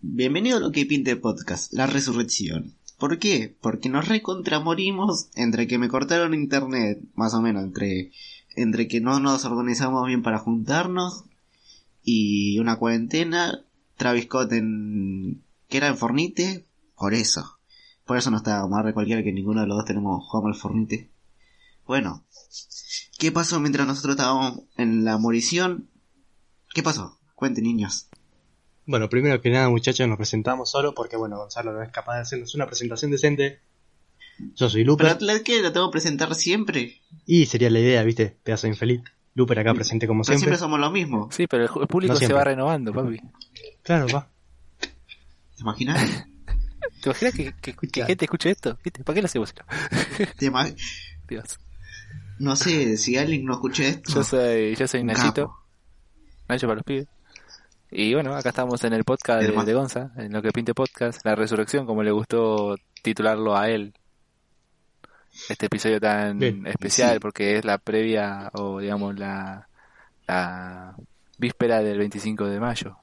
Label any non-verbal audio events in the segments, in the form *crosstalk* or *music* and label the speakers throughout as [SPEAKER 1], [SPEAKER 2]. [SPEAKER 1] Bienvenido a lo que pinte podcast, la resurrección. ¿Por qué? Porque nos recontramorimos entre que me cortaron internet, más o menos, entre, entre que no nos organizamos bien para juntarnos y una cuarentena, Travis Scott en... que era en Fornite, por eso. Por eso no está más de cualquiera que ninguno de los dos tenemos jugamos al Fornite. Bueno, ¿qué pasó mientras nosotros estábamos en la morición? ¿Qué pasó? Cuenten niños.
[SPEAKER 2] Bueno, primero que nada, muchachos, nos presentamos solo porque, bueno, Gonzalo no es capaz de hacernos una presentación decente. Yo soy
[SPEAKER 1] ¿Pero
[SPEAKER 2] Luper
[SPEAKER 1] la que la tengo que presentar siempre?
[SPEAKER 2] y sería la idea, ¿viste? Pedazo de infeliz. Luper acá presente como
[SPEAKER 1] Pero
[SPEAKER 2] siempre.
[SPEAKER 1] siempre somos lo mismo.
[SPEAKER 3] Sí, pero el, ju- el público
[SPEAKER 2] No
[SPEAKER 3] se
[SPEAKER 2] siempre.
[SPEAKER 3] va renovando, papi.
[SPEAKER 2] Claro, va.
[SPEAKER 1] ¿Te imaginas?
[SPEAKER 3] ¿Te imaginas que, que, que
[SPEAKER 2] Escuchá.
[SPEAKER 3] gente escuche esto? ¿Viste? ¿Para qué lo hacemos?
[SPEAKER 1] ¿Te ima-
[SPEAKER 3] Dios.
[SPEAKER 1] No sé si alguien no escucha esto.
[SPEAKER 3] Yo soy, yo soy
[SPEAKER 1] un
[SPEAKER 3] Nachito,
[SPEAKER 1] capo.
[SPEAKER 3] Nacho para los pibes. Y bueno, acá estamos en el podcast
[SPEAKER 1] El
[SPEAKER 3] de,
[SPEAKER 1] más-
[SPEAKER 3] de Gonza, en lo que pinte podcast, La Resurrección, como le gustó titularlo a él. Este episodio tan
[SPEAKER 2] Bien.
[SPEAKER 3] especial
[SPEAKER 1] Sí.
[SPEAKER 3] porque es la previa o digamos la, la víspera del 25 de mayo.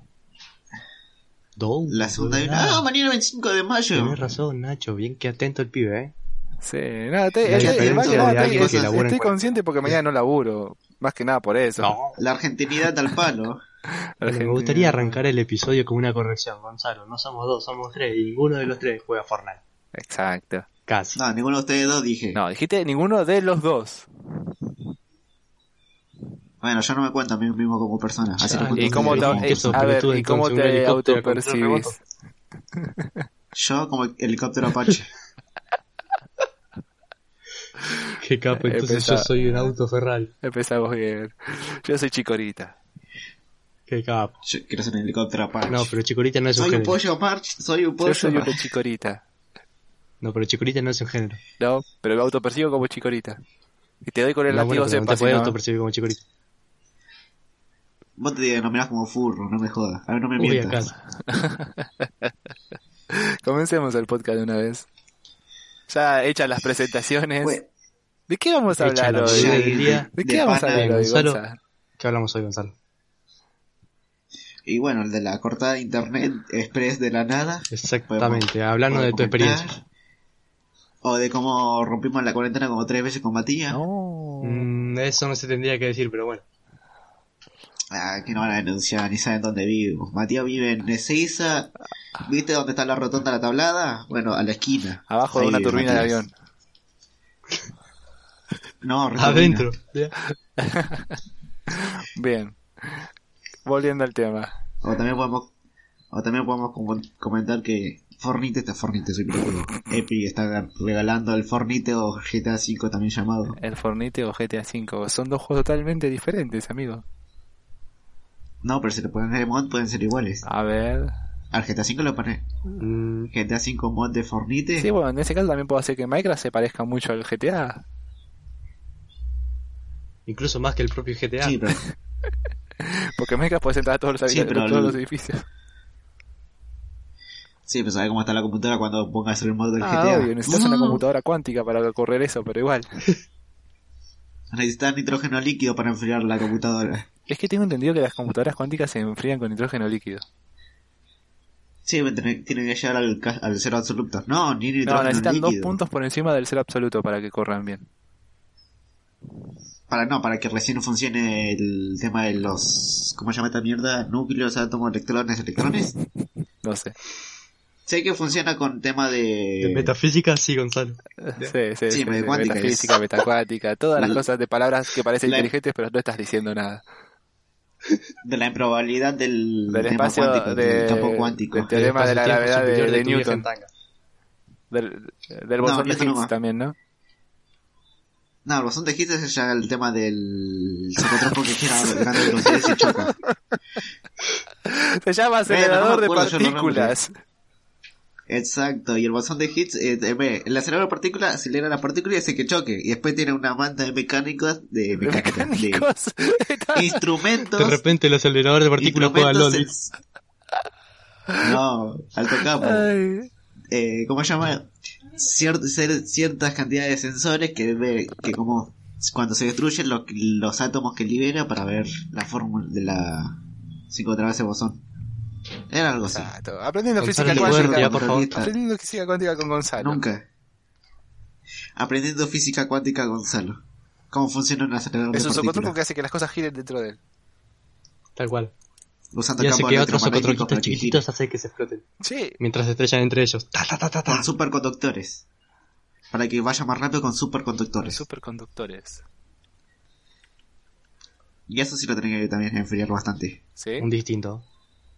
[SPEAKER 2] Do,
[SPEAKER 1] La segunda
[SPEAKER 2] boludo.
[SPEAKER 1] Ah, mañana 25 de mayo.
[SPEAKER 2] Tenés razón, Nacho. Bien que atento el pibe, ¿eh?
[SPEAKER 3] Sí, nada, te-
[SPEAKER 2] La
[SPEAKER 3] eh,
[SPEAKER 2] diferencia
[SPEAKER 3] igual,
[SPEAKER 2] de
[SPEAKER 3] no,
[SPEAKER 2] alguien
[SPEAKER 3] estoy-
[SPEAKER 2] que
[SPEAKER 3] estoy-
[SPEAKER 2] labura en
[SPEAKER 3] estoy
[SPEAKER 2] cual-
[SPEAKER 3] consciente porque mañana no laburo, más que nada por eso. *laughs*
[SPEAKER 1] La argentinidad al palo.
[SPEAKER 2] Pero me
[SPEAKER 3] Argentina.
[SPEAKER 2] gustaría arrancar el episodio con una corrección, Gonzalo. No somos dos, somos tres. Y ninguno de los tres juega Fortnite.
[SPEAKER 3] Exacto.
[SPEAKER 2] Casi.
[SPEAKER 1] No, ninguno de ustedes dos dije.
[SPEAKER 3] No, dijiste ninguno de los dos.
[SPEAKER 1] Bueno, yo no me cuento a mí mismo como persona. Así
[SPEAKER 2] Ah,
[SPEAKER 1] lo cuento
[SPEAKER 3] ¿Y
[SPEAKER 2] entonces,
[SPEAKER 3] cómo te,
[SPEAKER 2] dijimos que
[SPEAKER 3] eh,
[SPEAKER 2] sos
[SPEAKER 3] a ver,
[SPEAKER 2] pelotudo,
[SPEAKER 3] ¿y cómo
[SPEAKER 2] entonces, un
[SPEAKER 3] te
[SPEAKER 2] helicóptero con control
[SPEAKER 3] autopercibís?
[SPEAKER 1] Yo como helicóptero Apache.
[SPEAKER 2] *laughs* Qué capo, entonces
[SPEAKER 3] Empezá.
[SPEAKER 2] yo soy un auto Ferrari.
[SPEAKER 3] Empezamos bien. Yo soy Chicorita.
[SPEAKER 2] Qué capo.
[SPEAKER 1] Yo quiero ser un helicóptero Apache.
[SPEAKER 2] No, pero Chicorita no es un
[SPEAKER 1] soy un
[SPEAKER 2] género.
[SPEAKER 1] pollo Apache. Soy un pollo.
[SPEAKER 3] Yo soy una Chicorita.
[SPEAKER 2] No, pero Chicorita no es un género.
[SPEAKER 3] No, pero me autopercibo como Chicorita. Y te doy con el
[SPEAKER 2] No, bueno,
[SPEAKER 3] látigo
[SPEAKER 2] pero no
[SPEAKER 3] sepa
[SPEAKER 2] te
[SPEAKER 3] si
[SPEAKER 2] puedes
[SPEAKER 3] no-
[SPEAKER 2] autopercibir como Chicorita.
[SPEAKER 1] Vos te denominás como furro, no me jodas. A ver, no me
[SPEAKER 2] Uy,
[SPEAKER 1] mientas.
[SPEAKER 2] acá.
[SPEAKER 3] Comencemos el podcast de una vez. Ya hechas las presentaciones.
[SPEAKER 1] Bueno,
[SPEAKER 3] ¿De qué vamos a
[SPEAKER 2] Hecha
[SPEAKER 3] hablar
[SPEAKER 2] la
[SPEAKER 3] hoy?
[SPEAKER 2] bebida.
[SPEAKER 1] ya
[SPEAKER 2] del día.
[SPEAKER 3] ¿De
[SPEAKER 1] de
[SPEAKER 3] qué vamos a
[SPEAKER 1] pana.
[SPEAKER 3] hablar hoy,
[SPEAKER 2] Gonzalo.
[SPEAKER 3] Gonza?
[SPEAKER 2] ¿Qué hablamos hoy, Gonzalo?
[SPEAKER 1] Y bueno, el de la cortada de internet express de la nada.
[SPEAKER 2] Exactamente, hablando de tu
[SPEAKER 1] Podemos comentar.
[SPEAKER 2] experiencia.
[SPEAKER 1] O de cómo rompimos la cuarentena como tres veces con Matías.
[SPEAKER 3] No.
[SPEAKER 2] Mm, eso no se tendría que decir, pero bueno.
[SPEAKER 1] Ah, que no van a denunciar, ni saben dónde vivo. Matías vive en Ezeiza. ¿Viste dónde está la rotonda de la tablada? Bueno, a la esquina.
[SPEAKER 3] Abajo
[SPEAKER 1] Ahí
[SPEAKER 3] de una
[SPEAKER 1] vive
[SPEAKER 3] turbina de
[SPEAKER 1] Matías.
[SPEAKER 3] avión.
[SPEAKER 1] No, re
[SPEAKER 2] Adentro.
[SPEAKER 3] Bien. Volviendo al tema.
[SPEAKER 1] turbina. O también podemos, o también podemos com- comentar que Fornite está Fornite, soy pelotudo. Epi está regalando el Fornite o GTA V también llamado.
[SPEAKER 3] El Fornite o GTA V. Son dos juegos totalmente diferentes, amigo.
[SPEAKER 1] No, pero si le ponen el mod pueden ser iguales.
[SPEAKER 3] A ver.
[SPEAKER 1] Al GTA V lo pone
[SPEAKER 2] Mm,
[SPEAKER 1] GTA V mod de Fornite.
[SPEAKER 3] Sí, bueno, en ese caso también puedo hacer que Minecraft se parezca mucho al GTA.
[SPEAKER 2] incluso más que el propio GTA.
[SPEAKER 1] Sí, pero
[SPEAKER 3] Porque en Minecraft puedes entrar a todos los,
[SPEAKER 1] Sí,
[SPEAKER 3] habi-
[SPEAKER 1] pero
[SPEAKER 3] todos
[SPEAKER 1] el-
[SPEAKER 3] los edificios.
[SPEAKER 1] Sí, pero sabes cómo está la computadora cuando pongas el mod del
[SPEAKER 3] Ah,
[SPEAKER 1] GTA.
[SPEAKER 3] obvio, necesitas una
[SPEAKER 1] Mm.
[SPEAKER 3] computadora cuántica para correr eso, pero igual.
[SPEAKER 1] Necesitas nitrógeno líquido para enfriar la
[SPEAKER 3] *laughs*
[SPEAKER 1] computadora.
[SPEAKER 3] Es que tengo entendido que las computadoras cuánticas se enfrían con nitrógeno líquido.
[SPEAKER 1] Sí, me tiene- tiene que llegar al, ca- al cero absoluto. No, ni
[SPEAKER 3] No,
[SPEAKER 1] nitrógeno
[SPEAKER 3] necesitan
[SPEAKER 1] líquido.
[SPEAKER 3] dos puntos por encima del ser absoluto para que corran bien.
[SPEAKER 1] Para no, para que recién funcione el tema de los... ¿Cómo se llama esta mierda? Núcleos, átomos, electrones, electrones.
[SPEAKER 3] No sé.
[SPEAKER 1] sé que funciona con tema
[SPEAKER 2] De
[SPEAKER 1] de...
[SPEAKER 2] metafísica, sí, Gonzalo.
[SPEAKER 1] *laughs*
[SPEAKER 3] Sí, sí, sí,
[SPEAKER 1] medio
[SPEAKER 3] sí,
[SPEAKER 1] cuántica
[SPEAKER 3] metafísica,
[SPEAKER 1] es.
[SPEAKER 3] metacuática,
[SPEAKER 1] *laughs*
[SPEAKER 3] todas las
[SPEAKER 1] La-
[SPEAKER 3] cosas de palabras que parecen
[SPEAKER 1] la-
[SPEAKER 3] inteligentes pero no estás diciendo nada.
[SPEAKER 1] De la improbabilidad del,
[SPEAKER 3] Del
[SPEAKER 1] tema
[SPEAKER 3] espacio
[SPEAKER 1] cuántico,
[SPEAKER 3] de-
[SPEAKER 1] del campo cuántico.
[SPEAKER 3] del teorema de la
[SPEAKER 2] espacio-tiempo
[SPEAKER 3] gravedad de-
[SPEAKER 2] superior
[SPEAKER 3] de
[SPEAKER 2] tu vieja en
[SPEAKER 3] Newton.
[SPEAKER 2] tanga.
[SPEAKER 3] Del, del
[SPEAKER 1] No,
[SPEAKER 3] bosón de
[SPEAKER 1] eso
[SPEAKER 3] Higgs
[SPEAKER 1] no va.
[SPEAKER 3] también, ¿no?
[SPEAKER 1] No, el bosón de Higgs es ya el tema del psicotropo que gira a grandes velocidades y choca.
[SPEAKER 3] Se llama
[SPEAKER 1] Bueno, no
[SPEAKER 3] acelerador
[SPEAKER 1] me acuerdo,
[SPEAKER 3] de
[SPEAKER 1] yo no nombro. *laughs*
[SPEAKER 3] partículas.
[SPEAKER 1] Exacto, y el bosón de Higgs, eh, eh, el acelerador de partículas acelera la partícula y hace que choque. Y después tiene una manta de mecánicos, de,
[SPEAKER 3] De
[SPEAKER 1] mecánicos, de
[SPEAKER 3] mecánicos. *laughs*
[SPEAKER 1] instrumentos.
[SPEAKER 2] *laughs* De repente el acelerador de partículas juega al
[SPEAKER 1] instrumentos
[SPEAKER 2] LOL.
[SPEAKER 1] en- No, alto campo.
[SPEAKER 3] Ay,
[SPEAKER 1] Eh, ¿Cómo se llama? Cier- cer- ciertas cantidades de sensores que ve- que como cuando se destruyen lo- los átomos que libera para ver la fórmula de la psicotrave de bosón. Era algo así.
[SPEAKER 3] Exacto. Aprendiendo
[SPEAKER 4] Gonzalo
[SPEAKER 3] física
[SPEAKER 1] de
[SPEAKER 3] cuántica.
[SPEAKER 1] Huerta,
[SPEAKER 4] ya, por favor.
[SPEAKER 1] Gonzalita.
[SPEAKER 3] Aprendiendo física cuántica con Gonzalo.
[SPEAKER 1] Nunca. Aprendiendo física cuántica, Gonzalo. Cómo funciona un acelerador
[SPEAKER 3] Es
[SPEAKER 1] de
[SPEAKER 3] un socotruco que
[SPEAKER 1] partículas.
[SPEAKER 3] hace que las cosas giren dentro de él.
[SPEAKER 4] Tal cual.
[SPEAKER 1] Usando
[SPEAKER 4] Y hace
[SPEAKER 1] campos
[SPEAKER 4] que otros
[SPEAKER 1] electromagnéticos
[SPEAKER 4] socotruquitos
[SPEAKER 1] para que giren.
[SPEAKER 4] chiquititos hace que se exploten.
[SPEAKER 3] Sí.
[SPEAKER 4] Mientras se estrellan entre ellos. Ta, ta, ta, ta, ta.
[SPEAKER 1] Con superconductores. Para que vaya más rápido con superconductores.
[SPEAKER 3] Superconductores.
[SPEAKER 1] Y eso sí lo tenés que también enfriar bastante.
[SPEAKER 3] ¿Sí?
[SPEAKER 4] Un distinto.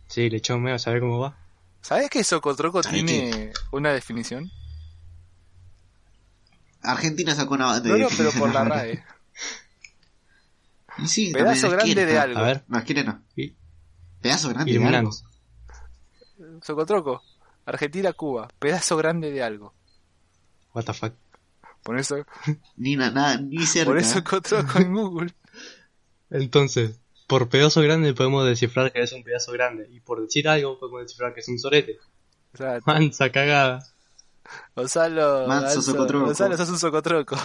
[SPEAKER 4] Sí, le echó un medio a saber cómo va.
[SPEAKER 3] ¿Sabes que Socotruco
[SPEAKER 1] ¿Sabés
[SPEAKER 3] tiene una definición?
[SPEAKER 1] Argentina sacó una banda
[SPEAKER 3] No, no,
[SPEAKER 1] *laughs*
[SPEAKER 3] pero por la RAE.
[SPEAKER 1] Y sí, también
[SPEAKER 3] Pedazo
[SPEAKER 1] es
[SPEAKER 3] grande
[SPEAKER 1] quiere,
[SPEAKER 3] de
[SPEAKER 1] pero-
[SPEAKER 3] algo.
[SPEAKER 4] A ver.
[SPEAKER 1] No, es quiere no.
[SPEAKER 4] Y-
[SPEAKER 1] Pedazo grande de
[SPEAKER 4] Iluminando.
[SPEAKER 1] Ah, algo.
[SPEAKER 3] Socotroco, Argentina, Cuba, pedazo grande de algo.
[SPEAKER 4] What the fuck.
[SPEAKER 3] Por eso,
[SPEAKER 1] Ni na- nada, ni cerca.
[SPEAKER 3] Ah, por eso Cotroco en Google.
[SPEAKER 4] Entonces, por pedazo grande podemos descifrar que es un pedazo grande. Y por decir algo podemos descifrar que es un sorete. *laughs*
[SPEAKER 3] O sea,
[SPEAKER 4] Mansa cagada.
[SPEAKER 3] Gonzalo,
[SPEAKER 1] Manso
[SPEAKER 3] Gonzo-
[SPEAKER 1] Socotroco.
[SPEAKER 3] Gonzalo, sos un Socotroco.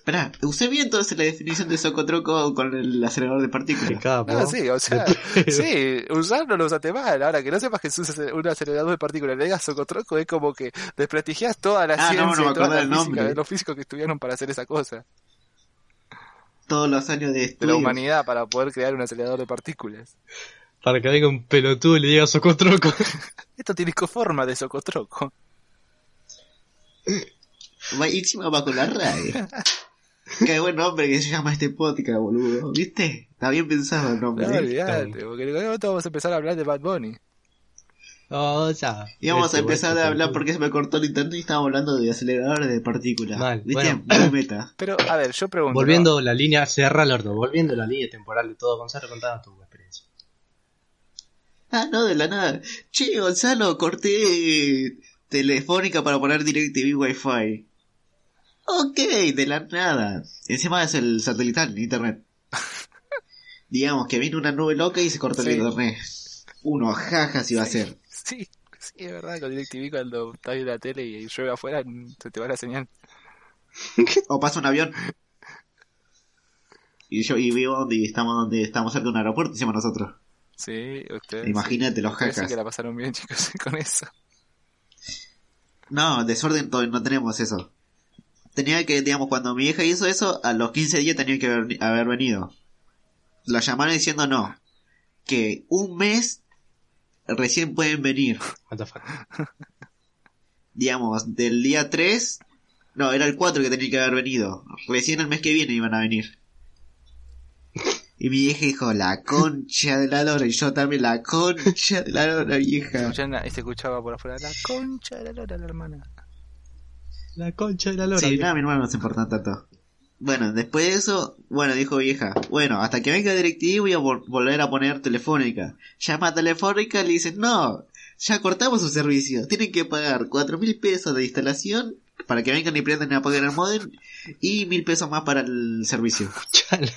[SPEAKER 1] Esperá, usé bien entonces la definición de socotroco con el acelerador de
[SPEAKER 4] Qué
[SPEAKER 1] partículas.
[SPEAKER 4] capo.
[SPEAKER 3] No, Ah, sí, o sea,
[SPEAKER 4] pedo.
[SPEAKER 3] *laughs* sí, usarlo lo usaste mal. Ahora que no sepas que es un ace- un acelerador de partículas, le digas Socotroco, es como que desprestigias toda la
[SPEAKER 1] Ah, no,
[SPEAKER 3] ciencia
[SPEAKER 1] no me
[SPEAKER 3] y toda
[SPEAKER 1] acordaba
[SPEAKER 3] la
[SPEAKER 1] el
[SPEAKER 3] física
[SPEAKER 1] nombre.
[SPEAKER 3] de los físicos que estuvieron para hacer esa cosa.
[SPEAKER 1] Todos los años de
[SPEAKER 3] De la
[SPEAKER 1] estudio.
[SPEAKER 3] humanidad para poder crear un acelerador de partículas.
[SPEAKER 4] Para que venga un pelotudo y le diga *laughs* socotroco.
[SPEAKER 3] Esto tiene forma de Socotroco.
[SPEAKER 1] Va- y encima va con la RAE. Qué buen nombre que se llama este podcast, boludo. ¿Viste? Está bien pensado el
[SPEAKER 3] No,
[SPEAKER 1] nombre. ¿eh?
[SPEAKER 3] olvídate, porque en algún momento vamos a empezar a hablar de Bad Bunny.
[SPEAKER 4] O sea,
[SPEAKER 1] Y vamos a
[SPEAKER 4] Oh, este,
[SPEAKER 1] empezar
[SPEAKER 4] este
[SPEAKER 1] a hablar
[SPEAKER 4] pelotudo.
[SPEAKER 1] porque se me cortó el internet y estábamos hablando de aceleradores de partículas.
[SPEAKER 4] Mal,
[SPEAKER 1] ¿Viste?
[SPEAKER 4] bueno.
[SPEAKER 1] Muy meta.
[SPEAKER 3] Pero, a ver, yo pregunto.
[SPEAKER 4] Volviendo la línea, cierra el orto, volviendo la línea temporal de todo, Gonzalo, contanos tu experiencia.
[SPEAKER 1] Ah, no, de la nada. Che, Gonzalo, corté eh, telefónica para poner DirecTV Wi-Fi. Ok, de la nada. Encima es el satelital,
[SPEAKER 4] *laughs*
[SPEAKER 1] el internet. Digamos que vino una nube loca y se cortó
[SPEAKER 3] Sí.
[SPEAKER 1] el internet. Uno, jajas iba a ser.
[SPEAKER 3] Sí, sí, es verdad, con DirecTV cuando estás viendo la tele y llueve afuera, se te va la señal.
[SPEAKER 1] O pasa un avión. Y yo y vivo donde estamos, donde estamos cerca de un aeropuerto, encima nosotros.
[SPEAKER 3] Sí, ustedes.
[SPEAKER 1] Imagínate los
[SPEAKER 3] ustedes sí
[SPEAKER 1] jacas.
[SPEAKER 3] que la pasaron bien, *laughs* chicos, con eso.
[SPEAKER 1] No, desorden to- no tenemos eso. Tenía que, digamos, cuando mi hija hizo eso, a los 15 días tenía que haber, haber venido. La llamaron diciendo no. Que un mes recién pueden venir.
[SPEAKER 4] What the fuck.
[SPEAKER 1] Digamos, del día 3... No, era el 4 que tenía que haber venido. Recién el mes que viene iban a venir. Y mi vieja dijo, la concha de la lora. Y yo también, la concha de la lora,
[SPEAKER 3] Se
[SPEAKER 1] vieja.
[SPEAKER 3] escuchan- y se este, escuchaba por afuera la concha de la lora, la hermana.
[SPEAKER 4] La concha de la lora.
[SPEAKER 1] Sí,
[SPEAKER 4] viejo.
[SPEAKER 1] nada, mi hermano no se importa tanto. Bueno, después de eso, bueno, dijo vieja, bueno, hasta que venga directivo voy a vol- volver a poner telefónica. Llama a telefónica y le dice, no, ya cortamos su servicio, tienen que pagar cuatro mil pesos de instalación para que vengan y prendan y apaguen el modem y mil pesos más para el servicio.
[SPEAKER 4] Chala.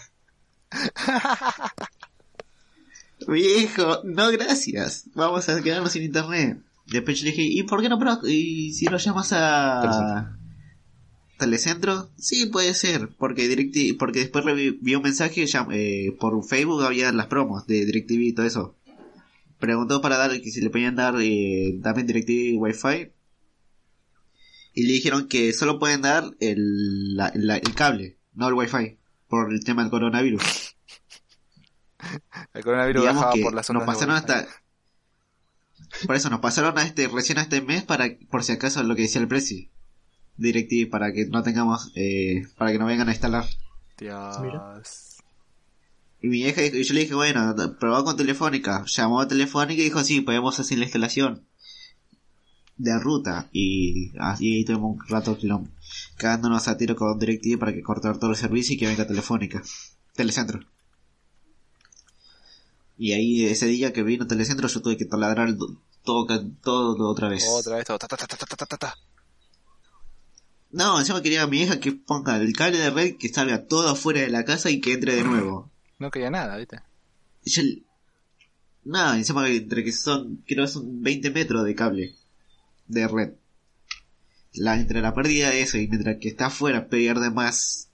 [SPEAKER 1] Viejo, no gracias, vamos a quedarnos sin internet. Después yo le dije, ¿y por qué no? pro- ¿Y si lo llamas a... Telecentro? Sí, puede ser, porque DirecTV, porque después revi- vi un mensaje ya, eh, por Facebook, había las promos de DirecTV y todo eso. Preguntó para dar, que si le podían dar eh, también DirecTV Wi-Fi. Y le dijeron que solo pueden dar el, la- la- el cable, no el Wi-Fi, por el tema del coronavirus.
[SPEAKER 3] El coronavirus
[SPEAKER 1] Digamos
[SPEAKER 3] bajaba
[SPEAKER 1] que
[SPEAKER 3] por las
[SPEAKER 1] nos
[SPEAKER 3] ondas. de
[SPEAKER 1] pasaron
[SPEAKER 3] Wi-Fi.
[SPEAKER 1] hasta por eso nos pasaron a este recién a este mes para por si acaso lo que decía el preci DirecTV para que no tengamos eh, para que no vengan a instalar
[SPEAKER 3] Dios.
[SPEAKER 4] Mira.
[SPEAKER 1] y mi vieja dijo- y yo le dije bueno probá con telefónica llamó a telefónica y dijo sí podemos hacer la instalación de ruta y así ahí tuvimos un rato quilom- cagándonos a tiro con DirecTV para que cortar todo el servicio y que venga telefónica telecentro y ahí ese día que vino telecentro yo tuve que taladrar el do- todo ca- todo otra vez
[SPEAKER 3] Otra vez todo. Ta, ta, ta, ta, ta, ta, ta, ta.
[SPEAKER 1] No, encima quería a mi hija que ponga el cable de red que salga todo afuera de la casa y que entre de nuevo.
[SPEAKER 3] No quería nada, ¿viste?
[SPEAKER 1] Y yo... No, encima que entre que son, creo que son 20 metros de cable de red. La, entre la pérdida de eso y mientras que está afuera pierde más,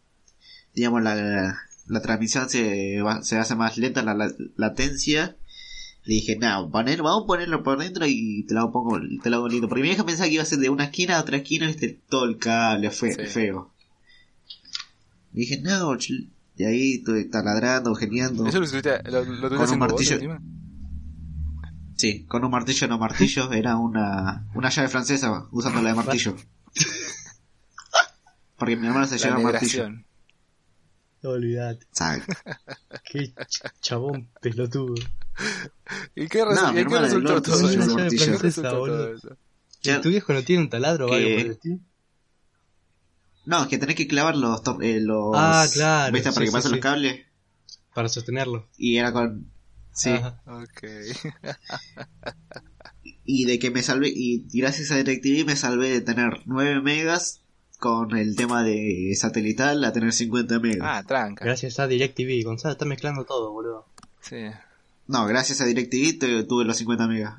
[SPEAKER 1] digamos, la, la, transmisión se, va- se hace más lenta, la, la- latencia Le dije, no, poner, vamos a ponerlo por dentro y te lo hago, pongo, te lo hago lindo. Porque mi vieja pensaba que iba a ser de una esquina a otra esquina, viste, todo el cable fue,
[SPEAKER 3] Sí.
[SPEAKER 1] feo. Le dije, no, ch-". y ahí estuve taladrando, geniando.
[SPEAKER 3] ¿Eso lo tuviste, lo, lo tuviste
[SPEAKER 1] Con un
[SPEAKER 3] haciendo vos
[SPEAKER 1] martillo.
[SPEAKER 3] encima?
[SPEAKER 1] Sí, con un martillo no
[SPEAKER 2] *laughs*
[SPEAKER 1] martillo, era una, una llave francesa usándola de martillo. Porque mi hermano se
[SPEAKER 3] La
[SPEAKER 1] lleva el martillo.
[SPEAKER 3] migración.
[SPEAKER 2] Olvidate.
[SPEAKER 1] Exacto.
[SPEAKER 2] Qué ch- chabón pelotudo.
[SPEAKER 3] ¿Y qué, resu-
[SPEAKER 1] No,
[SPEAKER 3] y
[SPEAKER 1] mi
[SPEAKER 3] qué
[SPEAKER 1] hermano del
[SPEAKER 3] resultó
[SPEAKER 1] norte
[SPEAKER 3] todo
[SPEAKER 1] se
[SPEAKER 2] lleva
[SPEAKER 3] eso?
[SPEAKER 2] el
[SPEAKER 3] ¿Qué
[SPEAKER 2] martillo.
[SPEAKER 3] resultó todo
[SPEAKER 2] Boludo.
[SPEAKER 3] eso?
[SPEAKER 1] Ya-
[SPEAKER 2] ¿Tu viejo no tiene un taladro o algo
[SPEAKER 1] ¿Qué?
[SPEAKER 2] por el estilo?
[SPEAKER 1] No, es que tenés que clavar los... tor- eh, los
[SPEAKER 2] Ah, claro,
[SPEAKER 1] ¿Viste? Para
[SPEAKER 2] sí,
[SPEAKER 1] que
[SPEAKER 2] sí,
[SPEAKER 1] pasen
[SPEAKER 2] sí.
[SPEAKER 1] los cables.
[SPEAKER 2] Para sostenerlo.
[SPEAKER 1] Y era con... Sí.
[SPEAKER 2] Ajá.
[SPEAKER 3] Ok.
[SPEAKER 1] Y de que me salvé... Y gracias a DirecTV me salvé de tener 9 megas con el tema de satelital a tener 50 megas.
[SPEAKER 3] Ah, tranca.
[SPEAKER 2] Gracias a DirecTV. Gonzalo está mezclando todo, boludo.
[SPEAKER 3] Sí.
[SPEAKER 1] No, gracias a DirecTV tu- tuve los 50 megas.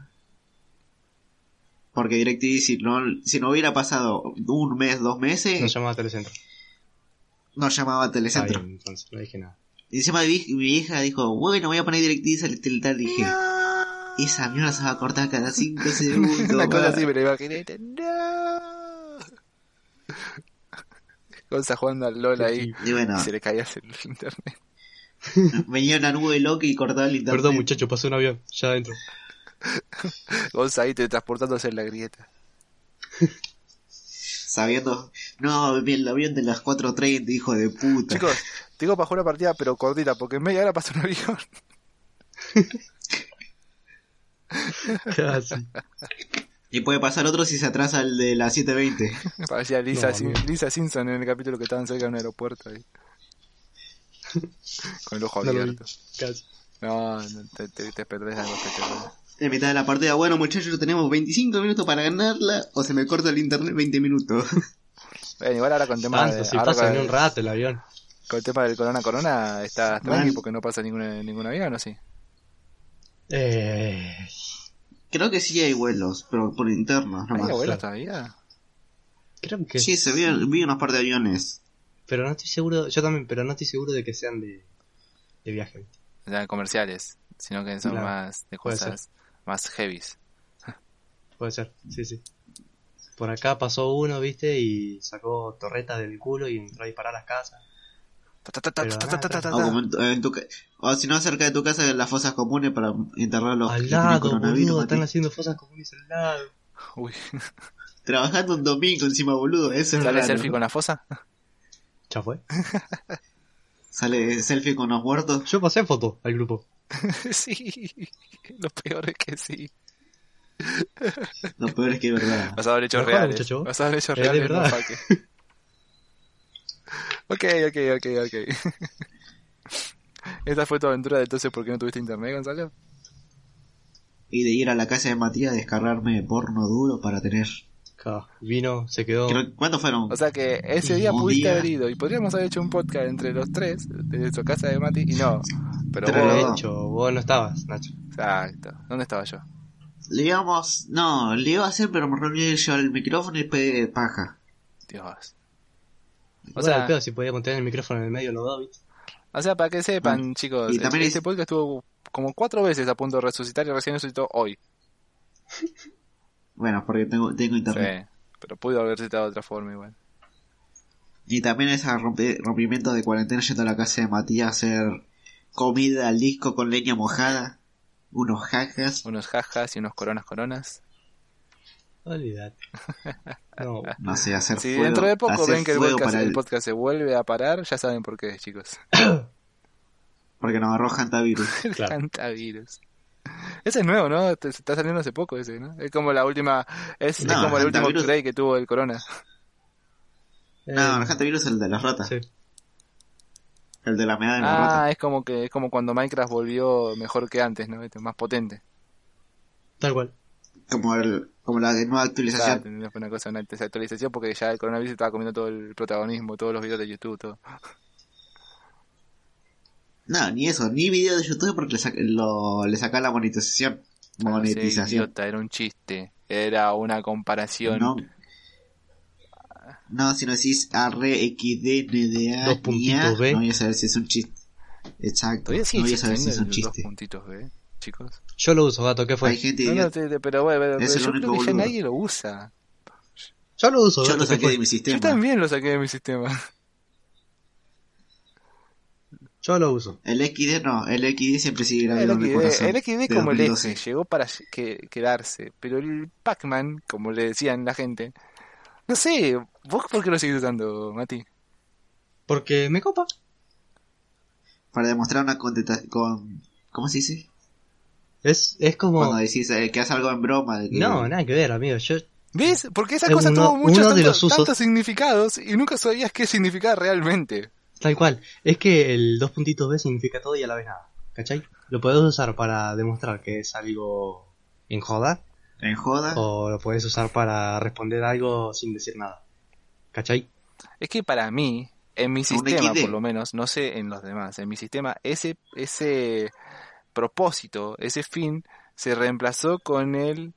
[SPEAKER 1] Porque DirecTV, si no, si no hubiera pasado un mes, dos meses,
[SPEAKER 2] No llamaba a Telecentro.
[SPEAKER 1] no llamaba a
[SPEAKER 2] Está
[SPEAKER 1] Telecentro.
[SPEAKER 2] bien, entonces, no dije nada.
[SPEAKER 1] Y encima mi, mi vieja dijo, bueno, voy a poner DirecTV satelital. Dije, esa mierda se va a cortar cada 5
[SPEAKER 3] *laughs*
[SPEAKER 1] segundos.
[SPEAKER 3] Una cosa
[SPEAKER 1] va".
[SPEAKER 3] así, pero imagínate. ¡No! Gonza jugando al LOL ahí.
[SPEAKER 1] Y bueno,
[SPEAKER 3] Y se le caía el internet.
[SPEAKER 1] *laughs* venía una nube loca y cortaba el internet.
[SPEAKER 2] Perdón, muchacho, pasó un avión.
[SPEAKER 1] *laughs*
[SPEAKER 2] Ya adentro.
[SPEAKER 3] Gonza ahí te transportándose en la grieta.
[SPEAKER 1] Sabiendo, no, vi el avión de las 4.30, hijo de puta.
[SPEAKER 3] Chicos, tengo para jugar una partida, pero cortita, porque en media hora pasó un avión. *laughs*
[SPEAKER 2] Casi.
[SPEAKER 1] Y puede pasar otro si se atrasa el de las 7.20.
[SPEAKER 3] Parecía Lisa,
[SPEAKER 2] No,
[SPEAKER 3] Sim-
[SPEAKER 2] amigo.
[SPEAKER 3] Lisa Simpson en el capítulo que estaban cerca de un aeropuerto ahí. Con el ojo
[SPEAKER 2] No lo vi.
[SPEAKER 3] abierto.
[SPEAKER 2] Casi.
[SPEAKER 3] No, no, te, te, te perdés algo que te perdés.
[SPEAKER 1] En mitad de la partida, bueno muchachos, tenemos 25 minutos para ganarla o se me corta el internet 20 minutos. *laughs*
[SPEAKER 3] Bueno, igual ahora con tema,
[SPEAKER 2] Tanto,
[SPEAKER 3] de,
[SPEAKER 2] si
[SPEAKER 3] ahora
[SPEAKER 2] pasa
[SPEAKER 3] con,
[SPEAKER 2] en un rato el avión.
[SPEAKER 3] con el tema del corona corona está tranqui
[SPEAKER 1] Mal.
[SPEAKER 3] porque no pasa ningún, ningún avión, ¿o sí?
[SPEAKER 2] Eh.
[SPEAKER 1] Creo que sí hay vuelos, pero por internos
[SPEAKER 3] ¿Hay
[SPEAKER 1] nomás.
[SPEAKER 3] abuelos
[SPEAKER 2] claro.
[SPEAKER 3] todavía?
[SPEAKER 2] Creo que
[SPEAKER 1] Sí, se vi, vi unos par de aviones.
[SPEAKER 2] Pero no estoy seguro, yo también, pero no estoy seguro de que sean de, de viaje.
[SPEAKER 3] O sea, comerciales, sino que son
[SPEAKER 2] Claro,
[SPEAKER 3] más de
[SPEAKER 2] puede
[SPEAKER 3] cosas más heavies.
[SPEAKER 2] Puede ser, sí, sí. Por acá pasó uno, viste, y sacó torretas del culo y entró a disparar a las casas.
[SPEAKER 3] Ta, ta, ta, ta,
[SPEAKER 2] Pero
[SPEAKER 3] ta, ta, ta, ta,
[SPEAKER 2] nada,
[SPEAKER 3] ta.
[SPEAKER 1] O, como en tu- eh, en tu ca- o si no, cerca de tu casa, en las fosas comunes para enterrar los que
[SPEAKER 2] al
[SPEAKER 1] tienen
[SPEAKER 2] lado,
[SPEAKER 1] coronavirus,
[SPEAKER 2] boludo,
[SPEAKER 1] Mati.
[SPEAKER 2] están haciendo fosas comunes al lado.
[SPEAKER 3] Uy,
[SPEAKER 1] Trabajando un domingo encima, boludo. Eso es
[SPEAKER 3] ¿sale
[SPEAKER 1] raro.
[SPEAKER 3] selfie con la fosa? *laughs*
[SPEAKER 2] Ya fue.
[SPEAKER 1] Sale selfie con los muertos.
[SPEAKER 2] Yo pasé foto al grupo.
[SPEAKER 3] sí, lo peor es que sí.
[SPEAKER 1] Lo peor es que es
[SPEAKER 3] *laughs*
[SPEAKER 1] verdad.
[SPEAKER 3] Basado en hechos
[SPEAKER 2] Mejora,
[SPEAKER 3] reales.
[SPEAKER 2] muchacho.
[SPEAKER 3] Basado en hechos
[SPEAKER 2] Es de
[SPEAKER 3] reales, no
[SPEAKER 2] verdad.
[SPEAKER 3] faque.
[SPEAKER 2] *laughs*
[SPEAKER 3] ok, ok, ok, ok. *laughs* ¿Esta fue tu aventura de entonces por qué no tuviste internet, Gonzalo?
[SPEAKER 1] Y de ir a la casa de Matías a descargarme porno duro para tener.
[SPEAKER 2] Acá vino, se quedó.
[SPEAKER 1] Creo- ¿Cuántos fueron?
[SPEAKER 3] O sea que ese día
[SPEAKER 1] Un
[SPEAKER 3] pudiste
[SPEAKER 1] día.
[SPEAKER 3] haber ido y podríamos haber hecho un podcast entre los tres de nuestra casa de Mati y no. Pero
[SPEAKER 1] Entre
[SPEAKER 3] vos,
[SPEAKER 1] los dos.
[SPEAKER 2] de hecho, vos no estabas, Nacho.
[SPEAKER 3] exacto. ¿Dónde estaba yo?
[SPEAKER 1] Le íbamos. No, le iba a hacer, pero me reuní a llevar el micrófono y pegué paja.
[SPEAKER 3] Dios.
[SPEAKER 2] O
[SPEAKER 3] sea-
[SPEAKER 2] sea, pedo si podíamos tener el micrófono en el medio los dos, viste.
[SPEAKER 3] O sea, para que sepan, chicos,
[SPEAKER 1] Mm. Y
[SPEAKER 3] este,
[SPEAKER 1] también es-
[SPEAKER 3] este podcast estuvo como cuatro veces a punto de resucitar y recién resucitó hoy.
[SPEAKER 1] Bueno, porque tengo, tengo internet.
[SPEAKER 3] Sí. Pero pudo haber resucitado de otra forma igual.
[SPEAKER 1] Y también ese rompe- rompimiento de cuarentena yendo a la casa de Matías a hacer comida al disco con leña mojada, unos jajas.
[SPEAKER 3] Unos jajas y unos coronas coronas.
[SPEAKER 2] Olvidate. No,
[SPEAKER 1] No sé, hacer
[SPEAKER 3] Si
[SPEAKER 1] fuego.
[SPEAKER 3] dentro de poco
[SPEAKER 1] hacer
[SPEAKER 3] ven que el
[SPEAKER 1] fuego
[SPEAKER 3] podcast,
[SPEAKER 1] para
[SPEAKER 3] el
[SPEAKER 1] el-
[SPEAKER 3] podcast se vuelve a parar, ya saben por qué, chicos. *laughs*
[SPEAKER 1] Porque nos agarró Hantavirus.
[SPEAKER 2] claro.
[SPEAKER 3] Hantavirus. Ese es nuevo, ¿no? Te- se está saliendo hace poco ese, ¿no? Es como la última, es, es
[SPEAKER 1] No,
[SPEAKER 3] como el último
[SPEAKER 1] hantavirus.
[SPEAKER 3] upgrade que tuvo el corona.
[SPEAKER 1] no, el
[SPEAKER 2] Eh,
[SPEAKER 1] Hantavirus es el de las ratas.
[SPEAKER 2] sí.
[SPEAKER 1] El de la meada de las
[SPEAKER 3] Ah,
[SPEAKER 1] ratas.
[SPEAKER 3] es como que, es como cuando Minecraft volvió mejor que antes, ¿no? Este, Más potente.
[SPEAKER 2] Tal cual.
[SPEAKER 1] Como, el, como la de nueva
[SPEAKER 3] Claro,
[SPEAKER 1] actualización.
[SPEAKER 3] tenía una cosa, una desactualización porque ya el coronavirus estaba comiendo todo el protagonismo, todos los videos de YouTube, todo.
[SPEAKER 1] No, ni eso, ni video de YouTube porque le, saca lo, le saca la monetización.
[SPEAKER 3] No sé,
[SPEAKER 1] Monetización.
[SPEAKER 3] idiota, era un chiste. Era una comparación.
[SPEAKER 1] no. No, si no decís ARXDNDA.
[SPEAKER 2] Dos puntitos B.
[SPEAKER 1] No voy a saber si es un chiste. Exacto.
[SPEAKER 3] Todavía sigue
[SPEAKER 1] no voy a saber si
[SPEAKER 3] existiendo
[SPEAKER 1] es un
[SPEAKER 3] los dos
[SPEAKER 1] chiste.
[SPEAKER 3] puntitos, ¿eh? chicos.
[SPEAKER 2] Yo lo uso, gato, ¿qué fue?
[SPEAKER 1] Hay gente
[SPEAKER 3] No,
[SPEAKER 1] idiota.
[SPEAKER 3] no, te- te- pero bueno, bueno,
[SPEAKER 1] Es el
[SPEAKER 3] yo creo
[SPEAKER 1] único
[SPEAKER 3] que ya
[SPEAKER 1] boludo.
[SPEAKER 3] nadie lo usa.
[SPEAKER 2] Yo lo uso,
[SPEAKER 1] Yo
[SPEAKER 2] gato,
[SPEAKER 1] lo
[SPEAKER 2] ¿qué
[SPEAKER 1] saqué
[SPEAKER 2] fue?
[SPEAKER 1] de mi sistema.
[SPEAKER 3] Yo también lo saqué de
[SPEAKER 1] *laughs*
[SPEAKER 3] mi sistema.
[SPEAKER 2] Yo lo uso.
[SPEAKER 1] El XD no, el XD siempre sigue grabado
[SPEAKER 3] El
[SPEAKER 1] en mi
[SPEAKER 3] XD,
[SPEAKER 1] corazón.
[SPEAKER 3] el XD
[SPEAKER 1] de
[SPEAKER 3] como el
[SPEAKER 1] 2012.
[SPEAKER 3] S, llegó para que- quedarse. Pero el Pac-Man, como le decían la gente, no sé, ¿vos por qué lo seguís usando, Mati?
[SPEAKER 2] Porque me copa.
[SPEAKER 1] Para demostrar una contenta con ¿Cómo se dice?
[SPEAKER 2] Es, es como.
[SPEAKER 1] Cuando decís eh, que haces algo en broma. de que-
[SPEAKER 2] No, nada que ver, amigo. Yo,
[SPEAKER 3] ¿Ves? Porque esa
[SPEAKER 2] Es
[SPEAKER 3] cosa
[SPEAKER 2] uno-
[SPEAKER 3] tuvo muchos
[SPEAKER 2] uno de
[SPEAKER 3] tantos,
[SPEAKER 2] los usos.
[SPEAKER 3] tantos significados y nunca sabías qué significaba realmente.
[SPEAKER 2] tal cual. Es que el dos puntitos B significa todo y a la vez nada. ¿Cachai? Lo podés usar para demostrar que es algo en joda.
[SPEAKER 1] En joda.
[SPEAKER 2] O lo podés usar para responder algo sin decir nada. ¿Cachai?
[SPEAKER 3] Es que para mí, en
[SPEAKER 1] A
[SPEAKER 3] mi
[SPEAKER 1] un
[SPEAKER 3] sistema
[SPEAKER 1] XD.
[SPEAKER 3] por lo menos, no sé en los demás, en mi sistema ese, ese propósito, ese fin, se reemplazó con el,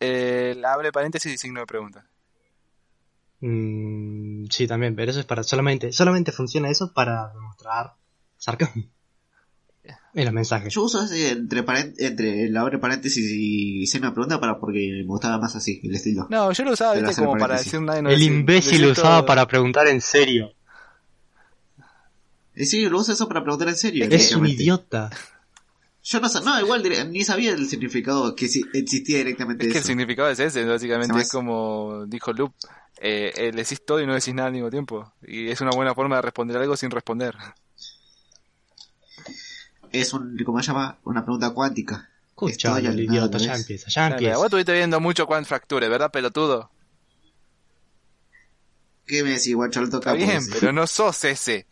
[SPEAKER 3] el abre paréntesis y signo de pregunta.
[SPEAKER 2] Mm, sí, también, pero eso es para. Solamente, solamente funciona eso para demostrar sarcasmo.
[SPEAKER 3] Eh.
[SPEAKER 2] En los mensajes.
[SPEAKER 1] Yo uso ese entre, paren- entre la abre paréntesis y hice una pregunta para porque me gustaba más así, el estilo.
[SPEAKER 3] No, yo lo usaba
[SPEAKER 1] Pero
[SPEAKER 3] ¿viste?
[SPEAKER 1] hacer
[SPEAKER 3] como para
[SPEAKER 1] paréntesis.
[SPEAKER 3] decir nada y no
[SPEAKER 2] el
[SPEAKER 3] decir-
[SPEAKER 2] imbécil
[SPEAKER 3] decir
[SPEAKER 2] lo usaba
[SPEAKER 3] todo.
[SPEAKER 2] para preguntar en serio.
[SPEAKER 1] Y Eh, sí, lo uso eso para preguntar en serio.
[SPEAKER 2] Es un
[SPEAKER 1] directamente.
[SPEAKER 2] idiota.
[SPEAKER 1] Yo no sé, no, igual dire- ni sabía el significado que si- existía directamente
[SPEAKER 3] Es que el
[SPEAKER 1] eso.
[SPEAKER 3] significado es ese,
[SPEAKER 1] Se
[SPEAKER 3] básicamente
[SPEAKER 1] me
[SPEAKER 3] es
[SPEAKER 1] hace-
[SPEAKER 3] como dijo Loop, eh, eh, decís todo y no decís nada al mismo tiempo. Y es una buena forma de responder algo sin responder.
[SPEAKER 1] Es un, ¿cómo se llama? Una pregunta cuántica.
[SPEAKER 2] Escucha,
[SPEAKER 1] Estoy
[SPEAKER 2] el
[SPEAKER 1] al
[SPEAKER 2] idiota,
[SPEAKER 1] lado,
[SPEAKER 2] ya
[SPEAKER 1] ¿ves?
[SPEAKER 2] empieza, ya
[SPEAKER 3] Claro,
[SPEAKER 2] empieza.
[SPEAKER 3] vos estuviste viendo mucho Quant Fracture, ¿verdad, pelotudo?
[SPEAKER 1] ¿Qué me decís, guacho? Lo
[SPEAKER 3] Está
[SPEAKER 1] toca
[SPEAKER 3] bien, pero no sos ese.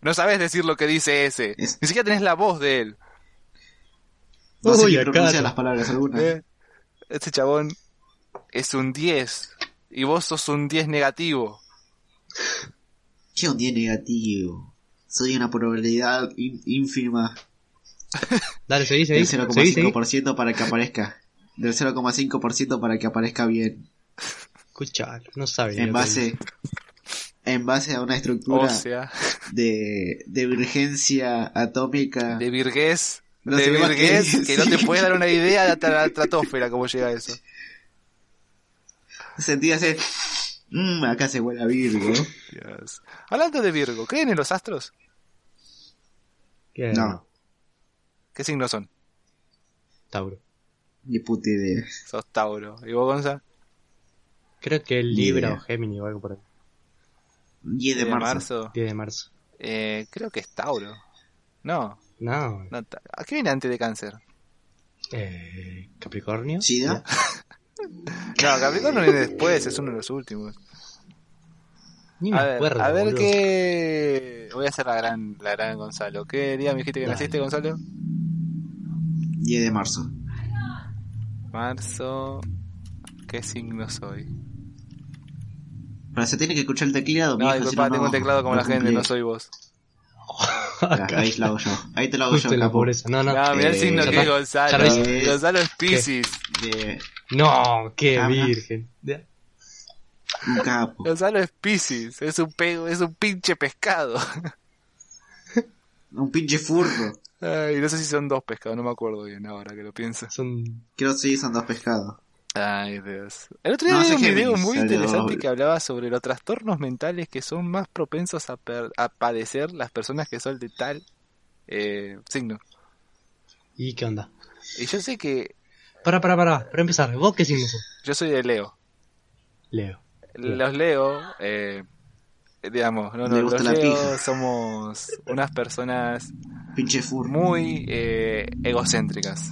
[SPEAKER 3] No sabés decir lo que dice ese.
[SPEAKER 1] Es-
[SPEAKER 3] Ni siquiera tenés la voz de él.
[SPEAKER 1] No sé
[SPEAKER 2] Uy,
[SPEAKER 1] ni
[SPEAKER 2] acá.
[SPEAKER 1] pronunciar las palabras algunas.
[SPEAKER 3] ¿eh? Este chabón es un 10. Y vos sos un 10 negativo.
[SPEAKER 1] Yo un día negativo. Soy una probabilidad in- ínfima
[SPEAKER 2] Dale, seguí, seguí.
[SPEAKER 1] del
[SPEAKER 2] seguí, seguí.
[SPEAKER 1] 0,5% para que aparezca. Del 0,5% para que aparezca bien.
[SPEAKER 2] Escucha, no sabe.
[SPEAKER 1] En
[SPEAKER 2] idiota.
[SPEAKER 1] base, en base a una estructura
[SPEAKER 3] O sea,
[SPEAKER 1] de, de virgencia atómica.
[SPEAKER 3] de virgués.
[SPEAKER 1] No
[SPEAKER 3] de
[SPEAKER 1] sé más qué
[SPEAKER 3] virgués que no te
[SPEAKER 1] decir.
[SPEAKER 3] puede dar una idea de *laughs* la estratosfera cómo llega eso.
[SPEAKER 1] Sentí hacer... "Mm, acá se huele a Virgo.
[SPEAKER 3] Dios. Hablando de Virgo, ¿creen en los astros?
[SPEAKER 2] ¿Qué?
[SPEAKER 1] No.
[SPEAKER 3] ¿Qué signos son?
[SPEAKER 2] Tauro.
[SPEAKER 1] Ni puta idea.
[SPEAKER 3] Sos Tauro. ¿Y vos, Gonza?
[SPEAKER 2] Creo que el
[SPEAKER 1] Ni
[SPEAKER 2] Libra
[SPEAKER 1] idea.
[SPEAKER 2] o Géminis o algo por ahí.
[SPEAKER 1] 10 de,
[SPEAKER 3] ¿De
[SPEAKER 1] marzo.
[SPEAKER 2] 10 de marzo.
[SPEAKER 3] Eh, creo que es Tauro. No,
[SPEAKER 2] No.
[SPEAKER 3] no ta- ¿a qué viene antes de cáncer?
[SPEAKER 2] Eh, Capricornio.
[SPEAKER 1] ¿Sida?
[SPEAKER 3] No, Capricornio viene después, es uno de los últimos.
[SPEAKER 2] Ni me
[SPEAKER 3] A ver,
[SPEAKER 2] acuerdo.
[SPEAKER 3] a ver
[SPEAKER 2] boludo. *laughs*
[SPEAKER 3] qué... Voy a hacer la gran, la gran Gonzalo. ¿Qué día me dijiste que
[SPEAKER 2] Dale.
[SPEAKER 3] naciste, Gonzalo?
[SPEAKER 1] 10 de marzo.
[SPEAKER 3] Marzo... ¿Qué signo soy?
[SPEAKER 1] Pero se tiene que escuchar el teclado.
[SPEAKER 3] No,
[SPEAKER 1] mijo, si
[SPEAKER 3] disculpa, tengo un teclado como
[SPEAKER 1] no
[SPEAKER 3] la gente,
[SPEAKER 1] cumplí.
[SPEAKER 3] no soy vos.
[SPEAKER 1] Ah, Ahí te lo hago yo. Ahí te lo hago
[SPEAKER 2] Justo
[SPEAKER 1] yo,
[SPEAKER 2] en la
[SPEAKER 1] capo.
[SPEAKER 2] pobreza. No, no.
[SPEAKER 3] No, mirá el
[SPEAKER 1] eh,
[SPEAKER 3] signo
[SPEAKER 1] ya
[SPEAKER 3] que es
[SPEAKER 1] está.
[SPEAKER 3] Gonzalo.
[SPEAKER 2] Ya
[SPEAKER 1] lo hice.
[SPEAKER 3] Gonzalo es Piscis.
[SPEAKER 1] De
[SPEAKER 2] No, qué
[SPEAKER 1] Ah, mirá.
[SPEAKER 2] virgen. De-
[SPEAKER 1] un capo.
[SPEAKER 3] Gonzalo es Piscis, es un pego, es un pinche pescado. *laughs*
[SPEAKER 1] Un pinche furro.
[SPEAKER 3] Ay, no sé si son dos pescados, no me acuerdo bien ahora que lo pienso.
[SPEAKER 2] Son.
[SPEAKER 1] Creo que sí son dos pescados.
[SPEAKER 3] Ay, Dios. El otro día
[SPEAKER 1] No,
[SPEAKER 3] vi
[SPEAKER 1] sé
[SPEAKER 3] un
[SPEAKER 1] qué
[SPEAKER 3] video
[SPEAKER 1] me
[SPEAKER 3] muy
[SPEAKER 1] salió.
[SPEAKER 3] interesante que hablaba sobre los trastornos mentales que son más propensos a, per- a padecer las personas que son de tal eh, signo.
[SPEAKER 2] ¿Y qué onda?
[SPEAKER 3] Y yo sé que
[SPEAKER 2] Para, para, para. Para empezar, ¿vos qué signo sos?
[SPEAKER 3] yo soy de Leo.
[SPEAKER 2] Leo. Bien.
[SPEAKER 3] Los Leo, eh, digamos, no, no,
[SPEAKER 1] Me gusta
[SPEAKER 3] los
[SPEAKER 1] la
[SPEAKER 3] Leo
[SPEAKER 1] pija.
[SPEAKER 3] somos unas personas
[SPEAKER 1] Pinche furro.
[SPEAKER 3] muy eh, egocéntricas.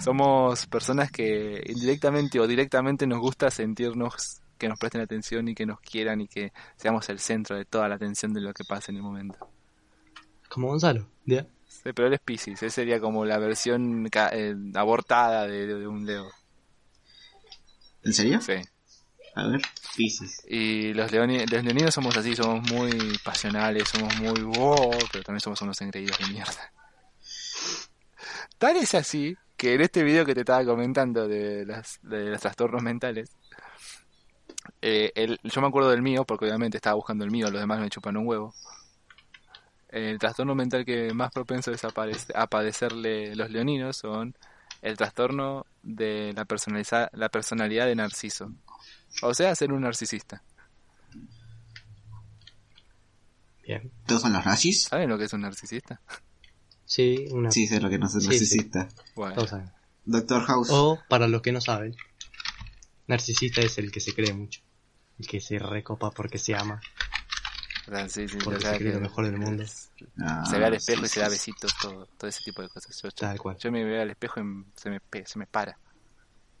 [SPEAKER 3] Somos personas que indirectamente o directamente nos gusta sentirnos que nos presten atención y que nos quieran y que seamos el centro de toda la atención de lo que pasa en el momento.
[SPEAKER 2] Como Gonzalo. De-
[SPEAKER 3] Sí, pero él es Pisces, él sería como la versión ca- eh, abortada de, de un Leo.
[SPEAKER 1] ¿En serio?
[SPEAKER 3] Sí.
[SPEAKER 1] A ver. Pisces.
[SPEAKER 3] Y los, leoni- los leoninos somos así, somos muy pasionales, somos muy wow, pero también somos unos engreídos de mierda. *laughs* Tal es así que en este video que te estaba comentando de, las, de los trastornos mentales, eh, el- yo me acuerdo del mío, porque obviamente estaba buscando el mío, los demás me chupan un huevo. El trastorno mental que más propenso es a, padece- a padecerle los leoninos son el trastorno de la, personaliza- la personalidad de narciso. O sea, ser un narcisista.
[SPEAKER 4] Bien.
[SPEAKER 1] ¿Todos son los nazis?
[SPEAKER 3] ¿Saben lo que es un narcisista?
[SPEAKER 4] Sí, una.
[SPEAKER 1] Sí, sé lo que no es el
[SPEAKER 4] Sí,
[SPEAKER 1] narcisista.
[SPEAKER 3] Bueno,
[SPEAKER 4] todos saben.
[SPEAKER 1] Doctor House.
[SPEAKER 2] Oh.
[SPEAKER 4] O, para los que no saben, narcisista es el que se cree mucho. El que se recopa porque se ama.
[SPEAKER 3] o sea, sí, sí,
[SPEAKER 4] Porque
[SPEAKER 3] o sea
[SPEAKER 4] se cree
[SPEAKER 3] que-
[SPEAKER 4] lo mejor del mundo.
[SPEAKER 1] Ah,
[SPEAKER 3] se ve al
[SPEAKER 1] sí,
[SPEAKER 3] espejo y
[SPEAKER 1] sí,
[SPEAKER 3] se da
[SPEAKER 1] sí.
[SPEAKER 3] besitos, todo, todo ese tipo de cosas. Yo, yo-
[SPEAKER 4] Tal cual.
[SPEAKER 3] yo me veo al espejo y se me, pe- se me para.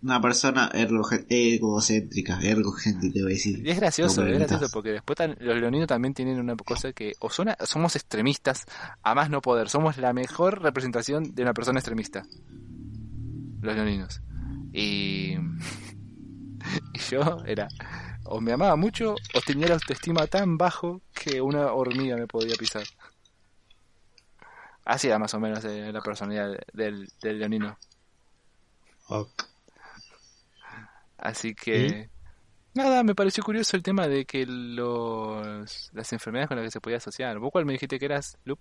[SPEAKER 1] Una persona ergo- egocéntrica, ergocéntrica, voy a decir.
[SPEAKER 3] Y es gracioso,
[SPEAKER 1] No,
[SPEAKER 3] es
[SPEAKER 1] preguntas.
[SPEAKER 3] gracioso porque después tan- los leoninos también tienen una cosa que o son, somos extremistas a más no poder, somos la mejor representación de una persona extremista. Los leoninos. Y, *laughs* y yo era o me amaba mucho o tenía la autoestima tan bajo que una hormiga me podía pisar. Así era más o menos eh, la personalidad del, del leonino.
[SPEAKER 4] Ok.
[SPEAKER 3] Así que nada, me pareció curioso el tema de que los las enfermedades con las que se podía asociar. ¿Vos cuál me dijiste que eras? Lup?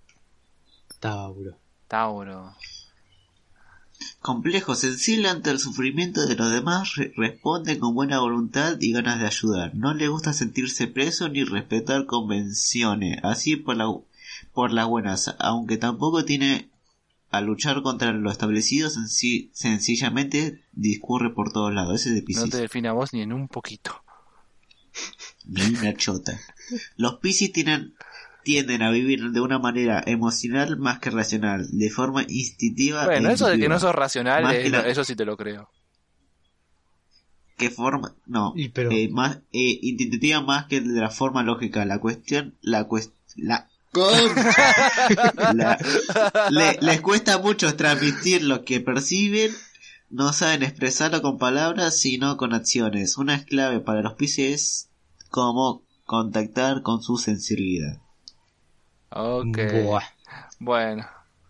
[SPEAKER 4] Tauro.
[SPEAKER 3] Tauro.
[SPEAKER 1] Complejo, sensible ante el sufrimiento de los demás, re- responde con buena voluntad y ganas de ayudar. No le gusta sentirse preso ni respetar convenciones, así por, la, por las buenas, aunque tampoco tiene a luchar contra lo establecido, senci- sencillamente discurre por todos lados. Ese es de
[SPEAKER 3] No
[SPEAKER 1] Piscis.
[SPEAKER 3] te delfina vos ni en un poquito.
[SPEAKER 1] ni una chota. Los Piscis tienen- tienden a vivir de una manera emocional más que racional, de forma instintiva.
[SPEAKER 3] Bueno,
[SPEAKER 1] e
[SPEAKER 3] eso de que no
[SPEAKER 1] intuitiva.
[SPEAKER 3] sos racional,
[SPEAKER 1] Más
[SPEAKER 3] eh,
[SPEAKER 1] que la-
[SPEAKER 3] eso sí te lo creo.
[SPEAKER 1] que forma no
[SPEAKER 4] Y pero-
[SPEAKER 1] eh, más eh, intentativa más que de la forma lógica la cuestión la cuest la La- le- les cuesta mucho transmitir lo que perciben no saben expresarlo con palabras sino con acciones una es clave para los piscis es cómo contactar con su sensibilidad
[SPEAKER 3] Ok.
[SPEAKER 4] Buah.
[SPEAKER 3] Bueno.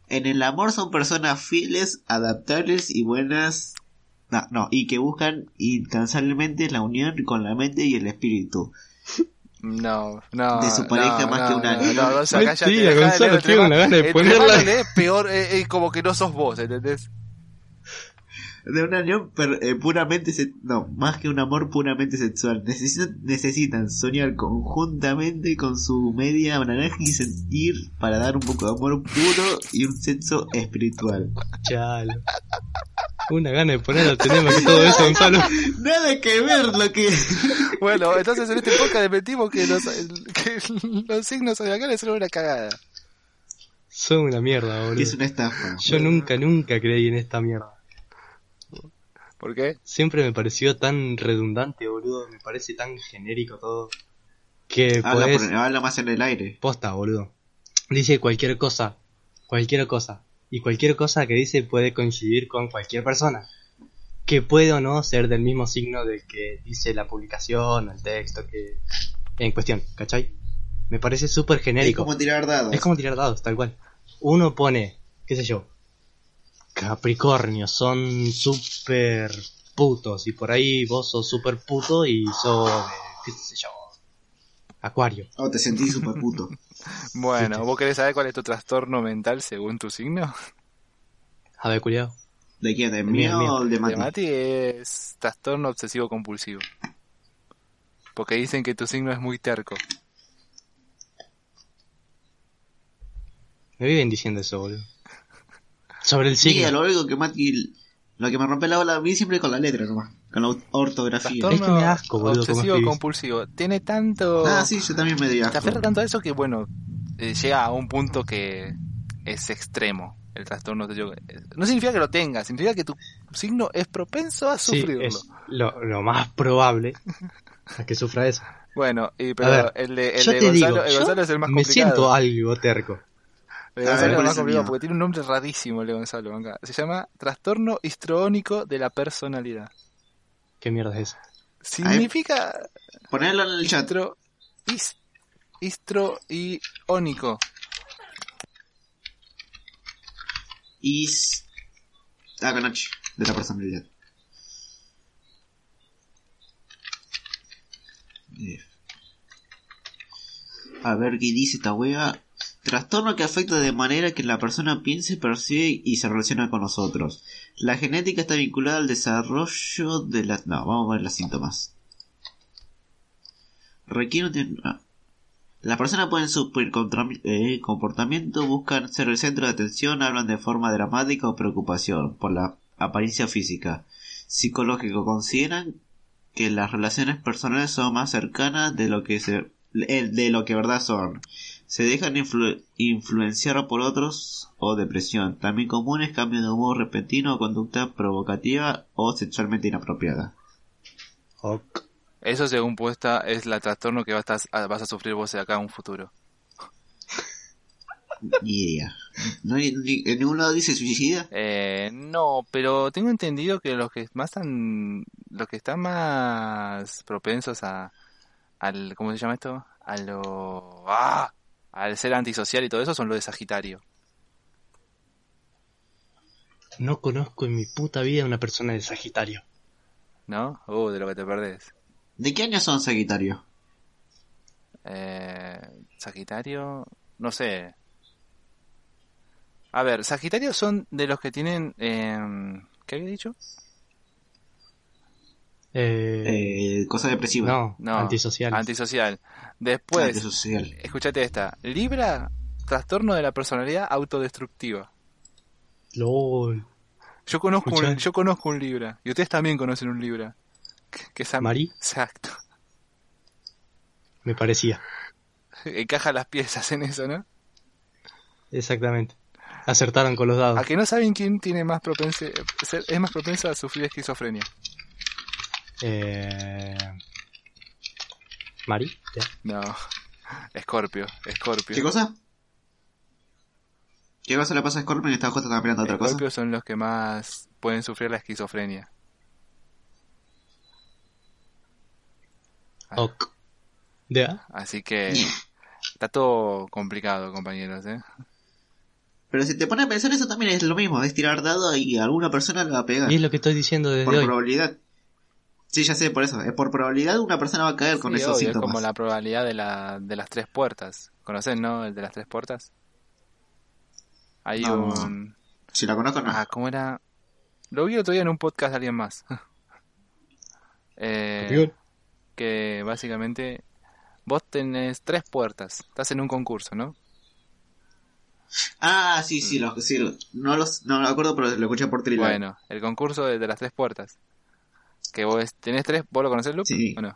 [SPEAKER 1] en el amor son personas fieles adaptables y buenas no, no, y que buscan incansablemente la unión con la mente y el espíritu.
[SPEAKER 3] No, no.
[SPEAKER 1] De su pareja
[SPEAKER 3] no,
[SPEAKER 1] más
[SPEAKER 3] no,
[SPEAKER 1] que una-
[SPEAKER 3] No, no, no, o sea,
[SPEAKER 2] Mentira,
[SPEAKER 3] cállate, dejá de leer, Eh,
[SPEAKER 2] Gonzalo,
[SPEAKER 3] entre
[SPEAKER 2] tiene
[SPEAKER 3] más-
[SPEAKER 2] una gana de
[SPEAKER 3] entre más
[SPEAKER 2] ponerla-
[SPEAKER 3] lo lees, peor, eh, eh, como que no sos vos, ¿entendés?
[SPEAKER 1] De una unión per- eh, puramente se- no, más que un amor puramente sexual. Necesitan, necesitan soñar conjuntamente con su media naranja y sentir para dar un poco de amor puro y un sexo espiritual.
[SPEAKER 4] Chalo.
[SPEAKER 2] Una gana de ponerlo tenemos que todo *laughs* eso, Gonzalo.
[SPEAKER 1] *laughs* Nada que ver lo que
[SPEAKER 3] Bueno, entonces en este podcast desmentimos que los, que los signos zodiacales son una cagada.
[SPEAKER 2] Son una mierda, boludo.
[SPEAKER 1] es una estafa.
[SPEAKER 2] Yo nunca, nunca creí en esta mierda.
[SPEAKER 3] ¿Por qué?
[SPEAKER 2] Siempre me pareció tan redundante, boludo. Me parece tan genérico todo. Que
[SPEAKER 1] Habla,
[SPEAKER 2] podés...
[SPEAKER 1] por- habla más en el aire.
[SPEAKER 2] Posta, boludo. Dice cualquier cosa. Cualquier cosa. Y cualquier cosa que dice puede coincidir con cualquier persona. Que puede o no ser del mismo signo del que dice la publicación, el texto que... En cuestión, ¿cachai? Me parece súper
[SPEAKER 1] Es
[SPEAKER 2] genérico.
[SPEAKER 1] como tirar dados.
[SPEAKER 2] Es como tirar dados, tal cual. Uno pone, qué sé yo, Capricornio, son súper putos. Y por ahí vos sos súper puto y sos, de, qué sé yo, Acuario.
[SPEAKER 1] Oh, te sentí super
[SPEAKER 2] *laughs*
[SPEAKER 1] puto.
[SPEAKER 3] Bueno, ¿vos querés saber cuál es tu trastorno mental según tu signo?
[SPEAKER 2] A ver, cuidado.
[SPEAKER 1] ¿De quién? ¿De
[SPEAKER 2] Mío,
[SPEAKER 1] mío,
[SPEAKER 2] mío.
[SPEAKER 1] o de
[SPEAKER 3] De
[SPEAKER 1] Mati?
[SPEAKER 3] Mati es trastorno obsesivo compulsivo. Porque dicen que tu signo es muy terco.
[SPEAKER 2] Me viven diciendo eso, boludo. Sobre el
[SPEAKER 1] Sí,
[SPEAKER 2] signo.
[SPEAKER 1] lo único que Mati. Lo que me rompe la bola a mí siempre con la letra nomás. Con la or- ortografía.
[SPEAKER 2] Es que me da asco, boludo, cómo
[SPEAKER 3] obsesivo
[SPEAKER 2] escribís.
[SPEAKER 3] compulsivo. Tiene tanto...
[SPEAKER 1] Ah, sí, yo también me doy
[SPEAKER 3] Se
[SPEAKER 1] asco.
[SPEAKER 3] aferra tanto a eso que, bueno, eh, llega a un punto que es extremo el trastorno. de yo- No significa que lo tengas, significa que tu signo es propenso a
[SPEAKER 2] Sí,
[SPEAKER 3] sufrirlo.
[SPEAKER 2] es lo, lo más probable a que sufra eso.
[SPEAKER 3] Bueno, y, pero
[SPEAKER 2] ver,
[SPEAKER 3] el de, el
[SPEAKER 2] yo
[SPEAKER 3] de
[SPEAKER 2] te
[SPEAKER 3] Gonzalo,
[SPEAKER 2] digo,
[SPEAKER 3] el
[SPEAKER 2] yo
[SPEAKER 3] Gonzalo es el más
[SPEAKER 2] Me
[SPEAKER 3] complicado.
[SPEAKER 2] siento algo terco.
[SPEAKER 3] El
[SPEAKER 1] A ver,
[SPEAKER 3] Gonzalo es el
[SPEAKER 1] ¿cuál
[SPEAKER 3] más
[SPEAKER 1] es el
[SPEAKER 3] complicado
[SPEAKER 1] mío?
[SPEAKER 3] porque tiene un nombre rarísimo el de Gonzalo. venga. Se llama Trastorno Histriónico de la Personalidad.
[SPEAKER 2] ¿Qué mierda es eso?
[SPEAKER 3] Significa
[SPEAKER 1] Ponerlo en el chat.
[SPEAKER 3] histro, his- histriónico.
[SPEAKER 1] Is. Ah, con H, de la personalidad. Eh. A ver qué dice esta wea. Trastorno que afecta de manera que la persona piense, percibe y se relaciona con nosotros. La genética está vinculada al desarrollo de las... No, vamos a ver los síntomas. Requiere un... diagn- ah. Las personas pueden sufrir contra- eh, comportamiento, buscan ser el centro de atención, hablan de forma dramática o preocupación por la apariencia física. Psicológico, consideran que las relaciones personales son más cercanas de lo que se eh, de lo que verdad son. Se dejan influ- influenciar por otros o depresión. También comunes cambios de humor repentino, conducta provocativa o sexualmente inapropiada.
[SPEAKER 4] Ok.
[SPEAKER 3] Eso según puesta es la trastorno que vas a, a- vas a sufrir vos de acá en un futuro.
[SPEAKER 1] Ni idea. No, hay- ni- en ningún lado dice suicida.
[SPEAKER 3] Eh, no, pero tengo entendido que los que más están, los que están más propensos a, al, ¿cómo se llama esto? A lo, ¡ah! al ser antisocial y todo eso son los de Sagitario.
[SPEAKER 2] No conozco en mi puta vida una persona de Sagitario.
[SPEAKER 3] ¿No? Uh, de lo que te perdés.
[SPEAKER 1] ¿De qué año son Sagitario?
[SPEAKER 3] Eh, Sagitario, no sé. A ver, Sagitario son de los que tienen, em, ¿qué había dicho?
[SPEAKER 2] Eh,
[SPEAKER 1] Eh, cosa depresiva.
[SPEAKER 2] no,
[SPEAKER 3] No,
[SPEAKER 2] antisocial.
[SPEAKER 3] Antisocial. Después,
[SPEAKER 1] Antisocial.
[SPEAKER 3] escúchate esta. Libra, trastorno de la personalidad autodestructiva.
[SPEAKER 2] LOL.
[SPEAKER 3] Yo conozco, un,
[SPEAKER 2] Escuchá.
[SPEAKER 3] yo conozco un Libra. Y ustedes también conocen un Libra. Que, que es am-
[SPEAKER 2] Mari,
[SPEAKER 3] Exacto. *laughs*
[SPEAKER 2] me parecía.
[SPEAKER 3] Encaja las piezas en eso, ¿no?
[SPEAKER 2] Exactamente. Acertaron con los dados.
[SPEAKER 3] A que no saben quién tiene más propense, ser- es más propensa a sufrir esquizofrenia.
[SPEAKER 2] Eh... Mari,
[SPEAKER 3] No. *laughs* Escorpio, Escorpio.
[SPEAKER 1] ¿Qué cosa? ¿Qué cosa le pasa a Scorpion? Esta justo estaba mirando otra cosa.
[SPEAKER 3] Escorpio son los que más pueden sufrir la esquizofrenia. Ah.
[SPEAKER 2] ok. ¿Ya?
[SPEAKER 3] Así que
[SPEAKER 2] eh.
[SPEAKER 1] Mm.
[SPEAKER 3] está todo complicado, compañeros, ¿eh?
[SPEAKER 1] Pero si te pones a pensar, eso también es lo mismo. Es tirar dado y alguna persona le va a
[SPEAKER 3] Ah.
[SPEAKER 1] pegar.
[SPEAKER 2] Y es lo que estoy diciendo desde
[SPEAKER 1] Por
[SPEAKER 2] hoy.
[SPEAKER 1] probabilidad. Sí, ya sé, por eso. Es por probabilidad una persona va a caer con
[SPEAKER 3] Sí,
[SPEAKER 1] esos
[SPEAKER 3] obvio, es
[SPEAKER 1] síntomas.
[SPEAKER 3] como la probabilidad de, la, de las tres puertas. ¿Conocen, no? El de las tres puertas. Hay
[SPEAKER 1] No.
[SPEAKER 3] un...
[SPEAKER 1] Si la conozco, no.
[SPEAKER 3] Ah, ¿cómo era? Lo vi el otro día en un podcast de alguien más. *laughs* Eh,
[SPEAKER 2] Campeón.
[SPEAKER 3] que básicamente vos tenés tres puertas. Estás en un concurso, ¿no?
[SPEAKER 1] Ah, sí, sí, los, sí, no los, no lo acuerdo, pero lo escuché por Trilog.
[SPEAKER 3] Bueno, el concurso de, de las tres puertas. Que vos tenés tres... ¿Vos lo conocés, Luke?
[SPEAKER 1] Sí.
[SPEAKER 3] ¿O no?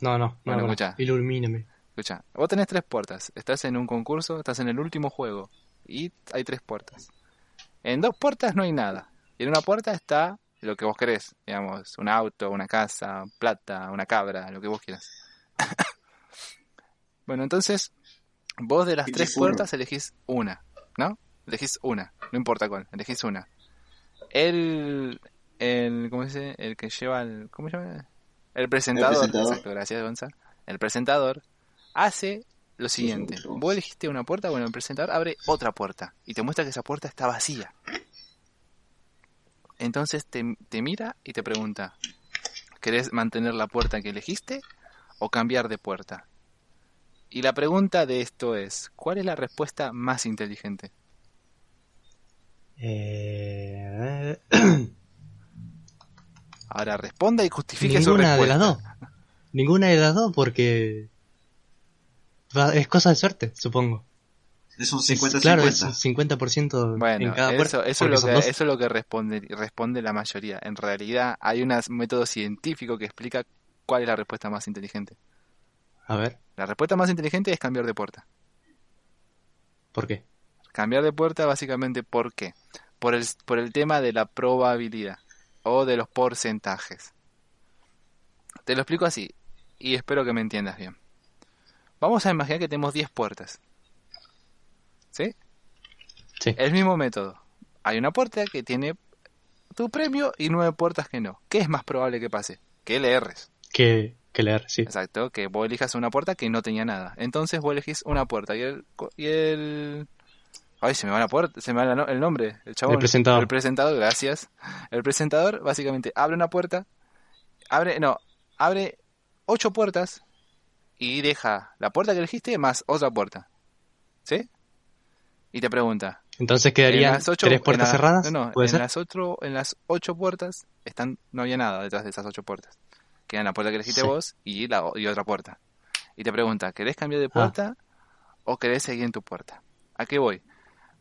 [SPEAKER 2] No, no, no.
[SPEAKER 3] Bueno,
[SPEAKER 2] no.
[SPEAKER 3] escuchá.
[SPEAKER 2] Ilumíname.
[SPEAKER 3] Escucha, vos tenés tres puertas. Estás en un concurso, estás en el último juego. Y hay tres puertas. En dos puertas no hay nada. Y en una puerta está lo que vos querés. Digamos, un auto, una casa, plata, una cabra, lo que vos quieras. *coughs* bueno, entonces, vos de las
[SPEAKER 1] Pinche
[SPEAKER 3] tres
[SPEAKER 1] furro.
[SPEAKER 3] puertas elegís una, ¿no? Elegís una, no importa cuál, elegís una. El. el ¿Cómo se dice? El que lleva el. ¿Cómo se llama? El presentador.
[SPEAKER 1] presentador.
[SPEAKER 3] Exacto, gracias, Gonzalo. El presentador hace lo siguiente.
[SPEAKER 1] mucho.
[SPEAKER 3] Vos elegiste una puerta, bueno, el presentador abre otra puerta y te muestra que esa puerta está vacía. Entonces te, te mira y te pregunta, ¿querés mantener la puerta que elegiste o cambiar de puerta? Y la pregunta de esto es, ¿cuál es la respuesta más inteligente?
[SPEAKER 2] Eh...
[SPEAKER 3] Ahora responda y justifique su
[SPEAKER 2] Ninguna de
[SPEAKER 3] respuesta.
[SPEAKER 2] las dos. Ninguna de las dos porque... va- es cosa de suerte, supongo.
[SPEAKER 1] Es un
[SPEAKER 2] Es-
[SPEAKER 1] 50-50.
[SPEAKER 2] Claro, es un 50% en
[SPEAKER 3] Bueno,
[SPEAKER 2] cada
[SPEAKER 3] eso,
[SPEAKER 2] puerta.
[SPEAKER 3] eso, es
[SPEAKER 2] porque
[SPEAKER 3] lo
[SPEAKER 2] son
[SPEAKER 3] que,
[SPEAKER 2] dos.
[SPEAKER 3] eso es lo que responde, responde la mayoría. En realidad hay un método científico que explica cuál es la respuesta más inteligente.
[SPEAKER 2] A ver,
[SPEAKER 3] La respuesta más inteligente es cambiar de puerta.
[SPEAKER 2] ¿por qué?
[SPEAKER 3] Cambiar de puerta básicamente ¿por qué? Por el, por el tema de la probabilidad o de los porcentajes. Te lo explico así y espero que me entiendas bien. Vamos a imaginar que tenemos 10 puertas. ¿Sí?
[SPEAKER 2] Sí.
[SPEAKER 3] El mismo método. Hay una puerta que tiene tu premio y nueve puertas que no. ¿Qué es más probable que pase? Que le erres.
[SPEAKER 2] Que, que leer, sí.
[SPEAKER 3] Exacto, que vos elijas una puerta que no tenía nada. Entonces vos elegís una puerta y el... co- Y el... Ay, se me va la puerta, se me va la no- el nombre, el chabón.
[SPEAKER 2] El presentador.
[SPEAKER 3] El presentador, gracias. El presentador básicamente abre una puerta, abre, no, abre ocho puertas y deja la puerta que elegiste más otra puerta. ¿Sí? y te pregunta.
[SPEAKER 2] Entonces quedarían
[SPEAKER 3] ocho-
[SPEAKER 2] tres puertas
[SPEAKER 3] en la-
[SPEAKER 2] cerradas.
[SPEAKER 3] No, no,
[SPEAKER 2] ¿Puede
[SPEAKER 3] en
[SPEAKER 2] ser?
[SPEAKER 3] las, otro, en las ocho puertas están, no había nada detrás de esas ocho puertas. Quedan la puerta que elegiste
[SPEAKER 2] Sí.
[SPEAKER 3] vos y, la, o- y otra puerta. Y te pregunta, ¿querés cambiar
[SPEAKER 2] Ah.
[SPEAKER 3] de puerta o querés seguir en tu puerta? ¿A qué voy?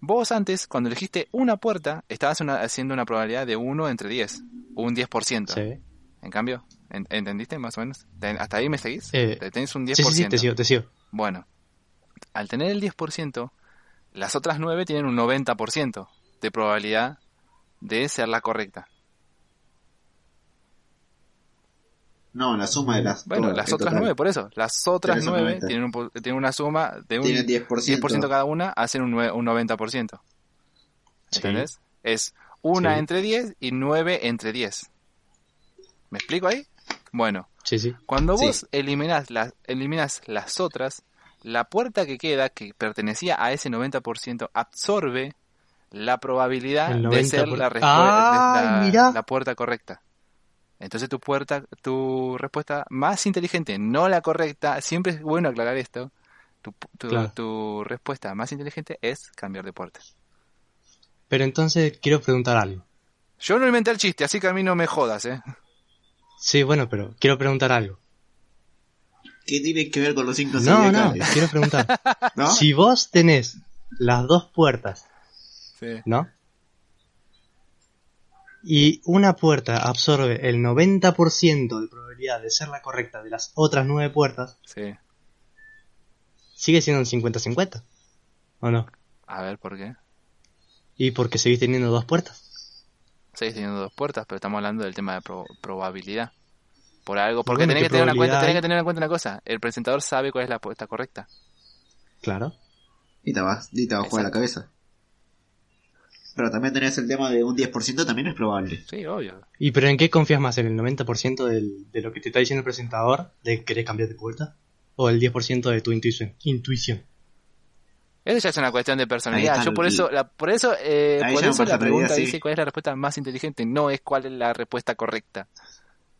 [SPEAKER 3] Vos antes, cuando elegiste una puerta, estabas una- haciendo una probabilidad de 1 entre 10, un 10%.
[SPEAKER 2] Sí.
[SPEAKER 3] En cambio, en- ¿entendiste más o menos? ¿Ten- ¿Hasta ahí me seguís?
[SPEAKER 2] Eh,
[SPEAKER 3] Te- Tenés un 10%.
[SPEAKER 2] Sí, sí, sí, te sigo, te sigo.
[SPEAKER 3] Bueno, al tener el 10%, las otras 9 tienen un 90% de probabilidad de ser la correcta.
[SPEAKER 1] No, la suma de las.
[SPEAKER 3] Bueno,
[SPEAKER 1] todas,
[SPEAKER 3] las
[SPEAKER 1] en
[SPEAKER 3] otras
[SPEAKER 1] total.
[SPEAKER 3] 9, por eso. Las otras
[SPEAKER 1] Tenés un
[SPEAKER 3] 9
[SPEAKER 1] 90.
[SPEAKER 3] tienen, un po- tienen una suma de pues, un
[SPEAKER 1] Tienen 10%.
[SPEAKER 3] 10% cada una, hacen un, nue- un 90%.
[SPEAKER 2] Sí.
[SPEAKER 3] ¿Entendés? Es 1
[SPEAKER 2] Sí.
[SPEAKER 3] entre 10 y 9 entre 10. ¿Me explico ahí? Bueno,
[SPEAKER 2] Sí, sí.
[SPEAKER 3] Cuando
[SPEAKER 1] Sí.
[SPEAKER 3] vos eliminás las, eliminás las otras, la puerta que queda, que pertenecía a ese 90%, absorbe la probabilidad
[SPEAKER 2] El
[SPEAKER 3] de ser
[SPEAKER 2] 90%.
[SPEAKER 3] la, respu-
[SPEAKER 2] ¡Ay,
[SPEAKER 3] la-
[SPEAKER 2] mirá!
[SPEAKER 3] la puerta correcta. Entonces tu puerta, tu respuesta más inteligente, no la correcta, siempre es bueno aclarar esto, tu, tu-
[SPEAKER 2] Claro.
[SPEAKER 3] tu respuesta más inteligente es cambiar de puerta.
[SPEAKER 2] Pero entonces quiero preguntar algo.
[SPEAKER 3] Yo no inventé el chiste, así que a mí no me jodas, ¿eh? *laughs*
[SPEAKER 2] Sí, bueno, pero quiero preguntar algo.
[SPEAKER 1] ¿Qué tiene que ver con los signos
[SPEAKER 2] No, no,
[SPEAKER 1] zodiacales?
[SPEAKER 2] quiero *laughs* preguntar.
[SPEAKER 1] ¿No?
[SPEAKER 2] Si vos tenés las dos puertas, ¿no? Y una puerta absorbe el 90% de probabilidad de ser la correcta de las otras nueve puertas,
[SPEAKER 3] sí.
[SPEAKER 2] sigue siendo un 50-50. ¿O no?
[SPEAKER 3] A ver, ¿por qué?
[SPEAKER 2] Y porque seguís teniendo dos puertas.
[SPEAKER 3] seguís teniendo dos puertas, pero estamos hablando del tema de pro- probabilidad. Por algo, porque
[SPEAKER 2] Bueno,
[SPEAKER 3] tenés,
[SPEAKER 2] ¿qué
[SPEAKER 3] que tener una cuenta,
[SPEAKER 2] probabilidad
[SPEAKER 3] tenés
[SPEAKER 2] hay?
[SPEAKER 3] que tener en cuenta una cosa, el presentador sabe cuál es la apuesta correcta.
[SPEAKER 2] Claro.
[SPEAKER 1] Y te vas, y te va a jugar la cabeza. Pero también tenés el tema de un 10% también es probable.
[SPEAKER 3] Sí, obvio.
[SPEAKER 2] ¿Y pero en qué confías más? ¿En el 90% del- de lo que te está diciendo el presentador de querer cambiar de puerta? ¿O el 10% de tu intuición? Intuición.
[SPEAKER 3] Eso ya es una cuestión de
[SPEAKER 1] Ahí
[SPEAKER 3] personalidad.
[SPEAKER 1] está
[SPEAKER 3] Yo
[SPEAKER 1] el-
[SPEAKER 3] por eso, la- por eso, eh,
[SPEAKER 1] Ahí
[SPEAKER 3] por
[SPEAKER 1] ya me
[SPEAKER 3] eso
[SPEAKER 1] pasa
[SPEAKER 3] la pregunta
[SPEAKER 1] realidad, sí.
[SPEAKER 3] dice cuál es la respuesta más inteligente, no es cuál es la respuesta correcta.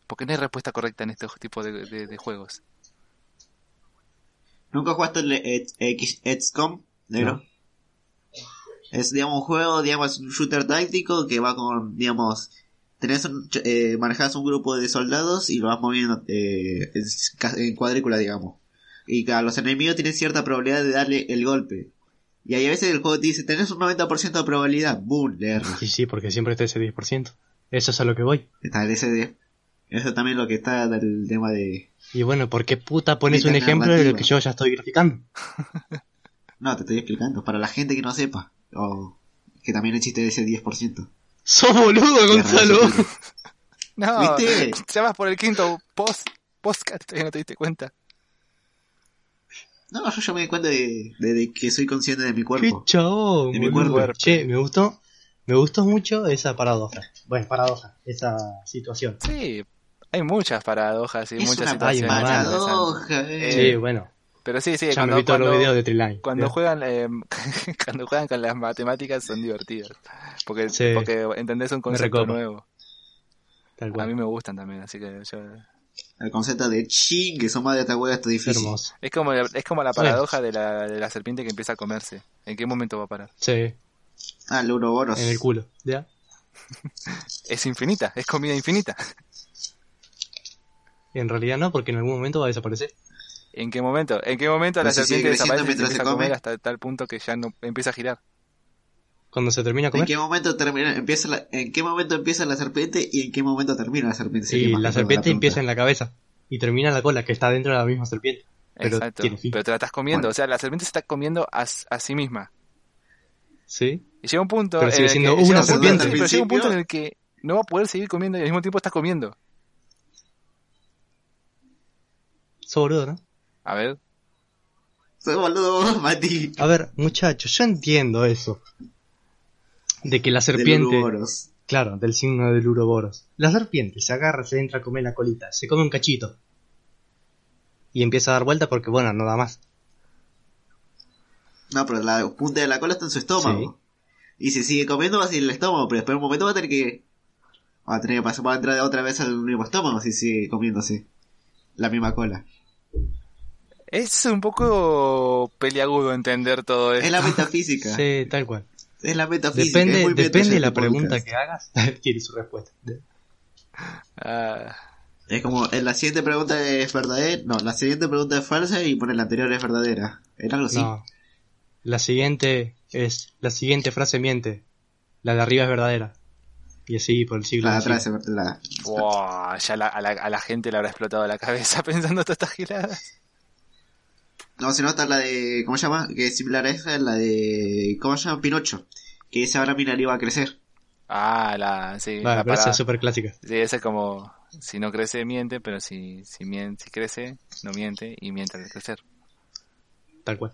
[SPEAKER 3] Porque no hay respuesta correcta en estos tipos de, de- de juegos.
[SPEAKER 1] ¿Nunca jugaste el eh, X- XCOM, negro?
[SPEAKER 2] No.
[SPEAKER 1] Es, digamos, un juego, digamos, un shooter táctico que va con, digamos, tenés un, ch- eh, manejas un grupo de soldados y lo vas moviendo eh, en, s- ca- en cuadrícula, digamos. Y a los enemigos tienen cierta probabilidad de darle el golpe. Y ahí a veces el juego te dice, tenés un 90% de probabilidad, boom, le erras.
[SPEAKER 2] Y sí, porque siempre está ese 10%. Eso es a lo que voy.
[SPEAKER 1] Está el SD. Eso también lo que está del tema de...
[SPEAKER 2] Y bueno, ¿por qué puta pones un
[SPEAKER 1] Meta
[SPEAKER 2] ejemplo de lo
[SPEAKER 1] narrativa.
[SPEAKER 2] que yo ya estoy graficando?
[SPEAKER 1] No, te estoy explicando, para la gente que no sepa. O que también existe ese 10%.
[SPEAKER 2] ¡Sos boludo, Gonzalo!
[SPEAKER 3] No,
[SPEAKER 1] ¿Viste?
[SPEAKER 3] ya vas por el quinto post, podcast, todavía no te diste cuenta.
[SPEAKER 1] No, yo ya me di cuenta de, de- de que soy consciente de mi
[SPEAKER 2] ¡Qué
[SPEAKER 1] cuerpo.
[SPEAKER 2] chabón!
[SPEAKER 1] De mi
[SPEAKER 2] boludo.
[SPEAKER 1] cuerpo.
[SPEAKER 2] Che, me gustó, me gustó mucho esa paradoja. Bueno, paradoja, esa situación.
[SPEAKER 3] Sí, hay muchas paradojas y
[SPEAKER 1] es
[SPEAKER 3] muchas
[SPEAKER 1] una
[SPEAKER 3] situaciones. interesantes.
[SPEAKER 1] paradoja, eh.
[SPEAKER 2] sí, bueno,
[SPEAKER 3] Pero sí, sí,
[SPEAKER 2] ya me
[SPEAKER 3] eh, cuando-
[SPEAKER 2] vi todos los
[SPEAKER 3] cuando-
[SPEAKER 2] videos de Triline.
[SPEAKER 3] Cuando
[SPEAKER 2] Bien.
[SPEAKER 3] juegan, eh, *laughs* cuando juegan con las matemáticas son divertidos. Porque,
[SPEAKER 2] Sí.
[SPEAKER 3] porque entendés un concepto
[SPEAKER 2] recopa.
[SPEAKER 3] nuevo.
[SPEAKER 2] Tal
[SPEAKER 3] A
[SPEAKER 2] cual.
[SPEAKER 3] mí me gustan también, así que yo...
[SPEAKER 1] El concepto de ching, que son más de esta hueá, está difícil.
[SPEAKER 2] Hermoso.
[SPEAKER 3] Es como, la- es como la
[SPEAKER 2] Bueno.
[SPEAKER 3] paradoja de la, de la serpiente que empieza a comerse. ¿En qué momento va a parar?
[SPEAKER 2] Sí, en
[SPEAKER 1] Ah, el Ouroboros.
[SPEAKER 2] el culo. ¿Ya?
[SPEAKER 3] Es infinita, es comida infinita.
[SPEAKER 2] En realidad no, porque en algún momento va a desaparecer.
[SPEAKER 3] ¿En qué momento? ¿En qué momento
[SPEAKER 1] Pero
[SPEAKER 3] la
[SPEAKER 1] si sigue
[SPEAKER 3] serpiente
[SPEAKER 1] creciendo
[SPEAKER 3] desaparece y se
[SPEAKER 1] mientras se
[SPEAKER 3] empieza a
[SPEAKER 1] come.
[SPEAKER 3] comer hasta tal punto que ya no empieza a girar?
[SPEAKER 2] Cuando se termina de
[SPEAKER 1] ¿En
[SPEAKER 2] comer.
[SPEAKER 1] qué momento termina, empieza la, en qué momento empieza la serpiente y en qué momento termina la serpiente? Sería
[SPEAKER 2] y
[SPEAKER 1] más
[SPEAKER 2] la
[SPEAKER 1] que todo
[SPEAKER 2] serpiente
[SPEAKER 1] pregunta.
[SPEAKER 2] empieza en la cabeza. Y termina en la cola, que está dentro de la misma serpiente. Pero
[SPEAKER 3] Exacto.
[SPEAKER 2] tiene fin.
[SPEAKER 3] Pero te la estás comiendo.
[SPEAKER 1] Bueno.
[SPEAKER 3] O sea, la serpiente se está comiendo a, s- a sí misma.
[SPEAKER 2] Sí.
[SPEAKER 3] Y llega un punto
[SPEAKER 2] Pero
[SPEAKER 3] en
[SPEAKER 2] sigue
[SPEAKER 3] el que-
[SPEAKER 2] siendo
[SPEAKER 3] llega
[SPEAKER 2] una
[SPEAKER 3] un punto-
[SPEAKER 2] serpiente.
[SPEAKER 3] sí, pero llega un punto en
[SPEAKER 1] Al
[SPEAKER 3] el que no va a poder seguir comiendo y al mismo tiempo estás comiendo.
[SPEAKER 2] Sos boludo, ¿no?
[SPEAKER 3] A ver,
[SPEAKER 1] Soy boludo, Mati.
[SPEAKER 2] A ver, muchachos, yo entiendo eso. De que la serpiente.
[SPEAKER 1] Del Ouroboros.
[SPEAKER 2] Claro, del signo del uroboros. La serpiente se agarra, se entra a comer la colita, se come un cachito. Y empieza a dar vuelta porque, bueno, no da más.
[SPEAKER 1] No, pero la punta de la cola está en su estómago. Y si sigue comiendo va a seguir el estómago, pero después de un momento va a tener que... Va a tener que pasar, va a entrar otra vez al mismo estómago si sigue comiéndose la misma cola.
[SPEAKER 3] Es un poco peliagudo entender todo
[SPEAKER 1] Es
[SPEAKER 3] esto.
[SPEAKER 1] la metafísica.
[SPEAKER 2] Ah, Sí, tal cual.
[SPEAKER 1] Es la metafísica. es
[SPEAKER 2] Depende,
[SPEAKER 1] muy meta
[SPEAKER 2] depende de
[SPEAKER 1] este
[SPEAKER 2] la pregunta
[SPEAKER 1] podcast.
[SPEAKER 2] que hagas, *laughs* tiene su respuesta.
[SPEAKER 3] Ah,
[SPEAKER 1] Es como, eh, la siguiente pregunta es verdadera. No, la siguiente pregunta es falsa y pone la anterior es verdadera. Era algo así.
[SPEAKER 2] No. La siguiente es. La siguiente frase miente. La de arriba es verdadera. Y así por el siglo.
[SPEAKER 1] la de
[SPEAKER 2] del
[SPEAKER 1] atrás
[SPEAKER 2] siglo.
[SPEAKER 1] es verdadera.
[SPEAKER 3] buah, ya la- a, la, a la gente le habrá explotado la cabeza *laughs* pensando todas estas giladas.
[SPEAKER 1] No, se nota la de. ¿Cómo se llama? Que es similar a esa, la de. ¿Cómo se llama? Pinocho. Que dice ahora mi nariz va a crecer.
[SPEAKER 3] Ah, la, sí,
[SPEAKER 2] Vale,
[SPEAKER 3] la
[SPEAKER 2] pero esa
[SPEAKER 3] parada.
[SPEAKER 2] es súper clásica.
[SPEAKER 3] Sí, esa es como, si no crece, miente, pero si, si, mien- si crece, no miente y miente al crecer.
[SPEAKER 2] Tal cual.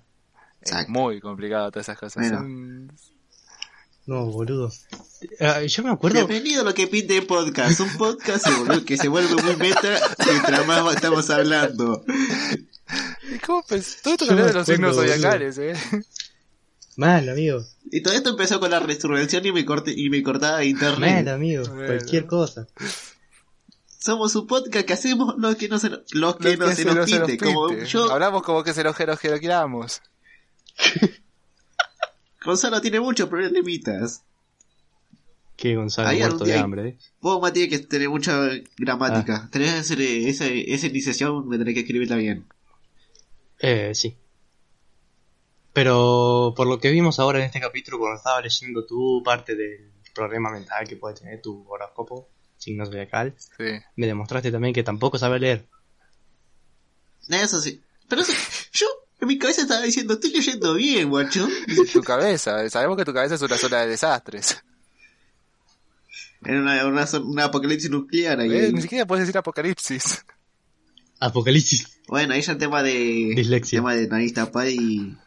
[SPEAKER 3] Es
[SPEAKER 1] Exacto.
[SPEAKER 3] muy complicado todas esas cosas. Mm,
[SPEAKER 1] Bueno.
[SPEAKER 3] Son-
[SPEAKER 2] No, boludo. Ah, yo me acuerdo.
[SPEAKER 1] Bienvenido a lo que pinte el podcast. Un podcast se volvió- que se vuelve muy meta mientras más estamos hablando.
[SPEAKER 3] ¿Y ¿Cómo pens- Todo esto que
[SPEAKER 2] Yo me
[SPEAKER 3] habla de los signos
[SPEAKER 2] acuerdo,
[SPEAKER 3] zodiacales, eh.
[SPEAKER 2] Mal, amigo.
[SPEAKER 1] Y todo esto empezó con la resurrección y me, corté, y me cortaba internet.
[SPEAKER 2] Mal, amigo.
[SPEAKER 3] Bueno.
[SPEAKER 2] Cualquier cosa.
[SPEAKER 1] Somos un podcast que hacemos lo que no se, lo- lo que no se nos pinte. Como yo,
[SPEAKER 3] Hablamos como que se los queramos.
[SPEAKER 1] Gonzalo tiene muchos problemitas.
[SPEAKER 2] Que Gonzalo
[SPEAKER 1] Ahí
[SPEAKER 2] muerto
[SPEAKER 1] algún
[SPEAKER 2] de
[SPEAKER 1] día-
[SPEAKER 2] hambre. eh.
[SPEAKER 1] Vos, Mati, tienes que tener mucha gramática. Tenés que hacer eh, esa, esa iniciación, me tenés que escribirla bien.
[SPEAKER 2] Eh, sí. Pero por lo que vimos ahora en este capítulo, cuando estaba leyendo tú parte del problema mental que puede tener tu horóscopo, signo zodiacal,
[SPEAKER 3] Sí.
[SPEAKER 2] me demostraste también que tampoco sabe leer.
[SPEAKER 1] Eso sí. Pero eso, yo en mi cabeza estaba diciendo, estoy leyendo bien, guacho.
[SPEAKER 3] Tu cabeza. Sabemos que tu cabeza es una sola de desastres.
[SPEAKER 1] Era una, una, una apocalipsis nuclear ahí.
[SPEAKER 3] Eh, Ni siquiera puedes decir apocalipsis.
[SPEAKER 2] Apocalipsis.
[SPEAKER 1] Bueno, ahí ya el tema de...
[SPEAKER 2] Dislexia.
[SPEAKER 1] tema de nariz tapada y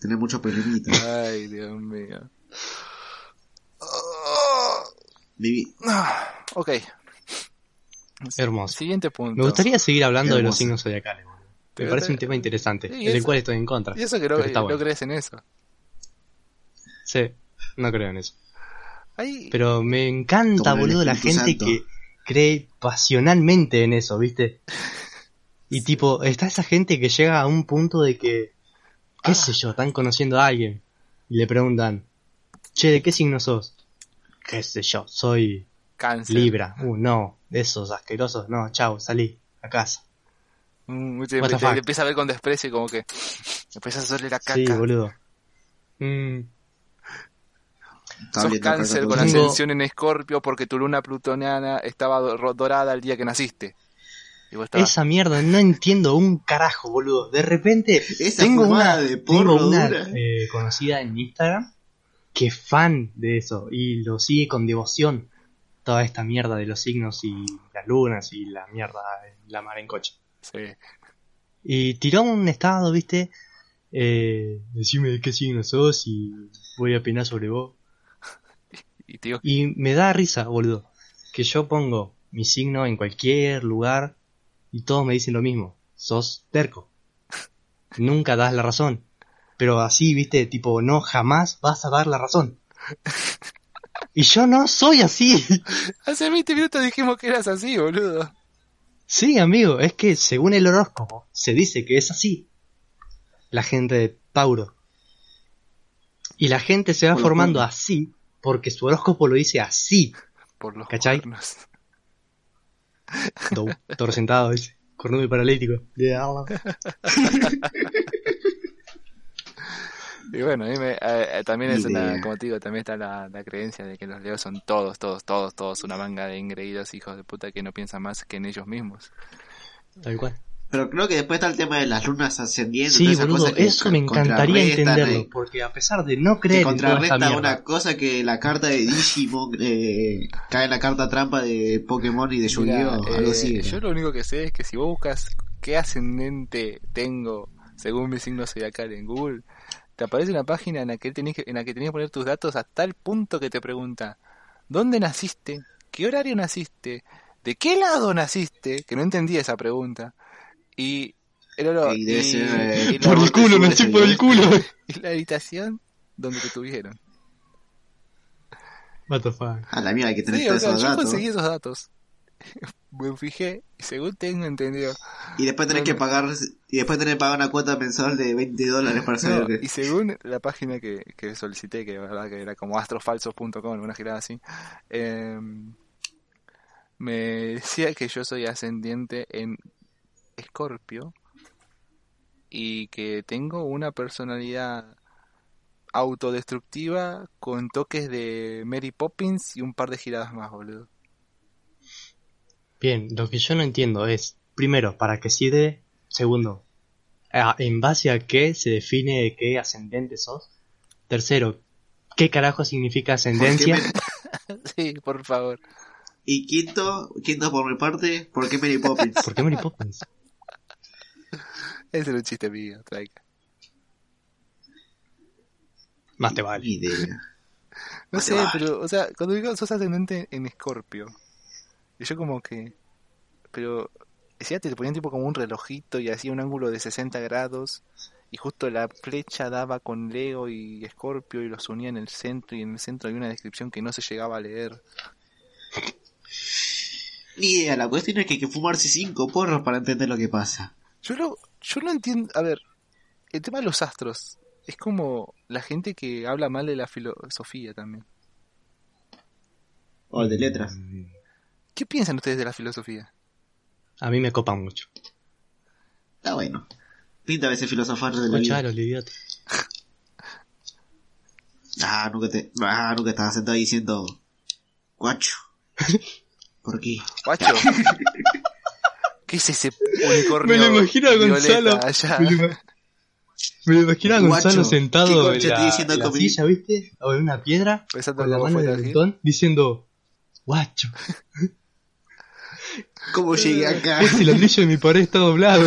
[SPEAKER 1] tener muchos problemitas.
[SPEAKER 3] Ay, Dios mío.
[SPEAKER 1] Vivi-
[SPEAKER 3] Ah, Ok,
[SPEAKER 2] Hermoso.
[SPEAKER 3] siguiente punto.
[SPEAKER 2] Me gustaría seguir hablando de los
[SPEAKER 1] Hermoso.
[SPEAKER 2] signos zodiacales. boludo. Me
[SPEAKER 3] Pero
[SPEAKER 2] parece
[SPEAKER 3] te-
[SPEAKER 2] un tema interesante,
[SPEAKER 3] Sí,
[SPEAKER 2] del
[SPEAKER 3] eso-
[SPEAKER 2] cual estoy en contra.
[SPEAKER 3] Y eso que no,
[SPEAKER 2] Pero está
[SPEAKER 3] no
[SPEAKER 2] bueno.
[SPEAKER 3] crees en eso.
[SPEAKER 2] Sí, no creo en eso.
[SPEAKER 3] Ay,
[SPEAKER 2] Pero me encanta,
[SPEAKER 1] Como el
[SPEAKER 2] boludo, la
[SPEAKER 1] Espíritu
[SPEAKER 2] gente
[SPEAKER 1] Santo.
[SPEAKER 2] que cree pasionalmente en eso, ¿viste? Y tipo, está esa gente que llega a un punto de que, qué
[SPEAKER 1] Ah.
[SPEAKER 2] sé yo, están conociendo a alguien y le preguntan, che, ¿de qué signo sos? ¿Qué sé yo? Soy
[SPEAKER 3] cáncer.
[SPEAKER 2] Libra. Uh, no, esos asquerosos, no, chao, salí a casa.
[SPEAKER 3] Mm, te-
[SPEAKER 2] What the
[SPEAKER 3] te-
[SPEAKER 2] fuck.
[SPEAKER 3] te empieza a ver con desprecio y como que empieza a hacerle la caca.
[SPEAKER 2] Sí, boludo. Mm,
[SPEAKER 1] estaba
[SPEAKER 3] Sos
[SPEAKER 1] viendo
[SPEAKER 3] cáncer
[SPEAKER 1] acá
[SPEAKER 3] con
[SPEAKER 1] todo.
[SPEAKER 2] Tengo-
[SPEAKER 3] ascensión en escorpio porque tu luna plutoniana estaba do- ro- dorada el día que naciste. Y vos estabas...
[SPEAKER 2] Esa mierda, no entiendo un carajo, boludo. De repente
[SPEAKER 1] Esa
[SPEAKER 2] tengo
[SPEAKER 1] fumada
[SPEAKER 2] una,
[SPEAKER 1] de porro
[SPEAKER 2] tengo una
[SPEAKER 1] dura.
[SPEAKER 2] eh, conocida en Instagram que es fan de eso y lo sigue con devoción. Toda esta mierda de los signos y las lunas y la mierda en la mar en coche.
[SPEAKER 3] Sí.
[SPEAKER 2] Y tiró un estado, viste. Eh, decime de qué signo sos y voy a opinar sobre vos.
[SPEAKER 3] Y te digo,
[SPEAKER 2] Y me da risa, boludo. Que yo pongo mi signo en cualquier lugar y todos me dicen lo mismo. Sos terco. Nunca das la razón. Pero así, viste, tipo, no, jamás vas a dar la razón. Y yo no soy así. *laughs*
[SPEAKER 3] hace 20 minutos dijimos que eras así, boludo.
[SPEAKER 2] Sí, amigo, es que según el horóscopo se dice que es así. La gente de Tauro. Y la gente se va
[SPEAKER 1] Por lo
[SPEAKER 2] formando
[SPEAKER 1] cual.
[SPEAKER 2] así porque su horóscopo lo dice así.
[SPEAKER 3] Por los
[SPEAKER 2] ¿Cachai?
[SPEAKER 3] cuernos.
[SPEAKER 2] Todo sentado, dice. Cornudo y paralítico.
[SPEAKER 3] Y bueno, a mí me- eh, eh, también es
[SPEAKER 1] Ni
[SPEAKER 3] una,
[SPEAKER 1] idea.
[SPEAKER 3] como te digo, también está la, la creencia de que los leos son todos, todos, todos, todos una manga de ingreídos hijos de puta que no piensan más que en ellos mismos.
[SPEAKER 2] Tal cual.
[SPEAKER 1] Pero creo que después está el tema de las lunas ascendientes.
[SPEAKER 2] Sí, boludo, eso me encantaría entenderlo.
[SPEAKER 1] entenderlo.
[SPEAKER 2] Porque a pesar de no
[SPEAKER 1] Que
[SPEAKER 2] creer en toda esta
[SPEAKER 1] eh, contrarresta
[SPEAKER 2] mierda,
[SPEAKER 1] una cosa que la carta de Digimon eh, cae en la carta trampa de Pokémon y de Yu-Gi-Oh!
[SPEAKER 3] Mira,
[SPEAKER 1] algo
[SPEAKER 3] eh,
[SPEAKER 1] así. era.
[SPEAKER 3] yo lo único que sé es que si vos buscas qué ascendente tengo según mi signo zodiacal en Google, te aparece una página en la que tenés que, en la que tenés que poner tus datos hasta el punto que te pregunta ¿dónde naciste? ¿qué horario naciste? ¿de qué lado naciste? que no entendí esa pregunta y el olor-
[SPEAKER 1] Y debe
[SPEAKER 3] y-
[SPEAKER 1] ser, eh,
[SPEAKER 3] y
[SPEAKER 1] *laughs*
[SPEAKER 3] la-
[SPEAKER 1] por el cu- culo, nací por
[SPEAKER 2] *laughs*
[SPEAKER 1] el
[SPEAKER 2] culo.
[SPEAKER 3] y la habitación donde te tuvieron
[SPEAKER 2] What the fuck.
[SPEAKER 1] A la mierda hay que tener
[SPEAKER 3] Sí,
[SPEAKER 1] todos
[SPEAKER 3] o sea,
[SPEAKER 1] esos
[SPEAKER 3] yo
[SPEAKER 1] datos.
[SPEAKER 3] conseguí esos datos. *laughs* me fijé, y según tengo entendido,
[SPEAKER 1] Y después tenés
[SPEAKER 3] No,
[SPEAKER 1] que
[SPEAKER 3] no.
[SPEAKER 1] pagar, y después tenés que pagar una cuota mensual de 20 dólares para saber
[SPEAKER 3] *laughs* No,
[SPEAKER 1] que-
[SPEAKER 3] y según la página que, que solicité, que la verdad que era como astrofalsos.com, una girada así, eh, me decía que yo soy ascendiente en Escorpio y que tengo una personalidad autodestructiva con toques de Mary Poppins y un par de giradas más, boludo. *laughs*
[SPEAKER 2] Bien, lo que yo no entiendo es, primero, ¿para qué sirve? Segundo, ¿a- ¿en base a qué se define qué ascendente sos? Tercero, ¿qué carajo significa ascendencia?
[SPEAKER 1] ¿Por qué
[SPEAKER 3] sí, por favor.
[SPEAKER 1] Y quinto, quinto por mi parte, ¿por qué Mary
[SPEAKER 2] *laughs*
[SPEAKER 1] Poppins?
[SPEAKER 2] ¿Por qué Mary Poppins?
[SPEAKER 3] Ese era un chiste mío, traiga.
[SPEAKER 2] Más te vale.
[SPEAKER 1] Ni idea.
[SPEAKER 3] No
[SPEAKER 1] Ah,
[SPEAKER 3] sé,
[SPEAKER 1] vale.
[SPEAKER 3] pero, o sea, cuando digo sos ascendente en Escorpio, y yo como que. Pero. Decía, te ponían tipo como un relojito y hacía un ángulo de 60 grados, y justo la flecha daba con Leo y Escorpio y los unía en el centro, y en el centro había una descripción que no se llegaba a leer.
[SPEAKER 1] Ni idea, la cuestión es que hay que fumarse cinco porros para entender lo que pasa.
[SPEAKER 3] Yo lo, yo no entiendo. A ver, el tema de los astros es como la gente que habla mal de la filosofía también.
[SPEAKER 1] O el de letras.
[SPEAKER 3] ¿Qué piensan ustedes de la filosofía?
[SPEAKER 2] A mí me copa mucho.
[SPEAKER 1] Está bueno. Pinta a veces filosofar de la vida.
[SPEAKER 2] Escuchalo, el idiota.
[SPEAKER 1] Ah, nunca te, ah, nunca estaba sentado ahí diciendo,
[SPEAKER 2] *laughs*
[SPEAKER 1] guacho. ¿Por qué?
[SPEAKER 3] Guacho. *laughs* ¿Qué es ese unicornio?
[SPEAKER 2] Me lo imagino a
[SPEAKER 3] violeta
[SPEAKER 2] Gonzalo.
[SPEAKER 3] allá?
[SPEAKER 2] Me lo, ima- me lo imagino a
[SPEAKER 1] Guacho,
[SPEAKER 2] Gonzalo
[SPEAKER 1] ¿qué
[SPEAKER 2] sentado
[SPEAKER 1] concha
[SPEAKER 2] en
[SPEAKER 1] estoy
[SPEAKER 2] la,
[SPEAKER 1] diciendo
[SPEAKER 2] en la
[SPEAKER 1] con mi-
[SPEAKER 2] silla, ¿viste? O en una piedra,
[SPEAKER 3] Pensando
[SPEAKER 2] con la
[SPEAKER 3] cómo
[SPEAKER 2] mano
[SPEAKER 3] fue
[SPEAKER 2] en el
[SPEAKER 3] Tajir.
[SPEAKER 2] mentón, diciendo,
[SPEAKER 1] *laughs*
[SPEAKER 2] guacho,
[SPEAKER 1] ¿Cómo llegué acá?
[SPEAKER 2] ese ladrillo de mi pared está doblado.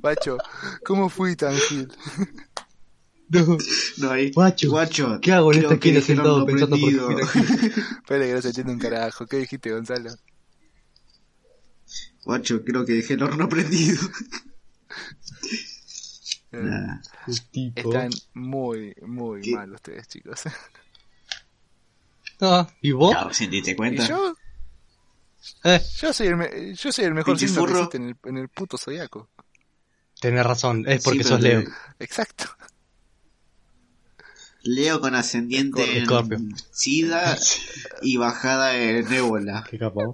[SPEAKER 3] Guacho, ¿cómo fui tan gil?
[SPEAKER 2] No.
[SPEAKER 1] *laughs* No, ahí.
[SPEAKER 2] Guacho,
[SPEAKER 1] Guacho.
[SPEAKER 2] ¿qué hago en
[SPEAKER 1] creo
[SPEAKER 2] esta
[SPEAKER 1] que
[SPEAKER 2] esquina
[SPEAKER 1] dijeron
[SPEAKER 2] sentado
[SPEAKER 1] lo
[SPEAKER 2] pensando por qué
[SPEAKER 1] aprendido.
[SPEAKER 2] vine aquí?
[SPEAKER 3] Espera que no se entiende un carajo. ¿Qué dijiste, Gonzalo?
[SPEAKER 1] *laughs* Guacho, creo que dejé el horno prendido.
[SPEAKER 2] *laughs*
[SPEAKER 1] Ah,
[SPEAKER 3] Eh,
[SPEAKER 1] Nah.
[SPEAKER 2] El tipo.
[SPEAKER 3] Están muy, muy
[SPEAKER 1] ¿Qué?
[SPEAKER 3] mal ustedes, chicos.
[SPEAKER 2] Ah, ¿Y vos?
[SPEAKER 1] Claro, si te diste
[SPEAKER 3] ¿Y
[SPEAKER 1] cuenta.
[SPEAKER 3] yo?
[SPEAKER 2] Eh,
[SPEAKER 3] Yo soy el, me- yo soy el mejor
[SPEAKER 1] Pinche
[SPEAKER 3] signo que
[SPEAKER 1] furro.
[SPEAKER 3] existe en el, en el puto zodiaco.
[SPEAKER 2] tenés razón, es porque
[SPEAKER 1] Sí,
[SPEAKER 2] sos
[SPEAKER 1] pero
[SPEAKER 2] Leo.
[SPEAKER 1] te-
[SPEAKER 3] Exacto.
[SPEAKER 1] Leo con ascendiente
[SPEAKER 2] Escorpio.
[SPEAKER 1] en
[SPEAKER 2] *laughs*
[SPEAKER 1] SIDA y bajada en ébola.
[SPEAKER 2] Qué capaz.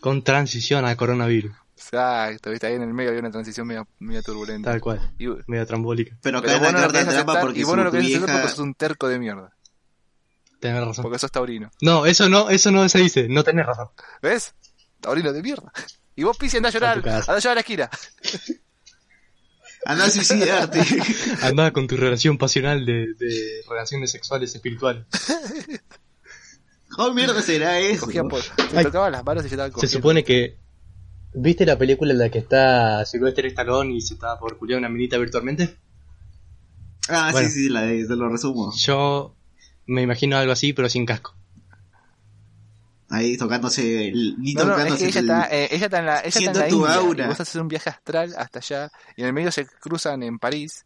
[SPEAKER 2] Con transición a coronavirus,
[SPEAKER 3] Exacto. Viste, ahí en el medio había una transición medio, medio turbulenta.
[SPEAKER 2] tal cual,
[SPEAKER 3] Y,
[SPEAKER 2] medio trambólica.
[SPEAKER 1] Pero
[SPEAKER 3] pero
[SPEAKER 1] acá
[SPEAKER 3] vos
[SPEAKER 1] en
[SPEAKER 3] no
[SPEAKER 1] la
[SPEAKER 3] lo querés
[SPEAKER 1] carta trampa
[SPEAKER 3] aceptar,
[SPEAKER 1] porque
[SPEAKER 3] y vos
[SPEAKER 1] su
[SPEAKER 3] no lo querés
[SPEAKER 1] vieja...
[SPEAKER 3] aceptar porque sos un terco de mierda.
[SPEAKER 2] Tenés razón.
[SPEAKER 3] Porque sos taurino.
[SPEAKER 2] No, eso no, eso no se dice, no tenés razón.
[SPEAKER 3] ¿Ves? Taurino de mierda. Y vos pisi andá a
[SPEAKER 2] A
[SPEAKER 3] llorar,
[SPEAKER 2] tu casa.
[SPEAKER 3] andá a llorar a la esquina.
[SPEAKER 1] Andá a *laughs*
[SPEAKER 3] *laughs*
[SPEAKER 1] suicidarte.
[SPEAKER 2] Andá con tu relación pasional de, de relaciones sexuales espirituales.
[SPEAKER 1] ¿Cómo Oh, mierda será eso?
[SPEAKER 3] Cogía por, se
[SPEAKER 2] Ay.
[SPEAKER 3] tocaban las manos y se estaban
[SPEAKER 2] Se
[SPEAKER 3] cogiendo.
[SPEAKER 2] supone que. ¿Viste la película en la que está Sylvester Stallone y se está por culiar una minita virtualmente?
[SPEAKER 1] Ah,
[SPEAKER 2] Bueno.
[SPEAKER 1] sí, sí, la de, te lo resumo.
[SPEAKER 2] Yo me imagino algo así, pero sin casco.
[SPEAKER 1] Ahí tocándose, el, ni
[SPEAKER 3] No, no, es
[SPEAKER 1] tocándose
[SPEAKER 3] que ella
[SPEAKER 1] el-
[SPEAKER 3] está, eh, ella está en la, ella está en
[SPEAKER 1] Siento
[SPEAKER 3] la
[SPEAKER 1] tu
[SPEAKER 3] India,
[SPEAKER 1] aura.
[SPEAKER 3] y vos haces un viaje astral hasta allá, y en el medio se cruzan en París,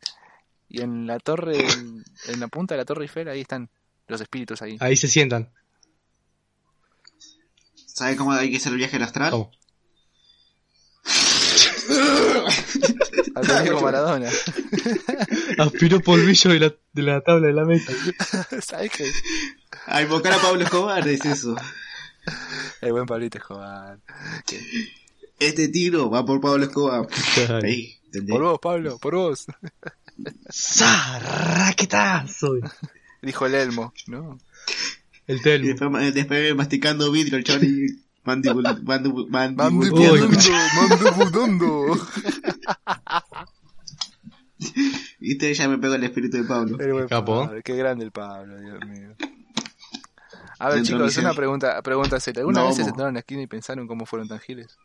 [SPEAKER 3] y en la torre, en, en la punta de la torre Eiffel, ahí están los espíritus ahí.
[SPEAKER 2] Ahí se sientan.
[SPEAKER 1] ¿Sabes cómo hay que hacer el viaje al
[SPEAKER 3] Ah.
[SPEAKER 1] astral?
[SPEAKER 3] Oh.
[SPEAKER 2] ¿Cómo?
[SPEAKER 3] Al revés como Maradona. *laughs*
[SPEAKER 2] Aspiró polvillo de la, de la tabla de la mesa.
[SPEAKER 3] ¿Sabes qué?
[SPEAKER 1] A invocar a Pablo Escobar, es eso.
[SPEAKER 3] El buen Pablito Escobar.
[SPEAKER 1] Este tiro va por Pablo Escobar. Ahí, ¿entendés?
[SPEAKER 3] Por vos, Pablo, por vos.
[SPEAKER 2] ¡Zarraquetazo!
[SPEAKER 3] Dijo el Elmo, ¿no?
[SPEAKER 2] El
[SPEAKER 1] Y
[SPEAKER 2] telmo.
[SPEAKER 1] después, eh, después masticando vidrio, el chabón
[SPEAKER 3] *laughs*
[SPEAKER 1] y mandibul- mandibul-
[SPEAKER 2] Uy,
[SPEAKER 1] mandibuleando.
[SPEAKER 2] escucha.
[SPEAKER 3] mandibudando.
[SPEAKER 1] Viste, ya me pegó el espíritu de Pablo.
[SPEAKER 3] El buen
[SPEAKER 2] Capo.
[SPEAKER 3] Pablo, qué grande el Pablo, Dios mío. A ver,
[SPEAKER 1] Dentro
[SPEAKER 3] chicos,
[SPEAKER 1] de mi
[SPEAKER 3] una
[SPEAKER 1] ser.
[SPEAKER 3] pregunta, pregunta seria. ¿Alguna
[SPEAKER 1] No,
[SPEAKER 3] vez se
[SPEAKER 1] mo.
[SPEAKER 3] sentaron en la esquina y pensaron cómo fueron tan giles?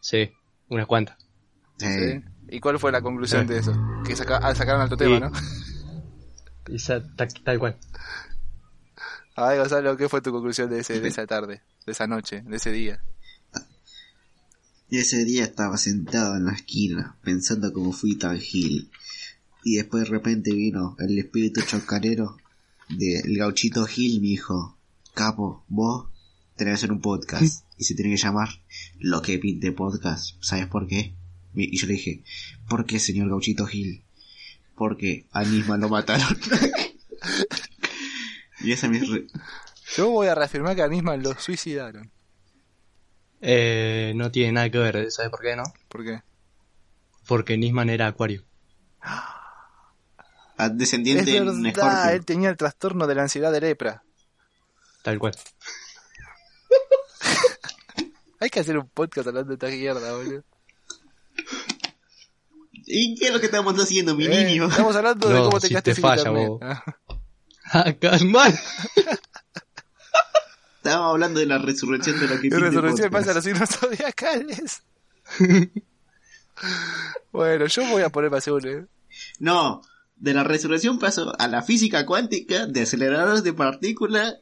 [SPEAKER 2] Sí, unas cuantas.
[SPEAKER 1] Sí.
[SPEAKER 3] ¿Y cuál fue la conclusión
[SPEAKER 2] Sí.
[SPEAKER 3] de eso? Que saca, ah, sacaron alto
[SPEAKER 2] Sí.
[SPEAKER 3] tema, ¿no? *laughs*
[SPEAKER 2] Esa- ta- tal cual.
[SPEAKER 3] A ver, Gonzalo, ¿qué fue tu conclusión de, ese, de esa tarde, de esa noche, de ese día?
[SPEAKER 1] Y ese día estaba sentado en la esquina, pensando cómo fui tan gil. Y después de repente vino el espíritu chocarero del gauchito Gil, me dijo, Capo, vos Tiene que hacer un podcast. y se tiene que llamar Lo que pinte podcast. ¿Sabes por qué? Mi- Y yo le dije, ¿por qué, señor Gauchito Gil? Porque a Nisman lo mataron. *laughs* y esa es mi... re-
[SPEAKER 3] Yo voy a reafirmar que a Nisman lo suicidaron.
[SPEAKER 2] Eh, no tiene nada que ver, ¿sabes por qué no?
[SPEAKER 3] ¿Por qué?
[SPEAKER 2] Porque Nisman era acuario.
[SPEAKER 1] a-
[SPEAKER 3] Es
[SPEAKER 1] Descendiente en
[SPEAKER 3] verdad, él
[SPEAKER 1] Scorpio.
[SPEAKER 3] tenía el trastorno de la ansiedad de lepra.
[SPEAKER 2] Tal cual.
[SPEAKER 3] Hay que hacer un podcast hablando de esta mierda, boludo.
[SPEAKER 1] ¿Y qué es lo que estamos haciendo, mi
[SPEAKER 3] Eh,
[SPEAKER 1] niño?
[SPEAKER 3] Estamos hablando de
[SPEAKER 2] No,
[SPEAKER 3] cómo te
[SPEAKER 2] si
[SPEAKER 3] quedaste
[SPEAKER 2] te
[SPEAKER 3] sin
[SPEAKER 2] falla,
[SPEAKER 3] internet.
[SPEAKER 2] bobo.
[SPEAKER 3] Ah.
[SPEAKER 2] mal.
[SPEAKER 1] Estábamos hablando de la resurrección
[SPEAKER 3] *laughs*
[SPEAKER 1] de lo que
[SPEAKER 3] Y
[SPEAKER 1] pinte
[SPEAKER 3] resurrección
[SPEAKER 1] podcast.
[SPEAKER 3] pasa a los signos *laughs* zodiacales. bueno, yo voy a poner más uno, ¿eh?
[SPEAKER 1] No, de la resurrección paso a la física cuántica, de aceleradores de partículas,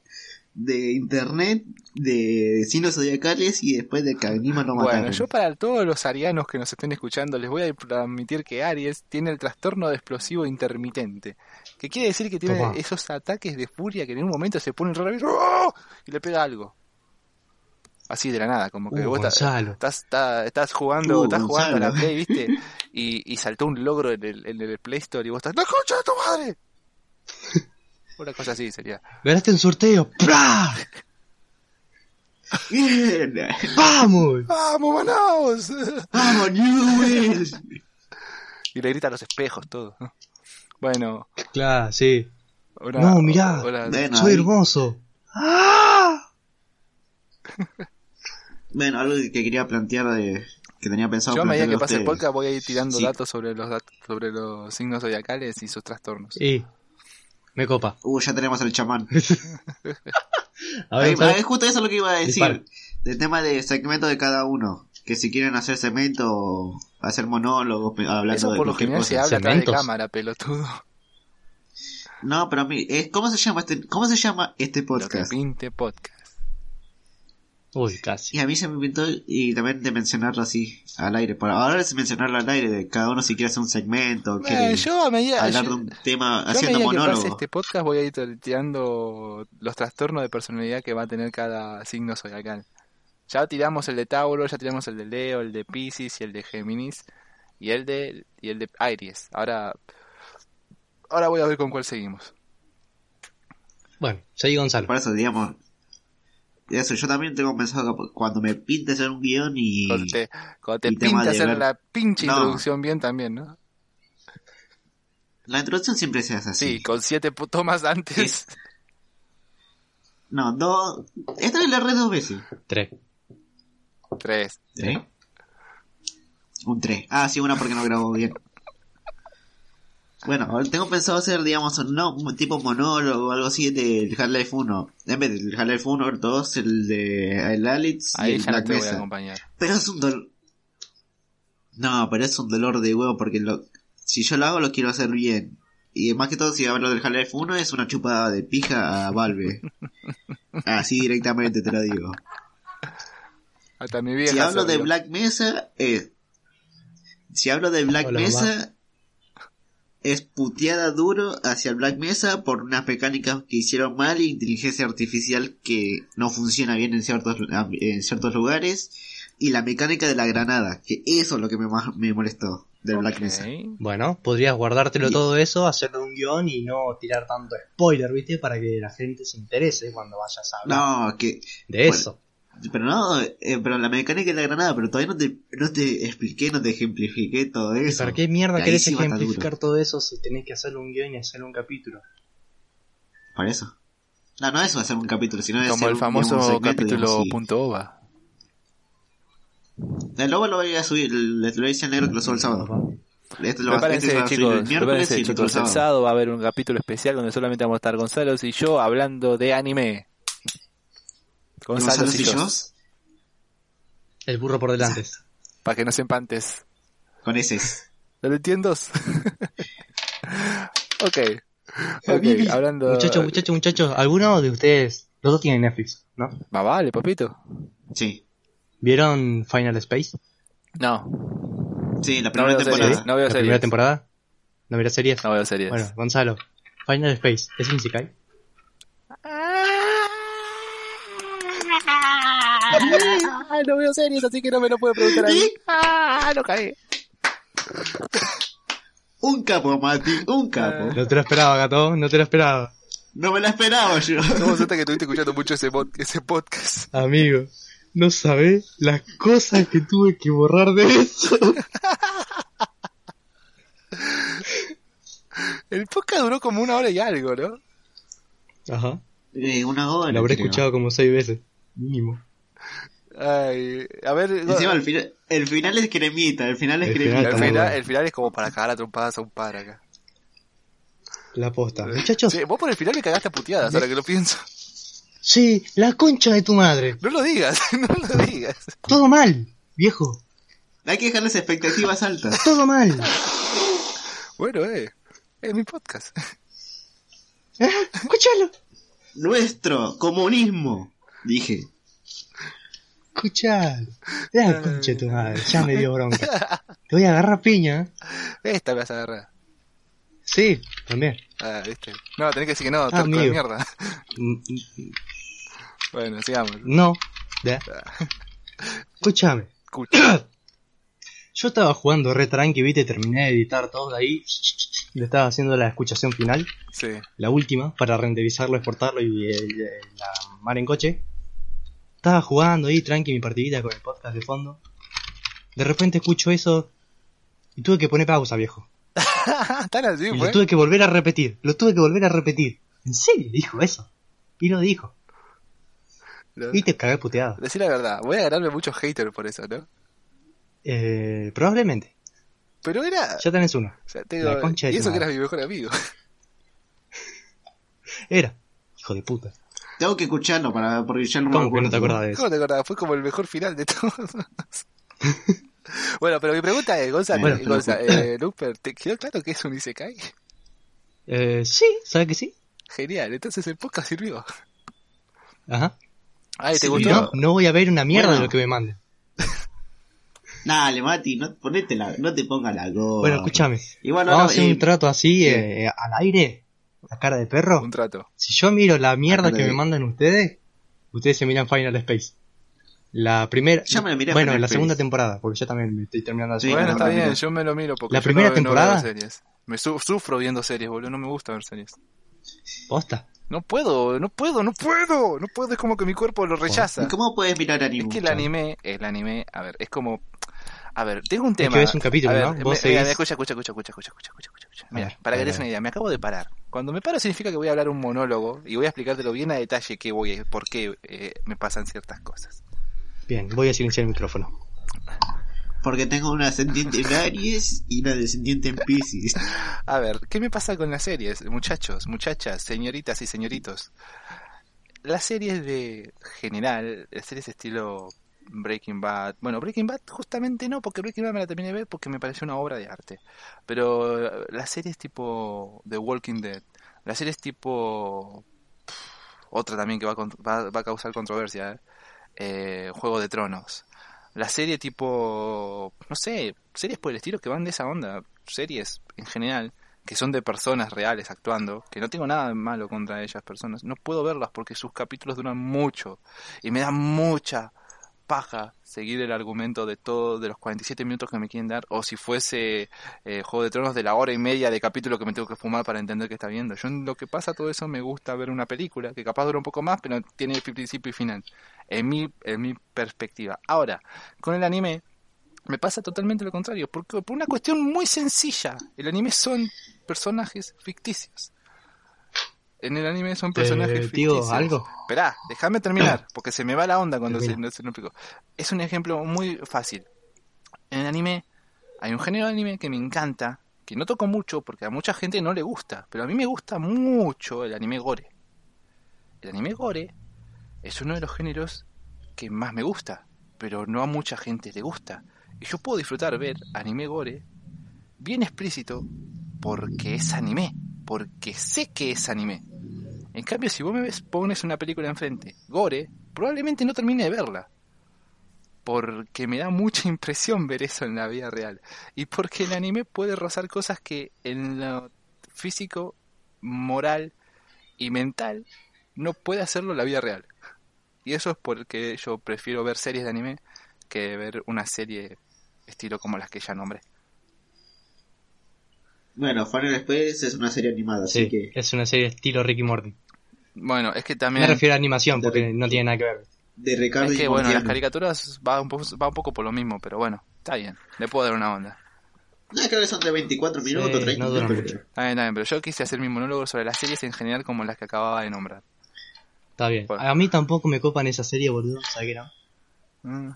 [SPEAKER 1] de internet, de signos zodiacales y después de que a Nima lo mataron.
[SPEAKER 3] Bueno, yo para todos los arianos que nos estén escuchando, les voy a admitir que Aries tiene el trastorno de explosivo intermitente. Que quiere decir que tiene
[SPEAKER 2] Tomá.
[SPEAKER 3] esos ataques de furia que en un momento se pone raro y ¡oh! y le pega algo. Así de la nada, como que
[SPEAKER 2] Uh,
[SPEAKER 3] vos estás-
[SPEAKER 2] Gonzalo.
[SPEAKER 3] estás, está- estás jugando,
[SPEAKER 1] Uh,
[SPEAKER 3] estás jugando a la
[SPEAKER 1] Gonzalo.
[SPEAKER 3] Play,
[SPEAKER 1] *laughs*
[SPEAKER 3] ¿viste? Y, y saltó un logro en el, en el Play Store y vos estás, ¡la concha de tu
[SPEAKER 1] *laughs*
[SPEAKER 3] madre! Una cosa así sería.
[SPEAKER 2] Ganaste un sorteo. ¡Pra!
[SPEAKER 1] *laughs* Bien,
[SPEAKER 2] ¡Vamos!
[SPEAKER 1] *laughs*
[SPEAKER 3] ¡Vamos, manaos!
[SPEAKER 1] vamos, Newell.
[SPEAKER 3] Y le grita a los espejos, todo. ¿no? Bueno,
[SPEAKER 2] Claro, sí.
[SPEAKER 3] hola-
[SPEAKER 2] No, mirá.
[SPEAKER 3] hola-
[SPEAKER 1] Bueno,
[SPEAKER 2] Soy
[SPEAKER 1] ahí-
[SPEAKER 2] hermoso. ¡Ah!
[SPEAKER 1] bueno, algo que quería plantear de que tenía pensado
[SPEAKER 3] Yo a medida
[SPEAKER 1] plantearle
[SPEAKER 3] que
[SPEAKER 1] a
[SPEAKER 3] pase el
[SPEAKER 1] ustedes.
[SPEAKER 3] podcast voy a ir tirando
[SPEAKER 1] Sí.
[SPEAKER 3] datos sobre los dat- sobre los signos zodiacales y sus trastornos.
[SPEAKER 2] Y me copa.
[SPEAKER 1] Uh, ya tenemos al chamán.
[SPEAKER 2] A ver,
[SPEAKER 1] Ahí va, eh.
[SPEAKER 2] Gonzalo.
[SPEAKER 1] es justo eso lo que iba a decir.
[SPEAKER 2] Dispara.
[SPEAKER 1] Del tema de segmento de cada uno. Que si quieren hacer segmento o hacer monólogos pe- hablando
[SPEAKER 3] Eso
[SPEAKER 1] de
[SPEAKER 3] por lo
[SPEAKER 1] cualquier
[SPEAKER 3] general se
[SPEAKER 1] cosa.
[SPEAKER 3] habla atrás de
[SPEAKER 2] segmentos.
[SPEAKER 3] cámara, pelotudo.
[SPEAKER 1] No, pero a mí, eh, ¿cómo se llama este, cómo se llama este
[SPEAKER 3] Lo que
[SPEAKER 1] podcast?
[SPEAKER 3] pinte podcast.
[SPEAKER 2] Uy, casi.
[SPEAKER 1] Y a mí se me pintó y también de mencionarlo así, al aire. Por ahora es mencionarlo al aire, de cada uno si quiere hacer un segmento, quiere
[SPEAKER 3] Eh, yo a medida,
[SPEAKER 1] hablar de
[SPEAKER 3] yo-
[SPEAKER 1] un tema
[SPEAKER 3] yo a
[SPEAKER 1] haciendo
[SPEAKER 3] medida que pase
[SPEAKER 1] monólogo.
[SPEAKER 3] este podcast voy a ir tir- tirando los trastornos de personalidad que va a tener cada signo zodiacal. Ya tiramos el de Tauro, ya tiramos el de Leo, el de Pisces y el de Géminis y el de y el de Aries. Ahora ahora voy a ver con cuál seguimos.
[SPEAKER 2] Bueno, seguí Gonzalo.
[SPEAKER 1] Por eso, digamos, eso, yo también tengo pensado que cuando me pinte hacer un guión y...
[SPEAKER 3] Cuando te, cuando te
[SPEAKER 1] y tema
[SPEAKER 3] pinta
[SPEAKER 1] de
[SPEAKER 3] hacer
[SPEAKER 1] ver-
[SPEAKER 3] la pinche
[SPEAKER 1] No.
[SPEAKER 3] introducción bien también, ¿no?
[SPEAKER 1] La introducción siempre se hace así.
[SPEAKER 3] Sí, con siete pu- tomas antes.
[SPEAKER 1] No, dos... Esta vez la red dos veces.
[SPEAKER 2] Tres.
[SPEAKER 3] Tres.
[SPEAKER 1] ¿Eh? Un 3. Ah, sí, una porque no grabó bien. Bueno, ahora tengo pensado hacer, digamos, un no, un tipo monólogo o algo así del Half-Life 1. En vez del Half-Life 1, el 2, el de el Alex y
[SPEAKER 3] Ahí
[SPEAKER 1] el
[SPEAKER 3] ya no
[SPEAKER 1] Black
[SPEAKER 3] te voy a
[SPEAKER 1] Mesa.
[SPEAKER 3] acompañar.
[SPEAKER 1] Pero es un dolor... No, pero es un dolor de huevo porque lo... si yo lo hago lo quiero hacer bien. Y más que todo si hablo del Half-Life 1 es una chupada de pija a
[SPEAKER 3] *laughs*
[SPEAKER 1] Valve. Así directamente te lo digo.
[SPEAKER 3] Hasta mi vieja.
[SPEAKER 1] Si hablo
[SPEAKER 3] se
[SPEAKER 1] de
[SPEAKER 3] rió.
[SPEAKER 1] Black Mesa, es. Si hablo de Black
[SPEAKER 2] Hola, mamá.
[SPEAKER 1] Mesa, es puteada duro hacia el Black Mesa por unas mecánicas que hicieron mal e inteligencia artificial que no funciona bien en ciertos, en ciertos lugares. Y la mecánica de la granada, que eso es lo que me, más- me molestó del Black Mesa.
[SPEAKER 3] Ok.
[SPEAKER 2] Bueno, podrías guardártelo
[SPEAKER 1] Y-
[SPEAKER 2] todo eso, hacerlo un guión y no tirar tanto spoiler, ¿viste? Para que la gente se interese cuando vayas a hablar
[SPEAKER 1] No, que.
[SPEAKER 2] de eso.
[SPEAKER 1] Pero no, eh, pero la mecánica de la granada, pero todavía no te, no te expliqué, no te ejemplifiqué todo
[SPEAKER 2] ¿Y
[SPEAKER 1] eso.
[SPEAKER 2] ¿Para qué mierda
[SPEAKER 1] Ahí
[SPEAKER 2] querés
[SPEAKER 1] sí va a estar
[SPEAKER 2] ejemplificar todo eso si tenés que hacerlo un guión y hacerlo un capítulo?
[SPEAKER 1] Para eso. No, no es hacer un capítulo, sino es
[SPEAKER 3] Como
[SPEAKER 1] hacer
[SPEAKER 3] el
[SPEAKER 1] un- digamos, un
[SPEAKER 3] famoso
[SPEAKER 1] segmento,
[SPEAKER 3] capítulo
[SPEAKER 1] digamos, sí.
[SPEAKER 3] punto ova.
[SPEAKER 1] El lobo lo voy a subir, le lo voy a decir al negro que lo subo el sábado. Este lo va a este va
[SPEAKER 3] Prepárense
[SPEAKER 1] a subir
[SPEAKER 3] chicos,
[SPEAKER 1] el miércoles
[SPEAKER 3] prepárense
[SPEAKER 1] y el otro
[SPEAKER 3] chicos, el
[SPEAKER 1] sábado.
[SPEAKER 3] sábado va a haber un capítulo especial donde solamente vamos a estar Gonzalo y yo hablando de anime. Gonzalo
[SPEAKER 1] Gonzalo
[SPEAKER 3] y yo,
[SPEAKER 1] Sillos,
[SPEAKER 2] El burro por delante.
[SPEAKER 3] para que no se empantes.
[SPEAKER 1] con ese.
[SPEAKER 3] ¿Lo entiendes? *laughs* ok.
[SPEAKER 1] Habibi.
[SPEAKER 3] Ok, hablando...
[SPEAKER 2] Muchachos, muchachos, muchachos, ¿alguno de ustedes? Los dos tienen Netflix, ¿no?
[SPEAKER 3] Más vale, papito.
[SPEAKER 1] Sí.
[SPEAKER 2] ¿Vieron Final Space?
[SPEAKER 3] No,
[SPEAKER 1] Sí, la
[SPEAKER 3] no
[SPEAKER 1] primera
[SPEAKER 3] veo
[SPEAKER 1] temporada.
[SPEAKER 3] series. No veo
[SPEAKER 2] ¿La primera
[SPEAKER 3] series.
[SPEAKER 2] temporada? ¿No miras series?
[SPEAKER 3] No veo series.
[SPEAKER 2] Bueno,
[SPEAKER 3] *laughs*
[SPEAKER 2] Gonzalo, Final Space, ¿es un Isekai?
[SPEAKER 3] Ah, no veo series, así que no me lo puedo preguntar a
[SPEAKER 1] *laughs*
[SPEAKER 3] mí. Ah, lo caí.
[SPEAKER 1] Un capo, Mati, un
[SPEAKER 3] Ah.
[SPEAKER 1] capo.
[SPEAKER 2] No te lo esperaba, gato, no te lo esperaba.
[SPEAKER 1] No me la esperaba yo.
[SPEAKER 3] No se que estuviste escuchando mucho ese, pod- ese podcast.
[SPEAKER 2] Amigo, no sabés las cosas que tuve que borrar de eso.
[SPEAKER 3] El podcast duró como una hora y algo, ¿no?
[SPEAKER 2] Ajá.
[SPEAKER 1] Eh, una hora.
[SPEAKER 2] Lo habré
[SPEAKER 1] creo.
[SPEAKER 2] escuchado como seis veces, mínimo.
[SPEAKER 3] Ay, a ver.
[SPEAKER 1] Encima, el, fina- el final es cremita, el final es
[SPEAKER 2] El
[SPEAKER 1] cremita.
[SPEAKER 2] está
[SPEAKER 3] el,
[SPEAKER 2] muy
[SPEAKER 3] final,
[SPEAKER 2] bueno.
[SPEAKER 3] el final es como para cagar a trompadas a un par acá.
[SPEAKER 2] *laughs* La posta. Muchachos,
[SPEAKER 3] Sí, vos por el final me cagaste a puteadas, ahora que lo pienso. *laughs*
[SPEAKER 2] sí, la concha de tu madre.
[SPEAKER 3] No lo digas, *laughs* no lo digas.
[SPEAKER 2] Todo mal, viejo.
[SPEAKER 1] Hay que dejar las expectativas altas.
[SPEAKER 2] Todo mal.
[SPEAKER 3] Bueno, eh. Es mi podcast.
[SPEAKER 2] Ah, Escuchalo.
[SPEAKER 1] Nuestro comunismo, dije.
[SPEAKER 2] Escuchalo. La concha de tu madre. Ya me dio bronca. Te voy a agarrar piña. ¿eh?
[SPEAKER 3] Esta me vas a agarrar.
[SPEAKER 2] Sí, también.
[SPEAKER 3] Ah, viste. No, tenés que decir que no, torco de
[SPEAKER 2] amigo.
[SPEAKER 3] mierda. *laughs*
[SPEAKER 2] Mm, mm,
[SPEAKER 3] Bueno, sigamos.
[SPEAKER 2] No. ¿Ya? Escúchame.
[SPEAKER 3] Escucha.
[SPEAKER 2] Yo estaba jugando re tranqui, viste, terminé de editar todo ahí. Le estaba haciendo la escuchación final,
[SPEAKER 3] Sí. *laughs*
[SPEAKER 2] la última, para renderizarlo, exportarlo y eh, eh, la mar en coche. Estaba jugando ahí tranqui mi partidita con el podcast de fondo. De repente escucho eso y tuve que poner pausa, viejo.
[SPEAKER 3] Tan así,
[SPEAKER 2] Y
[SPEAKER 3] fue.
[SPEAKER 2] lo tuve que volver a repetir, lo tuve que volver a repetir. ¿En serio dijo eso? Y lo dijo.
[SPEAKER 3] Lo-
[SPEAKER 2] Y te cagué puteado.
[SPEAKER 3] Decir la verdad, voy a ganarme muchos haters por eso, ¿no?
[SPEAKER 2] Eh, probablemente.
[SPEAKER 3] Pero era.
[SPEAKER 2] Ya tenés uno.
[SPEAKER 3] O sea, te digo,
[SPEAKER 2] La concha de
[SPEAKER 3] y
[SPEAKER 2] tu
[SPEAKER 3] eso que
[SPEAKER 2] madre.
[SPEAKER 3] eras mi mejor amigo.
[SPEAKER 2] Era. Hijo de puta.
[SPEAKER 1] Tengo que escucharlo para, porque ya no me
[SPEAKER 2] ¿Cómo que
[SPEAKER 1] acuerdo.
[SPEAKER 2] no te acordás de eso?
[SPEAKER 3] ¿Cómo te acordás? Fue como el mejor final de todos. bueno, pero mi pregunta es, Gonza,
[SPEAKER 1] Bueno,
[SPEAKER 3] eh, Gonza, eh, Luper, ¿te quedó claro que es un Isekai?
[SPEAKER 2] Eh, sí, ¿sabes que sí?
[SPEAKER 3] Genial, entonces el podcast sirvió.
[SPEAKER 2] Ajá.
[SPEAKER 3] Ay, ¿te
[SPEAKER 1] Sí,
[SPEAKER 3] gustó?
[SPEAKER 2] No, no voy a ver una mierda
[SPEAKER 1] Bueno.
[SPEAKER 2] de lo que me manden.
[SPEAKER 1] Dale, Mati, no, ponete la, no te pongas la gorra.
[SPEAKER 2] Bueno, escúchame.
[SPEAKER 1] Igual
[SPEAKER 2] Vamos a
[SPEAKER 1] ahora,
[SPEAKER 2] hacer
[SPEAKER 1] eh,
[SPEAKER 2] un trato así, eh, eh, al aire, la cara de perro.
[SPEAKER 3] Un trato.
[SPEAKER 2] Si yo miro la mierda
[SPEAKER 1] cara
[SPEAKER 2] que
[SPEAKER 1] de-
[SPEAKER 2] me mandan ustedes, ustedes se miran Final Space. La primera.
[SPEAKER 1] Ya me la miré
[SPEAKER 2] bueno,
[SPEAKER 1] Final
[SPEAKER 2] la
[SPEAKER 1] Space.
[SPEAKER 2] segunda temporada, porque yo también me estoy terminando de
[SPEAKER 1] Sí,
[SPEAKER 3] bueno,
[SPEAKER 1] no,
[SPEAKER 3] está
[SPEAKER 1] no,
[SPEAKER 3] bien,
[SPEAKER 1] no.
[SPEAKER 3] yo me lo miro porque
[SPEAKER 2] ¿La
[SPEAKER 3] yo
[SPEAKER 2] primera
[SPEAKER 3] no, veo- no veo
[SPEAKER 2] temporada?
[SPEAKER 3] series. Me su- sufro viendo series, boludo, no me gusta ver series.
[SPEAKER 2] Posta.
[SPEAKER 3] No puedo, no puedo, no puedo, no puedo, es como que mi cuerpo lo rechaza.
[SPEAKER 1] ¿y ¿Cómo puedes mirar anime?
[SPEAKER 3] Es que el anime, el anime, a ver, es como. A ver, tengo un
[SPEAKER 2] que
[SPEAKER 3] tema.
[SPEAKER 2] ves un capítulo,
[SPEAKER 3] a ver,
[SPEAKER 2] ¿no?
[SPEAKER 3] me-
[SPEAKER 2] Vos seguís-
[SPEAKER 3] mira, mira, escucha, escucha, escucha, escucha, escucha, escucha, escucha, escucha. Mira,
[SPEAKER 2] ver,
[SPEAKER 3] para
[SPEAKER 2] a
[SPEAKER 3] que te des
[SPEAKER 2] ver.
[SPEAKER 3] una idea, me acabo de parar. Cuando me paro significa que voy a hablar un monólogo y voy a explicártelo bien a detalle qué voy, a- por qué eh, me pasan ciertas cosas.
[SPEAKER 2] Bien, voy a silenciar el micrófono.
[SPEAKER 1] Porque tengo una ascendiente en Aries y una descendiente en Pisces.
[SPEAKER 3] A ver, ¿qué me pasa con las series, muchachos, muchachas, señoritas y señoritos? Las series de general, las series estilo Breaking Bad. Bueno, Breaking Bad justamente no, porque Breaking Bad me la terminé de ver porque me pareció una obra de arte. Pero eh, las series tipo The Walking Dead, las series tipo... pff, Otra también que va a, con- va- va a causar controversia, ¿eh? Eh, Juego de Tronos. La serie tipo... No sé, series por el estilo que van de esa onda. Series en general que son de personas reales actuando, que no tengo nada de malo contra ellas personas, no puedo verlas porque sus capítulos duran mucho y me da mucha paja seguir el argumento de todo de los 47 minutos que me quieren dar o si fuese eh, Juego de Tronos de la hora y media de capítulo que me tengo que fumar para entender qué está viendo. Yo en lo que pasa todo eso me gusta ver una película que capaz dura un poco más, pero tiene principio y final. En mi en mi perspectiva. Ahora, con el anime me pasa totalmente lo contrario, porque por una cuestión muy sencilla. El anime son personajes ficticios. En el anime son personajes
[SPEAKER 2] Te
[SPEAKER 3] ficticios.
[SPEAKER 2] digo algo.
[SPEAKER 3] Esperá, déjame terminar, porque se me va la onda cuando se,
[SPEAKER 2] Termina.
[SPEAKER 3] no se lo explico. Es un ejemplo muy fácil. En el anime, hay un género de anime que me encanta, que no toco mucho porque a mucha gente no le gusta, pero a mí me gusta mucho el anime gore. El anime gore es uno de los géneros que más me gusta, pero no a mucha gente le gusta. Y yo puedo disfrutar ver anime gore bien explícito porque es anime, porque sé que es anime. En cambio, si vos me ves, pones una película enfrente, gore, probablemente no termine de verla. Porque me da mucha *laughs* impresión ver eso en la vida real. Y porque el anime puede rozar cosas que en lo físico, moral y mental no puede hacerlo en la vida real. Y eso es porque yo prefiero ver series de anime que ver una serie estilo como las que ya nombré.
[SPEAKER 1] Bueno, Final Space es una serie animada,
[SPEAKER 2] Sí,
[SPEAKER 1] así que.
[SPEAKER 2] es una serie estilo Ricky Morty.
[SPEAKER 3] Bueno, es que
[SPEAKER 2] Me
[SPEAKER 3] también...
[SPEAKER 2] refiero a animación
[SPEAKER 1] De
[SPEAKER 2] porque
[SPEAKER 1] Rick-
[SPEAKER 2] no tiene nada que ver.
[SPEAKER 1] De Ricardo
[SPEAKER 3] Es
[SPEAKER 1] y
[SPEAKER 3] que bueno, las
[SPEAKER 1] Mortiano.
[SPEAKER 3] caricaturas va un, poco, va un poco por lo mismo, pero bueno, está bien, le puedo dar una onda.
[SPEAKER 1] No, creo que son de 24 minutos,
[SPEAKER 2] Sí,
[SPEAKER 1] 30
[SPEAKER 2] no dura
[SPEAKER 1] minutos.
[SPEAKER 2] mucho.
[SPEAKER 3] Está bien, está bien, pero yo quise hacer mi monólogo sobre las series en general como las que acababa de nombrar.
[SPEAKER 2] Está bien.
[SPEAKER 3] Bueno.
[SPEAKER 2] A mí tampoco me copan esa serie, boludo. ¿Sabes qué no?
[SPEAKER 3] Mm.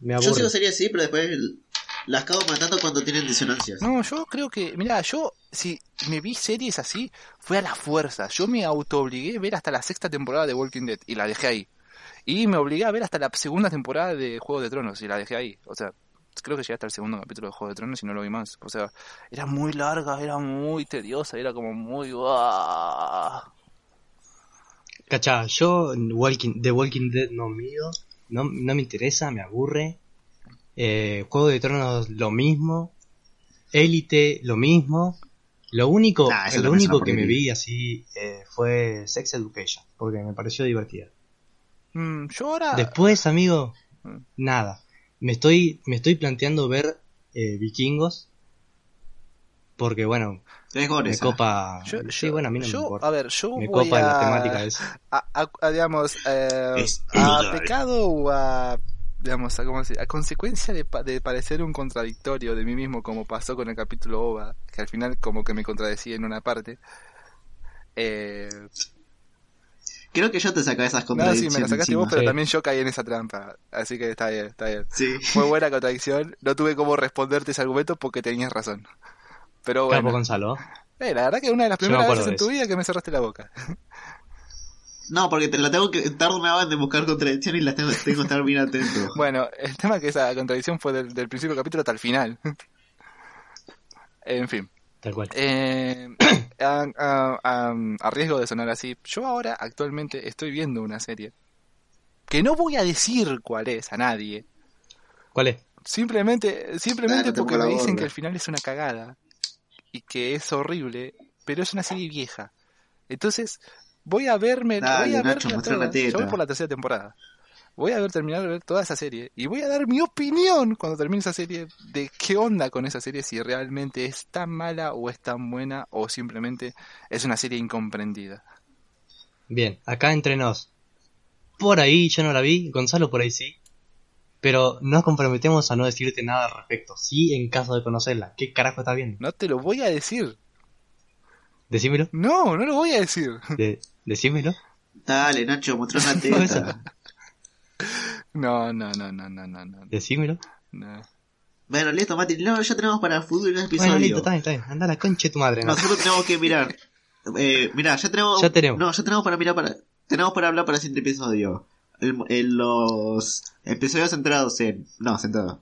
[SPEAKER 2] Me
[SPEAKER 1] Yo
[SPEAKER 2] aburre.
[SPEAKER 1] sigo series así, pero después las acabo matando cuando tienen disonancias.
[SPEAKER 3] No, yo creo que, mira, yo si me vi series así, fue a la fuerza. Yo me autoobligué a ver hasta la sexta temporada de Walking Dead y la dejé ahí. Y me obligué a ver hasta la segunda temporada de Juego de Tronos y la dejé ahí. O sea, creo que llegué hasta el segundo capítulo de Juego de Tronos y no lo vi más. O sea, era muy larga, era muy tediosa, era como muy... ¡guau!
[SPEAKER 2] Cachá, yo Walking, The Walking Dead no miro, no, no me interesa, me aburre. Eh, Juego de Tronos lo mismo. Élite lo mismo. Lo único,
[SPEAKER 1] Nah, Ah, eso
[SPEAKER 2] lo
[SPEAKER 1] también es una
[SPEAKER 2] único que me
[SPEAKER 1] porquería.
[SPEAKER 2] vi así eh, fue Sex Education, porque me pareció divertida.
[SPEAKER 3] Mm, yo
[SPEAKER 1] Ah.
[SPEAKER 3] ahora...
[SPEAKER 2] Después, amigo,
[SPEAKER 3] Mm.
[SPEAKER 2] nada. Me estoy, me estoy planteando ver eh, Vikingos, porque bueno,
[SPEAKER 1] Es gore
[SPEAKER 2] me
[SPEAKER 1] esa.
[SPEAKER 2] copa.
[SPEAKER 3] yo-
[SPEAKER 2] sí,
[SPEAKER 3] yo-
[SPEAKER 2] bueno, a mí no
[SPEAKER 3] yo-
[SPEAKER 2] me
[SPEAKER 3] A
[SPEAKER 2] importa.
[SPEAKER 3] ver, yo
[SPEAKER 2] Me
[SPEAKER 3] voy
[SPEAKER 2] copa la
[SPEAKER 3] a-
[SPEAKER 2] temática esa.
[SPEAKER 3] a, a- a, digamos, eh,
[SPEAKER 1] Es
[SPEAKER 3] a
[SPEAKER 1] ilegal.
[SPEAKER 3] pecado o a, digamos, a, ¿cómo decir? a consecuencia de, pa- de parecer un contradictorio de mí mismo, como pasó con el capítulo OVA, que al final como que me contradecí en una parte. Eh,
[SPEAKER 1] Creo que yo te sacaba esas
[SPEAKER 3] no, sí,
[SPEAKER 1] contradicciones.
[SPEAKER 3] me la sacaste
[SPEAKER 1] encima.
[SPEAKER 3] vos, pero
[SPEAKER 2] Sí.
[SPEAKER 3] también yo caí en esa trampa. Así que está bien, está bien.
[SPEAKER 1] Sí.
[SPEAKER 3] Fue buena contradicción, no tuve cómo responderte ese argumento porque tenías razón. Pero
[SPEAKER 2] Capo
[SPEAKER 3] bueno,
[SPEAKER 2] Gonzalo.
[SPEAKER 3] eh, la verdad que una de las
[SPEAKER 2] Yo me
[SPEAKER 3] primeras
[SPEAKER 2] acuerdo
[SPEAKER 3] veces en
[SPEAKER 2] de
[SPEAKER 3] tu
[SPEAKER 2] eso.
[SPEAKER 3] vida que me cerraste la boca.
[SPEAKER 1] No, porque te la tengo que. Tardo una banda en buscar contradicciones y las tengo, tengo que estar bien atento.
[SPEAKER 3] Bueno, el tema es que esa contradicción fue del, del principio del capítulo hasta el final. en fin.
[SPEAKER 2] Tal cual.
[SPEAKER 3] Eh, *coughs* a, a- a- a riesgo de sonar así, yo ahora actualmente estoy viendo una serie que no voy a decir cuál es a nadie.
[SPEAKER 2] ¿Cuál es?
[SPEAKER 3] Simplemente, simplemente
[SPEAKER 1] Claro, te
[SPEAKER 3] porque me
[SPEAKER 1] pongo la
[SPEAKER 3] dicen
[SPEAKER 1] gorra.
[SPEAKER 3] que el final es una cagada y que es horrible, pero es una serie vieja. Entonces, voy a verme, voy
[SPEAKER 1] Dale,
[SPEAKER 3] a
[SPEAKER 1] Nacho,
[SPEAKER 3] verla
[SPEAKER 1] mostrá la
[SPEAKER 3] toda. Yo voy
[SPEAKER 1] teta.
[SPEAKER 3] por la tercera temporada. Voy a ver terminar de ver toda esa serie y voy a dar mi opinión cuando termine esa serie de qué onda con esa serie, si realmente es tan mala o es tan buena o simplemente es una serie incomprendida.
[SPEAKER 2] Bien, acá entre nos. Por ahí yo no la vi, Gonzalo por ahí sí. Pero nos comprometemos a no decirte nada al respecto. Sí, en caso de conocerla. ¿Qué carajo estás viendo?
[SPEAKER 3] No te lo voy a decir. *laughs*
[SPEAKER 2] Decímelo.
[SPEAKER 3] No, no lo voy a decir. *laughs*
[SPEAKER 2] De- decímelo.
[SPEAKER 1] Dale, Nacho, mostrá
[SPEAKER 2] *laughs*
[SPEAKER 1] una
[SPEAKER 2] No, esa-
[SPEAKER 1] teta.
[SPEAKER 3] No, no, no, no, no, no, no.
[SPEAKER 2] Decímelo.
[SPEAKER 3] no.
[SPEAKER 1] bueno, listo, Mati. No, ya tenemos para el futuro un episodio.
[SPEAKER 2] Bueno, listo, está bien, está bien. Anda a la concha de tu madre. no.
[SPEAKER 1] Nosotros tenemos que mirar. Eh, mirá, ya tenemos.
[SPEAKER 2] Ya tenemos.
[SPEAKER 1] No, ya tenemos para mirar para. Tenemos para hablar para el siguiente episodio. El- el- los episodios centrados en. No, centrados.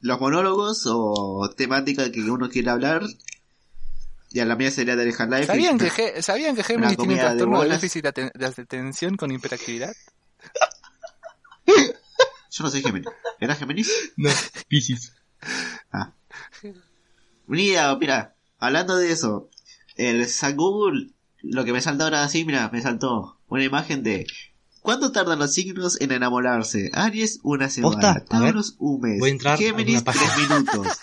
[SPEAKER 1] Los monólogos o temática que uno quiera hablar. Y a la mía sería de Alejan Life.
[SPEAKER 3] ¿Sabían que,
[SPEAKER 1] Y-
[SPEAKER 3] Ge- ¿Sabían que
[SPEAKER 1] Una
[SPEAKER 3] Géminis tiene
[SPEAKER 1] comida de
[SPEAKER 3] trastorno de,
[SPEAKER 1] bolas.
[SPEAKER 3] déficit de, aten- de atención con hiperactividad?
[SPEAKER 1] *laughs* Yo no soy Géminis. ¿Era Géminis?
[SPEAKER 2] No, Piscis.
[SPEAKER 1] Ah. Mira, mira, hablando de eso, el San Google, lo que me salta ahora así, mira, me saltó una imagen de ¿Cuánto tardan los signos en enamorarse? Aries, una
[SPEAKER 2] Posta,
[SPEAKER 1] semana.
[SPEAKER 2] a ver.
[SPEAKER 1] Tauros, un mes.
[SPEAKER 2] Voy a entrar a
[SPEAKER 1] Géminis,
[SPEAKER 2] alguna
[SPEAKER 1] tres
[SPEAKER 2] *laughs*
[SPEAKER 1] minutos.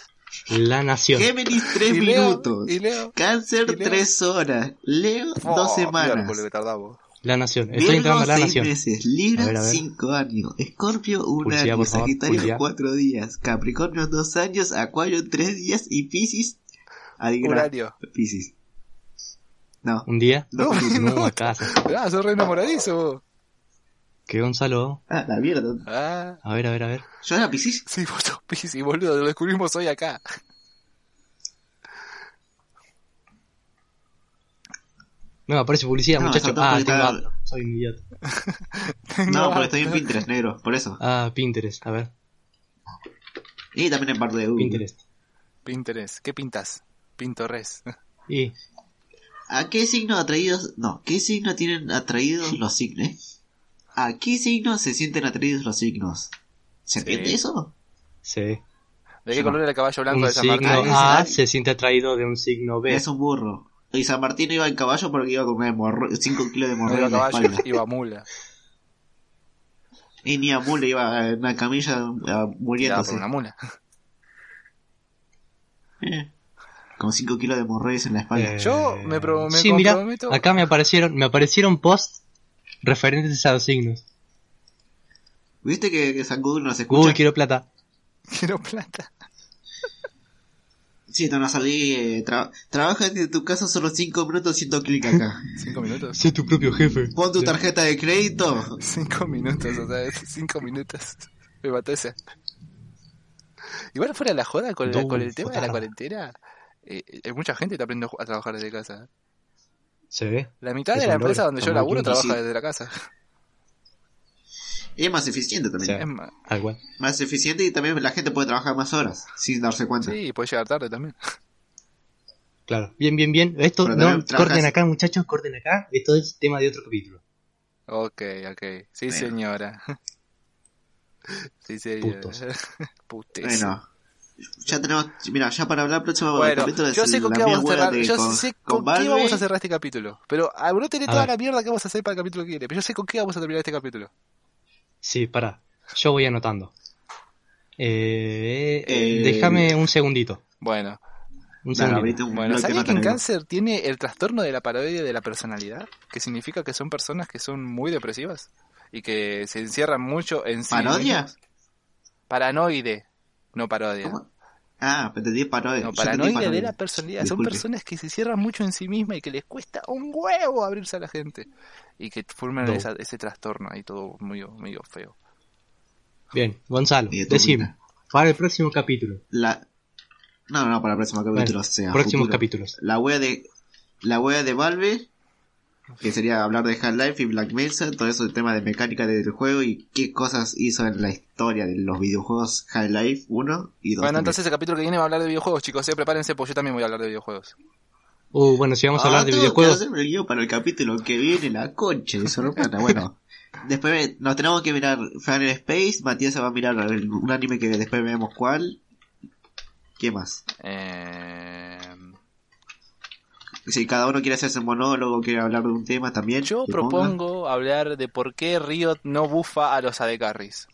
[SPEAKER 2] La nación.
[SPEAKER 1] Géminis, tres
[SPEAKER 3] Y Leo-
[SPEAKER 1] minutos.
[SPEAKER 3] y Leo.
[SPEAKER 1] Cáncer,
[SPEAKER 3] y Leo.
[SPEAKER 1] tres horas. Leo, dos
[SPEAKER 3] Oh,
[SPEAKER 1] semanas.
[SPEAKER 3] miércoles que tardamos.
[SPEAKER 2] La nación. Estoy entrando
[SPEAKER 1] Virgo,
[SPEAKER 2] a la
[SPEAKER 1] seis
[SPEAKER 2] nación.
[SPEAKER 1] meses.
[SPEAKER 2] A ver, a
[SPEAKER 1] Libra,
[SPEAKER 2] ver.
[SPEAKER 1] cinco años. Escorpio, un
[SPEAKER 2] Pulsea,
[SPEAKER 1] año.
[SPEAKER 2] por favor,
[SPEAKER 1] Sagitario,
[SPEAKER 2] pulsea.
[SPEAKER 1] cuatro días. Capricornio, dos años. Acuario, tres días. Y Piscis. Adivina.
[SPEAKER 3] Horario.
[SPEAKER 1] Piscis. No.
[SPEAKER 2] Un día.
[SPEAKER 1] No.
[SPEAKER 2] *laughs* No, a casa.
[SPEAKER 3] Ah, sos re enamoradizo vos.
[SPEAKER 2] Que Gonzalo.
[SPEAKER 1] Ah, la mierda.
[SPEAKER 3] Ah,
[SPEAKER 2] A ver, a ver, a ver.
[SPEAKER 1] ¿Yo era *laughs* Piscis?
[SPEAKER 3] sí, vos sos Piscis, boludo, lo descubrimos hoy acá. *laughs*
[SPEAKER 2] No, aparece publicidad,
[SPEAKER 1] No,
[SPEAKER 2] muchacho.
[SPEAKER 1] saltó
[SPEAKER 2] Ah,
[SPEAKER 1] porque
[SPEAKER 2] tengo
[SPEAKER 1] estaba-
[SPEAKER 2] Outlook. Soy un idiota.
[SPEAKER 1] No, porque estoy en Pinterest, negro. Por eso.
[SPEAKER 2] Ah, Pinterest. A ver.
[SPEAKER 1] Y también en parte de Google.
[SPEAKER 2] Pinterest.
[SPEAKER 3] Pinterest, ¿qué pintas? Pinto res. *laughs*
[SPEAKER 2] Y
[SPEAKER 1] ¿A qué signo atraídos? No, ¿qué signo tienen atraídos los signos? ¿A qué signo se sienten atraídos los signos? ¿Se
[SPEAKER 3] Sí.
[SPEAKER 1] entiende eso?
[SPEAKER 2] Sí.
[SPEAKER 3] ¿De
[SPEAKER 1] Sí.
[SPEAKER 3] qué color era el caballo blanco
[SPEAKER 2] Un
[SPEAKER 3] de San
[SPEAKER 2] signo
[SPEAKER 3] Martín?
[SPEAKER 1] Martín.
[SPEAKER 2] A
[SPEAKER 1] Ah,
[SPEAKER 2] se siente atraído de un signo B.
[SPEAKER 1] Es un burro. Y San Martín iba en caballo porque iba con 5 kilos de
[SPEAKER 3] No
[SPEAKER 1] morreo
[SPEAKER 3] iba
[SPEAKER 1] en la
[SPEAKER 3] caballo,
[SPEAKER 1] espalda.
[SPEAKER 3] iba mula.
[SPEAKER 1] Enya Mule iba en una camilla ah,
[SPEAKER 3] Tirada
[SPEAKER 1] muriéndose.
[SPEAKER 3] por una mula. *laughs*
[SPEAKER 1] Eh, con 5 kilos de hemorroides en la espalda.
[SPEAKER 4] Eh,
[SPEAKER 3] Yo me, pro- me
[SPEAKER 2] sí, mira,
[SPEAKER 3] comprometo.
[SPEAKER 2] acá me aparecieron, me aparecieron posts referentes a los signos.
[SPEAKER 1] ¿Viste que, que San Google nos escucha?
[SPEAKER 2] Google, quiero plata.
[SPEAKER 3] Quiero plata.
[SPEAKER 1] Sí, no, no salí. eh, tra- trabaja desde tu casa solo 5 minutos haciendo clic
[SPEAKER 2] *laughs*
[SPEAKER 1] acá.
[SPEAKER 3] Cinco minutos.
[SPEAKER 2] Sé tu propio jefe.
[SPEAKER 1] Pon tu tarjeta de crédito.
[SPEAKER 3] Cinco minutos, o sea, es cinco minutos. Me mató ese. Igual fuera la joda con, la-
[SPEAKER 2] Du,
[SPEAKER 3] con el tema de la
[SPEAKER 2] fotarda.
[SPEAKER 3] cuarentena. eh, eh, mucha gente está aprendiendo a trabajar desde casa.
[SPEAKER 2] Se ve.
[SPEAKER 3] La mitad
[SPEAKER 2] Es
[SPEAKER 3] de la
[SPEAKER 2] un logro,
[SPEAKER 3] empresa donde yo
[SPEAKER 2] está muy
[SPEAKER 3] laburo
[SPEAKER 2] bien,
[SPEAKER 3] trabaja
[SPEAKER 1] sí.
[SPEAKER 3] desde la casa.
[SPEAKER 1] Y es más eficiente también.
[SPEAKER 2] Sí.
[SPEAKER 3] Es más,
[SPEAKER 2] Tal cual.
[SPEAKER 1] Más eficiente y también la gente puede trabajar más horas sin darse cuenta.
[SPEAKER 3] sí, puede llegar tarde también.
[SPEAKER 2] Claro. Bien, bien, bien. Esto,
[SPEAKER 1] Pero
[SPEAKER 2] no,
[SPEAKER 1] también trabajas-
[SPEAKER 2] corten acá, muchachos, corten acá. Esto es tema de otro capítulo.
[SPEAKER 3] Ok, ok. Sí,
[SPEAKER 1] Bueno.
[SPEAKER 3] señora. Sí, señora. *laughs*
[SPEAKER 2] Putos.
[SPEAKER 3] Putes.
[SPEAKER 1] Bueno. Ya tenemos, mira, ya para hablar próximo
[SPEAKER 3] Bueno,
[SPEAKER 1] capítulo es
[SPEAKER 3] yo sé con
[SPEAKER 1] la
[SPEAKER 3] qué vamos a
[SPEAKER 1] mía
[SPEAKER 3] cerrar,
[SPEAKER 1] de-
[SPEAKER 3] yo
[SPEAKER 1] con-
[SPEAKER 3] sé
[SPEAKER 1] con
[SPEAKER 3] con, qué vamos
[SPEAKER 1] Valve.
[SPEAKER 3] a cerrar este capítulo. Pero ah, Bruno tiene
[SPEAKER 2] A
[SPEAKER 3] toda
[SPEAKER 2] ver.
[SPEAKER 3] la mierda que vamos a hacer para el capítulo que viene, pero yo sé con qué vamos a terminar este capítulo.
[SPEAKER 2] Sí, pará. Yo voy anotando. Eh,
[SPEAKER 1] Eh,
[SPEAKER 2] Déjame un segundito.
[SPEAKER 3] Bueno,
[SPEAKER 2] Un
[SPEAKER 1] Dale,
[SPEAKER 2] segundito.
[SPEAKER 1] abrite un
[SPEAKER 3] bueno,
[SPEAKER 1] bloque
[SPEAKER 3] ¿sabías
[SPEAKER 1] más
[SPEAKER 3] que en
[SPEAKER 1] largo.
[SPEAKER 3] cáncer tiene el trastorno de la parodia de la personalidad? Que significa que son personas que son muy depresivas y que se encierran mucho en sí.
[SPEAKER 1] ¿Parodia?
[SPEAKER 3] mismos. Paranoide, no parodia.
[SPEAKER 1] ¿Cómo? Ah, pero te di parodia.
[SPEAKER 3] No,
[SPEAKER 1] Yo te di
[SPEAKER 3] paranoide de
[SPEAKER 1] parodia.
[SPEAKER 3] la personalidad.
[SPEAKER 1] Disculpe.
[SPEAKER 3] Son personas que se cierran mucho en sí mismas y que les cuesta un huevo abrirse a la gente. Y que forman
[SPEAKER 2] No.
[SPEAKER 3] esa- ese trastorno ahí todo muy, muy feo.
[SPEAKER 2] Bien, Gonzalo,
[SPEAKER 1] Y de tu
[SPEAKER 2] decime.
[SPEAKER 1] vida.
[SPEAKER 2] Para el próximo capítulo.
[SPEAKER 1] La... No, no, para el próximo capítulo.
[SPEAKER 2] Bueno,
[SPEAKER 1] o sea,
[SPEAKER 2] próximos
[SPEAKER 1] futuro.
[SPEAKER 2] capítulos.
[SPEAKER 1] La wea de. La wea de Valve. Que sería hablar de Half-Life y Black Mesa, todo eso el tema de mecánica del juego y qué cosas hizo en la historia de los videojuegos Half-Life 1 y 2.
[SPEAKER 3] Bueno,
[SPEAKER 1] también.
[SPEAKER 3] entonces el capítulo que viene va a hablar de videojuegos, chicos. eh, prepárense, porque yo también voy a hablar de videojuegos.
[SPEAKER 2] Uh, bueno, si vamos a hablar
[SPEAKER 1] Ah,
[SPEAKER 2] de
[SPEAKER 1] tengo que
[SPEAKER 2] videojuegos,
[SPEAKER 1] hacerme el guión para el capítulo que viene, la concha de su hermana.
[SPEAKER 2] *laughs*
[SPEAKER 1] Bueno, después me- nos tenemos que mirar Final Space. Matías se va a mirar el- un anime que después vemos cuál. ¿Qué más?
[SPEAKER 3] Eh,
[SPEAKER 1] Si cada uno quiere hacerse un monólogo, quiere hablar de un tema también.
[SPEAKER 3] Yo
[SPEAKER 1] que ponga.
[SPEAKER 3] propongo hablar de por qué Riot no bufa a los AD carries.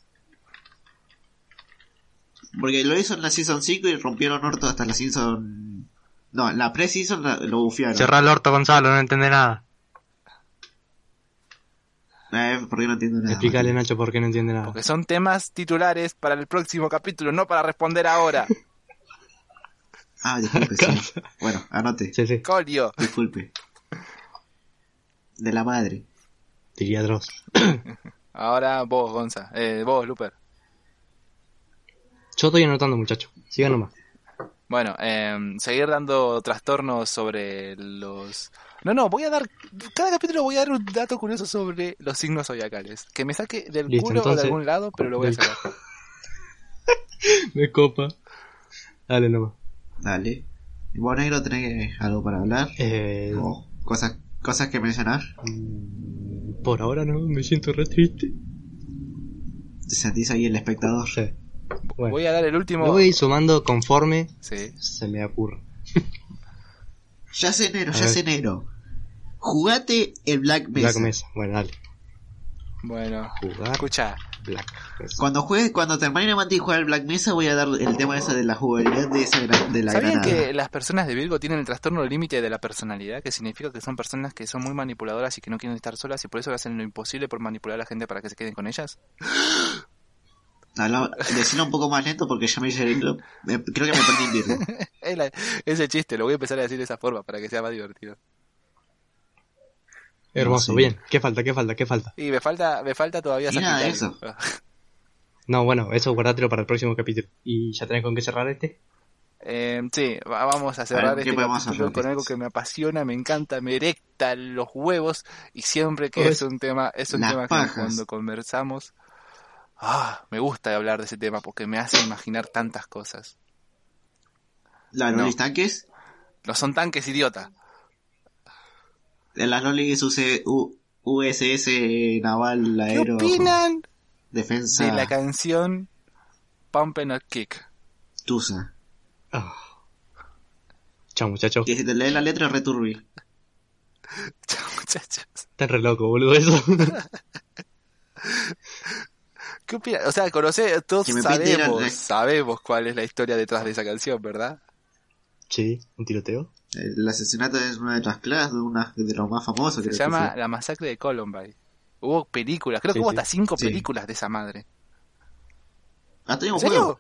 [SPEAKER 1] Porque lo hizo en la Season 5 y rompieron orto hasta la Season... No, en la pre-Season la- lo bufiaron.
[SPEAKER 2] cerrar el orto, Gonzalo, no entendés nada.
[SPEAKER 1] Eh, porque no entiendo nada.
[SPEAKER 2] Explícale, Nacho, por qué no entiende nada.
[SPEAKER 3] Porque son temas titulares para el próximo capítulo, no para
[SPEAKER 2] *laughs*
[SPEAKER 3] responder ahora.
[SPEAKER 1] Ah, disculpe, sí. Bueno, anote.
[SPEAKER 2] Sí, sí,
[SPEAKER 3] Colio.
[SPEAKER 1] Disculpe. De la madre.
[SPEAKER 2] diría Dross.
[SPEAKER 3] Ahora vos, Gonza. Eh, vos, Luper.
[SPEAKER 2] Yo estoy anotando, muchacho. Sigan nomás.
[SPEAKER 3] Bueno, em, seguir dando trastornos sobre los... No, no, voy a dar... Cada capítulo voy a dar un dato curioso sobre los signos zodiacales. Que me saque del
[SPEAKER 2] Listo,
[SPEAKER 3] culo o de
[SPEAKER 2] entonces-
[SPEAKER 3] algún lado, pero lo voy a
[SPEAKER 2] Del-
[SPEAKER 3] sacar.
[SPEAKER 2] Me copa. Dale nomás.
[SPEAKER 1] Dale. ¿Y vos, negro, tenés algo para hablar?
[SPEAKER 2] Eh,
[SPEAKER 1] ¿O cosas, cosas que mencionar?
[SPEAKER 2] mm, por ahora no, me siento re triste.
[SPEAKER 1] ¿Te sentís ahí el espectador?
[SPEAKER 2] Sí. Bueno,
[SPEAKER 3] Voy a dar el último...
[SPEAKER 2] lo voy a ir sumando conforme
[SPEAKER 3] Sí.
[SPEAKER 2] se me ocurra.
[SPEAKER 1] Ya es enero,
[SPEAKER 2] A
[SPEAKER 1] ya es
[SPEAKER 2] ver.
[SPEAKER 1] enero. Jugate el Black Mesa.
[SPEAKER 2] Black Mesa. Bueno, dale.
[SPEAKER 3] Bueno,
[SPEAKER 2] Jugar
[SPEAKER 3] escucha.
[SPEAKER 2] Black Mesa.
[SPEAKER 1] Cuando juegues, cuando termine Mati y jugar el Black Mesa, voy a dar el tema ese de la jugabilidad de esa gra- de la
[SPEAKER 3] ¿Sabían
[SPEAKER 1] granada.
[SPEAKER 3] que las personas de Virgo tienen el trastorno límite de la personalidad? Que significa que son personas que son muy manipuladoras y que no quieren estar solas y por eso hacen lo imposible por manipular a la gente para que se queden con ellas. *laughs*
[SPEAKER 1] Habla- decilo un poco más lento porque ya me hice el me- Creo que me perdí el hilo.
[SPEAKER 3] Es la- es el chiste, lo voy a empezar a decir de esa forma para que sea más divertido.
[SPEAKER 2] Hermoso,
[SPEAKER 1] Sí.
[SPEAKER 2] bien. ¿Qué falta? ¿Qué falta? ¿Qué falta?
[SPEAKER 3] Y me falta, me falta todavía Ah.
[SPEAKER 1] Y nada de
[SPEAKER 3] Sagitario.
[SPEAKER 2] No, bueno, eso guardátelo para el próximo capítulo. ¿Y ya tenés con qué cerrar este?
[SPEAKER 3] Eh, sí, va- vamos a cerrar
[SPEAKER 1] ver, ¿qué
[SPEAKER 3] este
[SPEAKER 1] podemos
[SPEAKER 3] capítulo
[SPEAKER 1] hacer?
[SPEAKER 3] con algo que me apasiona, me encanta, me erecta los huevos y siempre que
[SPEAKER 2] Uy.
[SPEAKER 3] es un tema, es un
[SPEAKER 1] Las
[SPEAKER 3] tema
[SPEAKER 1] pajas.
[SPEAKER 3] que cuando conversamos, ah, me gusta hablar de ese tema porque me hace imaginar tantas cosas.
[SPEAKER 1] Las
[SPEAKER 3] No.
[SPEAKER 1] Loli Tanques.
[SPEAKER 3] No son tanques, idiota.
[SPEAKER 1] de Las Loli es UC U- USS Naval
[SPEAKER 3] ¿Qué
[SPEAKER 1] Aero
[SPEAKER 3] opinan
[SPEAKER 1] Defensa
[SPEAKER 3] de la canción Pump and Kick? *laughs*
[SPEAKER 1] Tusa.
[SPEAKER 2] Ah. Chao, muchachos.
[SPEAKER 1] Que si te lees la letra es returbi.
[SPEAKER 3] Chao, muchachos.
[SPEAKER 2] Están re loco, boludo, eso.
[SPEAKER 3] ¿Qué opina? O sea, conoce, todos
[SPEAKER 1] Que me
[SPEAKER 3] sabemos,
[SPEAKER 1] pidieron-
[SPEAKER 3] sabemos cuál es la historia detrás de esa canción, ¿verdad?
[SPEAKER 2] Sí, un tiroteo.
[SPEAKER 1] El asesinato es una de las clases, una de los más famosos.
[SPEAKER 3] Se
[SPEAKER 1] creo que
[SPEAKER 3] llama
[SPEAKER 1] fue.
[SPEAKER 3] La masacre de Columbine. Hubo películas, creo
[SPEAKER 2] Sí,
[SPEAKER 3] que hubo
[SPEAKER 2] sí.
[SPEAKER 3] hasta cinco
[SPEAKER 1] Sí.
[SPEAKER 3] películas de esa madre.
[SPEAKER 1] Ah, tenía
[SPEAKER 3] ¿En
[SPEAKER 1] un
[SPEAKER 3] serio?
[SPEAKER 1] juego.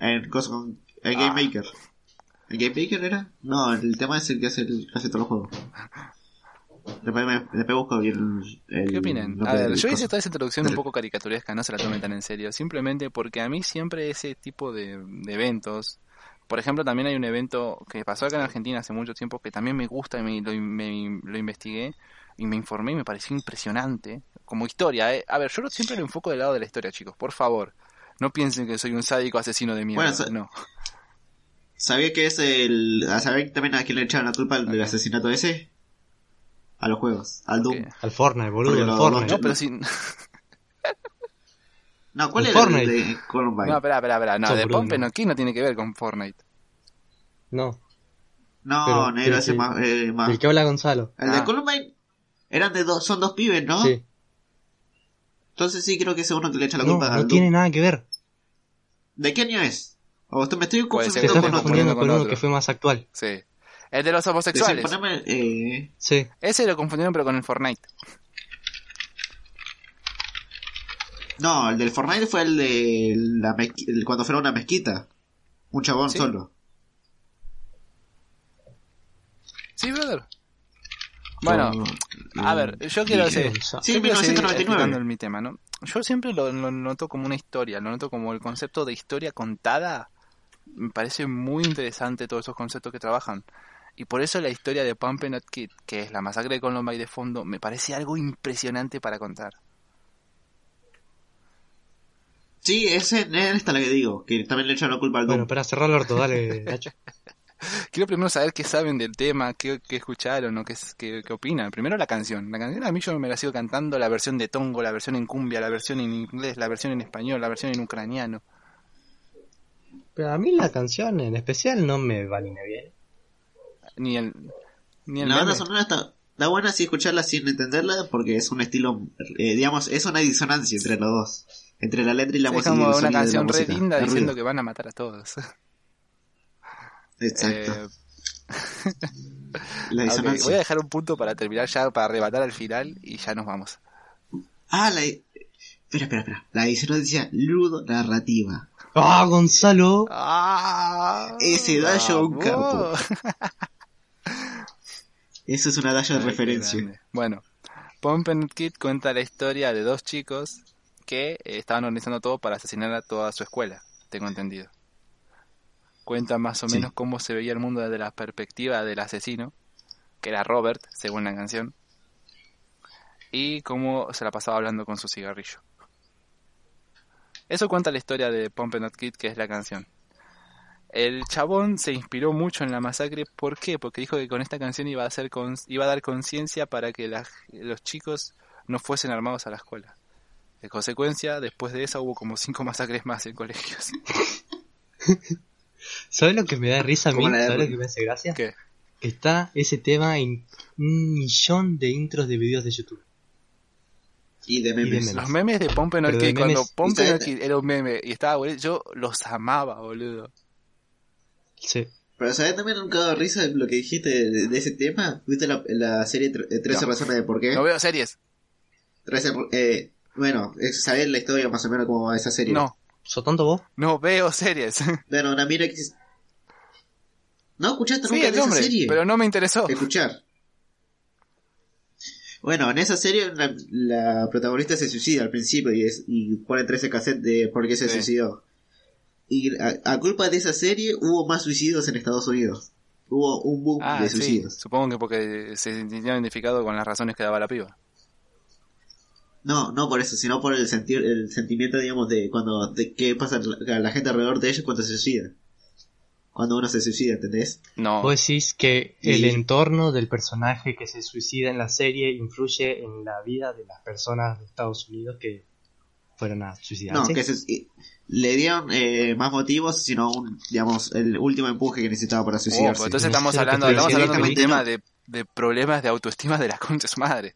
[SPEAKER 1] El, cosa con- el Game
[SPEAKER 3] Ah.
[SPEAKER 1] Maker. ¿El Game Maker era? No, el tema es el que hace, el, hace todos los juegos. Después, me, después busco bien el, el
[SPEAKER 3] ¿Qué opinan?
[SPEAKER 1] nombre
[SPEAKER 3] A ver,
[SPEAKER 1] del
[SPEAKER 3] yo hice
[SPEAKER 1] coso.
[SPEAKER 3] toda esa introducción un
[SPEAKER 1] Dale. *laughs*
[SPEAKER 3] poco caricaturesca, no se la tomen tan en serio. Simplemente porque a mí siempre ese tipo de, de eventos. Por ejemplo, también hay un evento que pasó acá en Argentina hace mucho tiempo que también me gusta y me, lo, me- lo investigué y me informé y me pareció impresionante. Como historia, ¿eh? A ver, yo lo- siempre lo enfoco del lado de la historia, chicos, por favor. No piensen que soy un sádico asesino de mierda.
[SPEAKER 1] Bueno, so-
[SPEAKER 3] no.
[SPEAKER 1] ¿Sabía que es el. a saber también a quién le echaron la culpa del, del asesinato ese? A los juegos, al Doom.
[SPEAKER 3] Ok.
[SPEAKER 2] Al Fortnite, boludo,
[SPEAKER 1] Porque
[SPEAKER 2] al
[SPEAKER 1] lo-
[SPEAKER 2] Fortnite.
[SPEAKER 1] lo-
[SPEAKER 3] No, pero *laughs* sin.
[SPEAKER 1] No, ¿cuál
[SPEAKER 2] El
[SPEAKER 1] era el
[SPEAKER 2] Fortnite.
[SPEAKER 1] de Columbine?
[SPEAKER 3] No,
[SPEAKER 1] No,
[SPEAKER 3] espera, espera, espera. No,
[SPEAKER 2] Son
[SPEAKER 3] de
[SPEAKER 2] Bruno.
[SPEAKER 3] Pompe no, ¿qué no tiene que ver con Fortnite?
[SPEAKER 2] No,
[SPEAKER 1] no,
[SPEAKER 2] pero-
[SPEAKER 1] negro,
[SPEAKER 2] sí,
[SPEAKER 1] ese
[SPEAKER 2] sí.
[SPEAKER 1] más. eh, más.
[SPEAKER 2] el que habla Gonzalo.
[SPEAKER 1] El de
[SPEAKER 3] Ah.
[SPEAKER 1] Columbine eran de dos, son dos pibes, ¿no?
[SPEAKER 2] Sí.
[SPEAKER 1] Entonces sí creo que es uno que le echa la
[SPEAKER 2] No,
[SPEAKER 1] culpa al
[SPEAKER 2] no
[SPEAKER 1] Doom.
[SPEAKER 2] tiene nada que ver.
[SPEAKER 1] ¿De qué año es? O esto- me estoy
[SPEAKER 3] Puede ser
[SPEAKER 2] Te
[SPEAKER 3] Pero
[SPEAKER 1] confundiendo
[SPEAKER 2] estás
[SPEAKER 1] con
[SPEAKER 3] estén
[SPEAKER 1] otro.
[SPEAKER 2] confundiendo
[SPEAKER 3] con
[SPEAKER 2] con uno
[SPEAKER 3] otro.
[SPEAKER 2] que fue más actual.
[SPEAKER 3] Sí. El de los
[SPEAKER 1] Decían,
[SPEAKER 3] homosexuales.
[SPEAKER 1] poneme, eh,
[SPEAKER 2] Sí.
[SPEAKER 3] Ese lo confundieron pero con el Fortnite.
[SPEAKER 1] No, el del Fortnite fue el de la mezqui- el- cuando fuera una mezquita. Un chabón
[SPEAKER 3] Sí.
[SPEAKER 1] solo.
[SPEAKER 3] Sí, brother. Bueno,
[SPEAKER 1] Con-
[SPEAKER 3] a ver, yo quiero hacer...
[SPEAKER 2] Gonzalo.
[SPEAKER 1] Sí,
[SPEAKER 3] yo quiero seguir
[SPEAKER 1] 1999.
[SPEAKER 3] explicando mi tema, ¿no? Yo siempre lo, lo noto como una historia, lo noto como el concepto de historia contada. Me parece muy interesante todos esos conceptos que trabajan. Y por eso la historia de Pumpin' Up Kid, que es la masacre de Columbine de fondo, me parece algo impresionante para contar.
[SPEAKER 1] Sí, es en, en esta la que digo, que también le echan la culpa al Doom.
[SPEAKER 2] Bueno, para cerrar el orto, *laughs* dale, Nacho.
[SPEAKER 3] Quiero primero saber qué saben del tema, qué, qué escucharon o qué, es- qué, qué opinan. Primero la canción. La canción a mí yo me la sigo cantando, la versión de Tongo, la versión en cumbia, la versión en inglés, la versión en español, la versión en ucraniano.
[SPEAKER 2] Pero a mí la canción en especial no me valine bien.
[SPEAKER 3] Ni el... Ni el
[SPEAKER 1] la banda
[SPEAKER 3] meme.
[SPEAKER 1] sonora está, está buena si escucharla sin entenderla porque es un estilo, eh, digamos, es una disonancia entre los dos. Entre la letra y la
[SPEAKER 3] es
[SPEAKER 1] música. y
[SPEAKER 3] como
[SPEAKER 1] el
[SPEAKER 3] una
[SPEAKER 1] sonido de la
[SPEAKER 3] canción re
[SPEAKER 1] música,
[SPEAKER 3] linda
[SPEAKER 1] el
[SPEAKER 3] diciendo
[SPEAKER 1] ruido.
[SPEAKER 3] que van a matar a todos.
[SPEAKER 1] Exacto.
[SPEAKER 3] Eh,
[SPEAKER 1] la
[SPEAKER 3] ok,
[SPEAKER 1] disonancia.
[SPEAKER 3] voy a dejar un punto para terminar ya, para arrebatar al final y ya nos vamos.
[SPEAKER 1] Ah, la... Espera, espera, espera. La disonancia ludonarrativa.
[SPEAKER 2] ¡Ah, Gonzalo!
[SPEAKER 3] ¡Ah!
[SPEAKER 1] Ese Dayo, un
[SPEAKER 3] ¡Bravo!
[SPEAKER 1] capo. Eso es una dalla de
[SPEAKER 3] Ay, qué
[SPEAKER 1] referencia.
[SPEAKER 3] grande. Bueno, Pump and Kid cuenta la historia de dos chicos que eh, estaban organizando todo para asesinar a toda su escuela, tengo entendido. Cuenta más o
[SPEAKER 1] Sí.
[SPEAKER 3] menos cómo se veía el mundo desde la perspectiva del asesino, que era Robert, según la canción, y cómo se la pasaba hablando con su cigarrillo. Eso cuenta la historia de Pump and Kid, que es la canción. El chabón se inspiró mucho en la masacre. ¿Por qué? Porque dijo que con esta canción iba a, hacer cons- iba a dar conciencia para que la- los chicos no fuesen armados a la escuela. En consecuencia, después de esa hubo como cinco masacres más en colegios.
[SPEAKER 2] ¿Sabes lo que me da risa a mí?
[SPEAKER 1] ¿Cómo la-
[SPEAKER 2] ¿Sabes lo que me hace gracia?
[SPEAKER 3] ¿Qué?
[SPEAKER 2] Que está ese tema en un millón de intros de videos de YouTube.
[SPEAKER 1] Y de memes.
[SPEAKER 2] Y de memes.
[SPEAKER 3] Los memes de Pompe
[SPEAKER 2] Pero de
[SPEAKER 3] Kid, cuando
[SPEAKER 2] memes-
[SPEAKER 3] Pompe
[SPEAKER 1] ¿Ustedes-
[SPEAKER 3] Kid era un meme y estaba boludo, yo los amaba, boludo.
[SPEAKER 2] Sí.
[SPEAKER 1] Pero ¿sabes también un cago de risa lo que dijiste de, de ese tema? ¿Viste la, la serie tre- eh, 13
[SPEAKER 3] No.
[SPEAKER 1] razones de por qué?
[SPEAKER 3] No veo series.
[SPEAKER 1] 13 ru- eh, bueno, es- ¿sabés la historia más o menos cómo va esa serie?
[SPEAKER 3] No,
[SPEAKER 2] ¿Sos tanto vos?
[SPEAKER 3] no veo series. *laughs*
[SPEAKER 1] Bueno, una mira que... No escuchaste
[SPEAKER 3] Sí,
[SPEAKER 1] nunca
[SPEAKER 3] el
[SPEAKER 1] de esa
[SPEAKER 3] nombre,
[SPEAKER 1] serie.
[SPEAKER 3] pero no me interesó.
[SPEAKER 1] Escuchar. Bueno, en esa serie la, la protagonista se suicida al principio y, es, y pone 13 cassettes de por qué se
[SPEAKER 3] Sí.
[SPEAKER 1] suicidó. Y a, a culpa de esa serie hubo más suicidios en Estados Unidos. Hubo un boom
[SPEAKER 3] Ah,
[SPEAKER 1] de
[SPEAKER 3] sí,
[SPEAKER 1] suicidios.
[SPEAKER 3] supongo que porque se sintió identificado con las razones que daba la piba.
[SPEAKER 1] No, no por eso, sino por el, sentir, el sentimiento, digamos, de cuando de qué pasa a la gente alrededor de ellos cuando se suicida. Cuando uno se suicida, ¿entendés?
[SPEAKER 3] No,
[SPEAKER 2] Vos decís que
[SPEAKER 1] Sí.
[SPEAKER 2] el entorno del personaje que se suicida en la serie influye en la vida de las personas de Estados Unidos que fueron a
[SPEAKER 1] No,
[SPEAKER 2] suicidarse.
[SPEAKER 1] que se- y- le dieron eh, más motivos, sino un, digamos, el último empuje que necesitaba para
[SPEAKER 3] Oh,
[SPEAKER 1] suicidarse.
[SPEAKER 3] pero entonces
[SPEAKER 2] No sé
[SPEAKER 3] estamos
[SPEAKER 2] lo que
[SPEAKER 3] hablando,
[SPEAKER 2] estoy
[SPEAKER 3] estamos
[SPEAKER 1] diciendo,
[SPEAKER 3] hablando de un tema
[SPEAKER 1] directamente
[SPEAKER 3] de, de problemas de autoestima de las conchas su madre.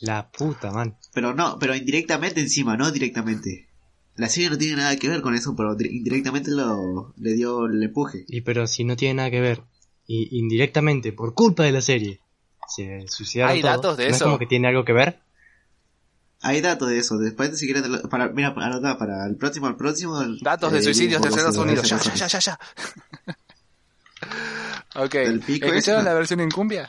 [SPEAKER 2] La puta, man.
[SPEAKER 1] Pero no, pero indirectamente encima, no directamente. La serie no tiene nada que ver con eso, pero dir- indirectamente lo, le dio el empuje.
[SPEAKER 2] Y pero si no tiene nada que ver, y indirectamente, por culpa de la serie, se suicidaron
[SPEAKER 3] ¿Hay
[SPEAKER 2] todos,
[SPEAKER 3] datos de
[SPEAKER 2] ¿no es
[SPEAKER 3] eso?
[SPEAKER 2] como que tiene algo que ver?
[SPEAKER 1] Hay datos de eso. Después, si quieres, te lo- para, mira, para, anotá, para el próximo, el próximo. el-
[SPEAKER 3] Datos
[SPEAKER 1] eh,
[SPEAKER 3] de suicidios de
[SPEAKER 1] por los
[SPEAKER 3] Estados Unidos. Ya,
[SPEAKER 1] celulares
[SPEAKER 3] ya, ya,
[SPEAKER 1] en
[SPEAKER 3] ya, ya. *laughs* ok.
[SPEAKER 1] Del pico
[SPEAKER 3] ¿Escucharon
[SPEAKER 1] ese.
[SPEAKER 3] la versión en cumbia?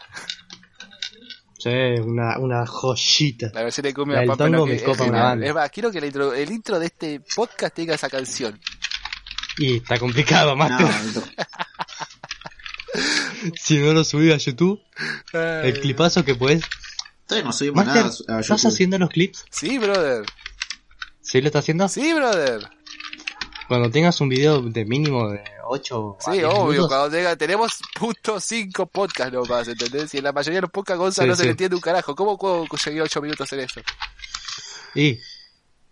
[SPEAKER 2] Sí, una, una joyita.
[SPEAKER 3] La versión de cumbia.
[SPEAKER 2] La del
[SPEAKER 3] papá,
[SPEAKER 2] tango
[SPEAKER 3] que
[SPEAKER 2] me
[SPEAKER 3] es
[SPEAKER 2] copa una
[SPEAKER 3] genial.
[SPEAKER 2] banda.
[SPEAKER 3] Es más, quiero que el intro, el intro de este podcast tenga esa canción.
[SPEAKER 2] Y está complicado,
[SPEAKER 1] Japón.
[SPEAKER 2] Master.
[SPEAKER 1] No, no.
[SPEAKER 2] *laughs* Si no lo subí a YouTube, el
[SPEAKER 3] Ay.
[SPEAKER 2] clipazo que puedes.
[SPEAKER 1] Todavía no subimos
[SPEAKER 2] Master,
[SPEAKER 1] nada a- a
[SPEAKER 2] ¿estás
[SPEAKER 1] YouTube.
[SPEAKER 2] haciendo los clips?
[SPEAKER 3] Sí, brother.
[SPEAKER 2] ¿Sí lo estás haciendo?
[SPEAKER 3] Sí, brother.
[SPEAKER 2] Cuando tengas un video de mínimo de 8
[SPEAKER 3] Sí, obvio. Cuando tenga, tenemos punto cinco podcasts nomás, ¿entendés? Y en la mayoría de los podcasts Gonza
[SPEAKER 2] Sí,
[SPEAKER 3] no se
[SPEAKER 2] sí.
[SPEAKER 3] le entiende un carajo. ¿Cómo puedo conseguir ocho minutos hacer esto?
[SPEAKER 2] Y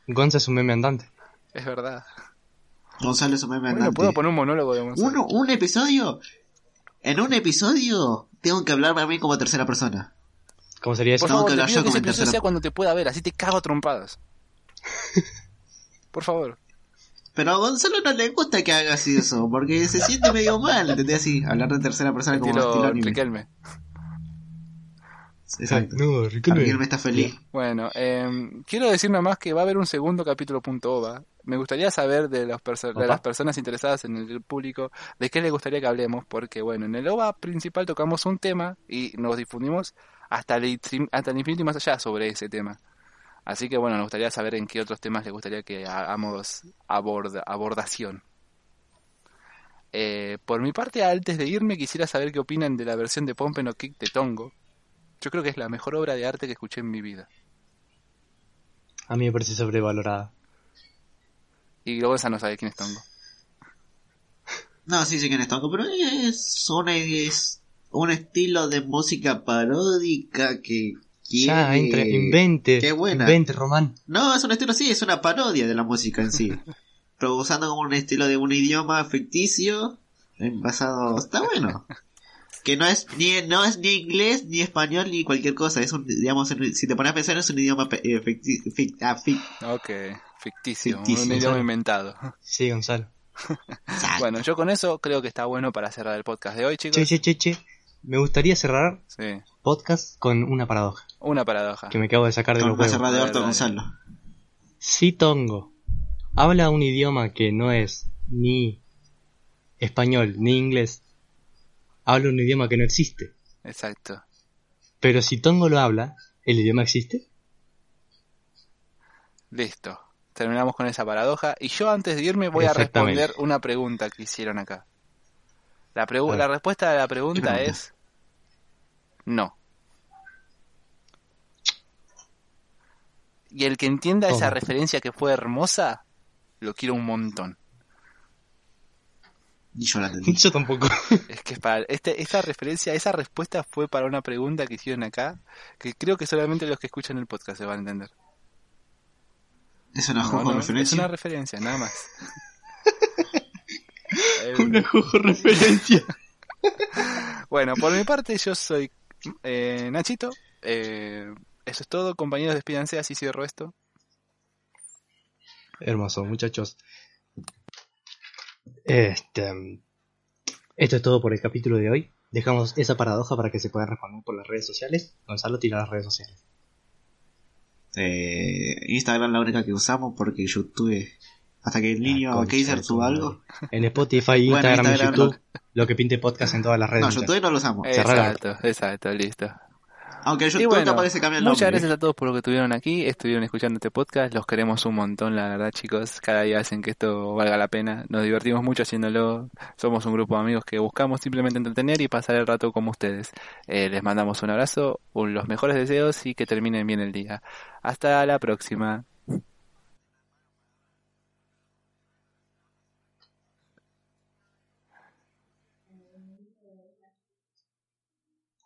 [SPEAKER 2] Gonza es un meme andante.
[SPEAKER 3] Es verdad.
[SPEAKER 1] Gonzalo es un meme
[SPEAKER 3] Bueno,
[SPEAKER 1] andante.
[SPEAKER 3] puedo poner un monólogo de Gonzalo.
[SPEAKER 1] Uno, un episodio. En un episodio tengo que hablarme a mí como tercera persona.
[SPEAKER 2] ¿Cómo sería eso?
[SPEAKER 3] Por
[SPEAKER 1] No, que
[SPEAKER 3] favor, te
[SPEAKER 1] lo
[SPEAKER 3] pido
[SPEAKER 1] haya
[SPEAKER 3] que ese
[SPEAKER 1] comentado, se
[SPEAKER 3] episodio
[SPEAKER 1] lo-
[SPEAKER 3] sea cuando te pueda ver, así te cago
[SPEAKER 1] *laughs*
[SPEAKER 3] a trompadas. Por favor.
[SPEAKER 1] Pero a Gonzalo no le gusta que hagas eso, porque se siente medio mal, ¿entendés? Así, hablar de tercera persona como estilo
[SPEAKER 3] Estilo
[SPEAKER 1] anime.
[SPEAKER 3] Riquelme.
[SPEAKER 1] Exacto.
[SPEAKER 2] No, Riquelme.
[SPEAKER 1] Riquelme está feliz.
[SPEAKER 3] Bueno, em, quiero decir nomás que va a haber un segundo capítulo punto ova. Me gustaría saber de, los perso- de
[SPEAKER 2] Opa.
[SPEAKER 3] las personas interesadas en el público de qué les gustaría que hablemos, porque bueno, en el OVA principal tocamos un tema y nos difundimos hasta el, itrim- hasta el infinito y más allá sobre ese tema. Así que bueno, nos gustaría saber en qué otros temas les gustaría que hagamos aborda- abordación. Eh, por mi parte, antes de irme, quisiera saber qué opinan de la versión de Pompe no Kick de Tongo. Yo creo que es la mejor obra de arte que escuché en mi vida.
[SPEAKER 2] A mí me parece sobrevalorada.
[SPEAKER 3] Y Gonza no sabe quién es Tongo.
[SPEAKER 1] No, sí, sí que en esto, pero es, una, es un estilo de música paródica que quiere...
[SPEAKER 2] Ya, entra, invente.
[SPEAKER 1] Qué buena.
[SPEAKER 2] Invente, Román.
[SPEAKER 1] No, es un estilo, sí, es una parodia de la música en
[SPEAKER 3] *laughs*
[SPEAKER 1] sí. pero usando como un estilo de un idioma ficticio, en pasado, está
[SPEAKER 3] *laughs*
[SPEAKER 1] bueno. Que no es ni no es ni inglés ni español ni cualquier cosa, es un digamos un- si te pones a pensar es un idioma pe- eh, ficti- fic- ah, fic-
[SPEAKER 3] Ok, ficticio,
[SPEAKER 1] Ficticio,
[SPEAKER 3] un idioma
[SPEAKER 2] sí.
[SPEAKER 3] inventado.
[SPEAKER 2] Sí, Gonzalo.
[SPEAKER 3] Bueno, yo con eso creo que está bueno para cerrar el podcast de hoy,
[SPEAKER 2] Che,
[SPEAKER 3] chicos.
[SPEAKER 2] che, che, che. Me gustaría cerrar
[SPEAKER 3] Sí,
[SPEAKER 2] podcast con una paradoja
[SPEAKER 3] una paradoja.
[SPEAKER 2] que me acabo de sacar de
[SPEAKER 1] con
[SPEAKER 2] los
[SPEAKER 1] una
[SPEAKER 2] huevos.
[SPEAKER 1] cerrada de orto
[SPEAKER 3] Dale, dale.
[SPEAKER 1] Gonzalo.
[SPEAKER 2] Si Tongo habla un idioma que no es ni español ni inglés, habla un idioma que no existe.
[SPEAKER 3] Exacto.
[SPEAKER 2] Pero si Tongo lo habla, ¿el idioma existe?
[SPEAKER 3] Listo. Terminamos con esa paradoja. Y yo antes de irme voy a
[SPEAKER 2] Exactamente.
[SPEAKER 3] responder una pregunta que hicieron acá. La, pregu-
[SPEAKER 2] A ver.
[SPEAKER 3] la respuesta de la pregunta
[SPEAKER 1] pregunta?
[SPEAKER 3] es... No. Y el que entienda esa
[SPEAKER 2] Toma.
[SPEAKER 3] referencia que fue hermosa, lo quiero un montón.
[SPEAKER 1] Y yo la
[SPEAKER 3] *laughs*
[SPEAKER 1] entendí.
[SPEAKER 2] *laughs* Yo tampoco.
[SPEAKER 3] Es que es para este, esta referencia, esa respuesta fue para una pregunta que hicieron acá, que creo que solamente los que escuchan el podcast se van a entender.
[SPEAKER 1] Es Ah, una
[SPEAKER 3] No,
[SPEAKER 1] jojo
[SPEAKER 3] no, es
[SPEAKER 1] referencia.
[SPEAKER 3] una referencia,
[SPEAKER 1] *laughs*
[SPEAKER 3] nada más. Eh, *laughs*
[SPEAKER 2] jojo referencia.
[SPEAKER 3] bueno, por mi parte yo soy eh, Nachito. Eh, eso es todo, compañeros, despídanse, así cierro esto.
[SPEAKER 2] Hermoso, muchachos. Este, esto es todo por el capítulo de hoy. Dejamos esa paradoja para que se pueda responder por las redes sociales. Gonzalo tira las redes sociales.
[SPEAKER 1] *laughs* Eh, Instagram la única que usamos porque YouTube hasta que el niño
[SPEAKER 2] concha
[SPEAKER 1] Kaiser
[SPEAKER 2] de tu
[SPEAKER 1] suba
[SPEAKER 2] madre.
[SPEAKER 1] algo.
[SPEAKER 2] En Spotify,
[SPEAKER 1] Bueno,
[SPEAKER 2] Instagram, y
[SPEAKER 1] Instagram,
[SPEAKER 2] YouTube. Lo que pinte podcast en todas las redes
[SPEAKER 1] No,
[SPEAKER 2] sociales.
[SPEAKER 1] YouTube no lo usamos.
[SPEAKER 3] Eh,
[SPEAKER 2] Cerrar
[SPEAKER 3] Exacto, exacto, listo.
[SPEAKER 1] Aunque
[SPEAKER 3] Y
[SPEAKER 1] YouTube
[SPEAKER 3] bueno,
[SPEAKER 1] capaz que se cambia el nombre.
[SPEAKER 3] Muchas
[SPEAKER 1] ¿eh?
[SPEAKER 3] gracias a todos por lo que estuvieron aquí, estuvieron escuchando este podcast, los queremos un montón, la verdad chicos, cada día hacen que esto valga la pena, nos divertimos mucho haciéndolo, somos un grupo de amigos que buscamos simplemente entretener y pasar el rato como ustedes. Eh, les mandamos un abrazo, un- los mejores deseos y que terminen bien el día. Hasta la próxima.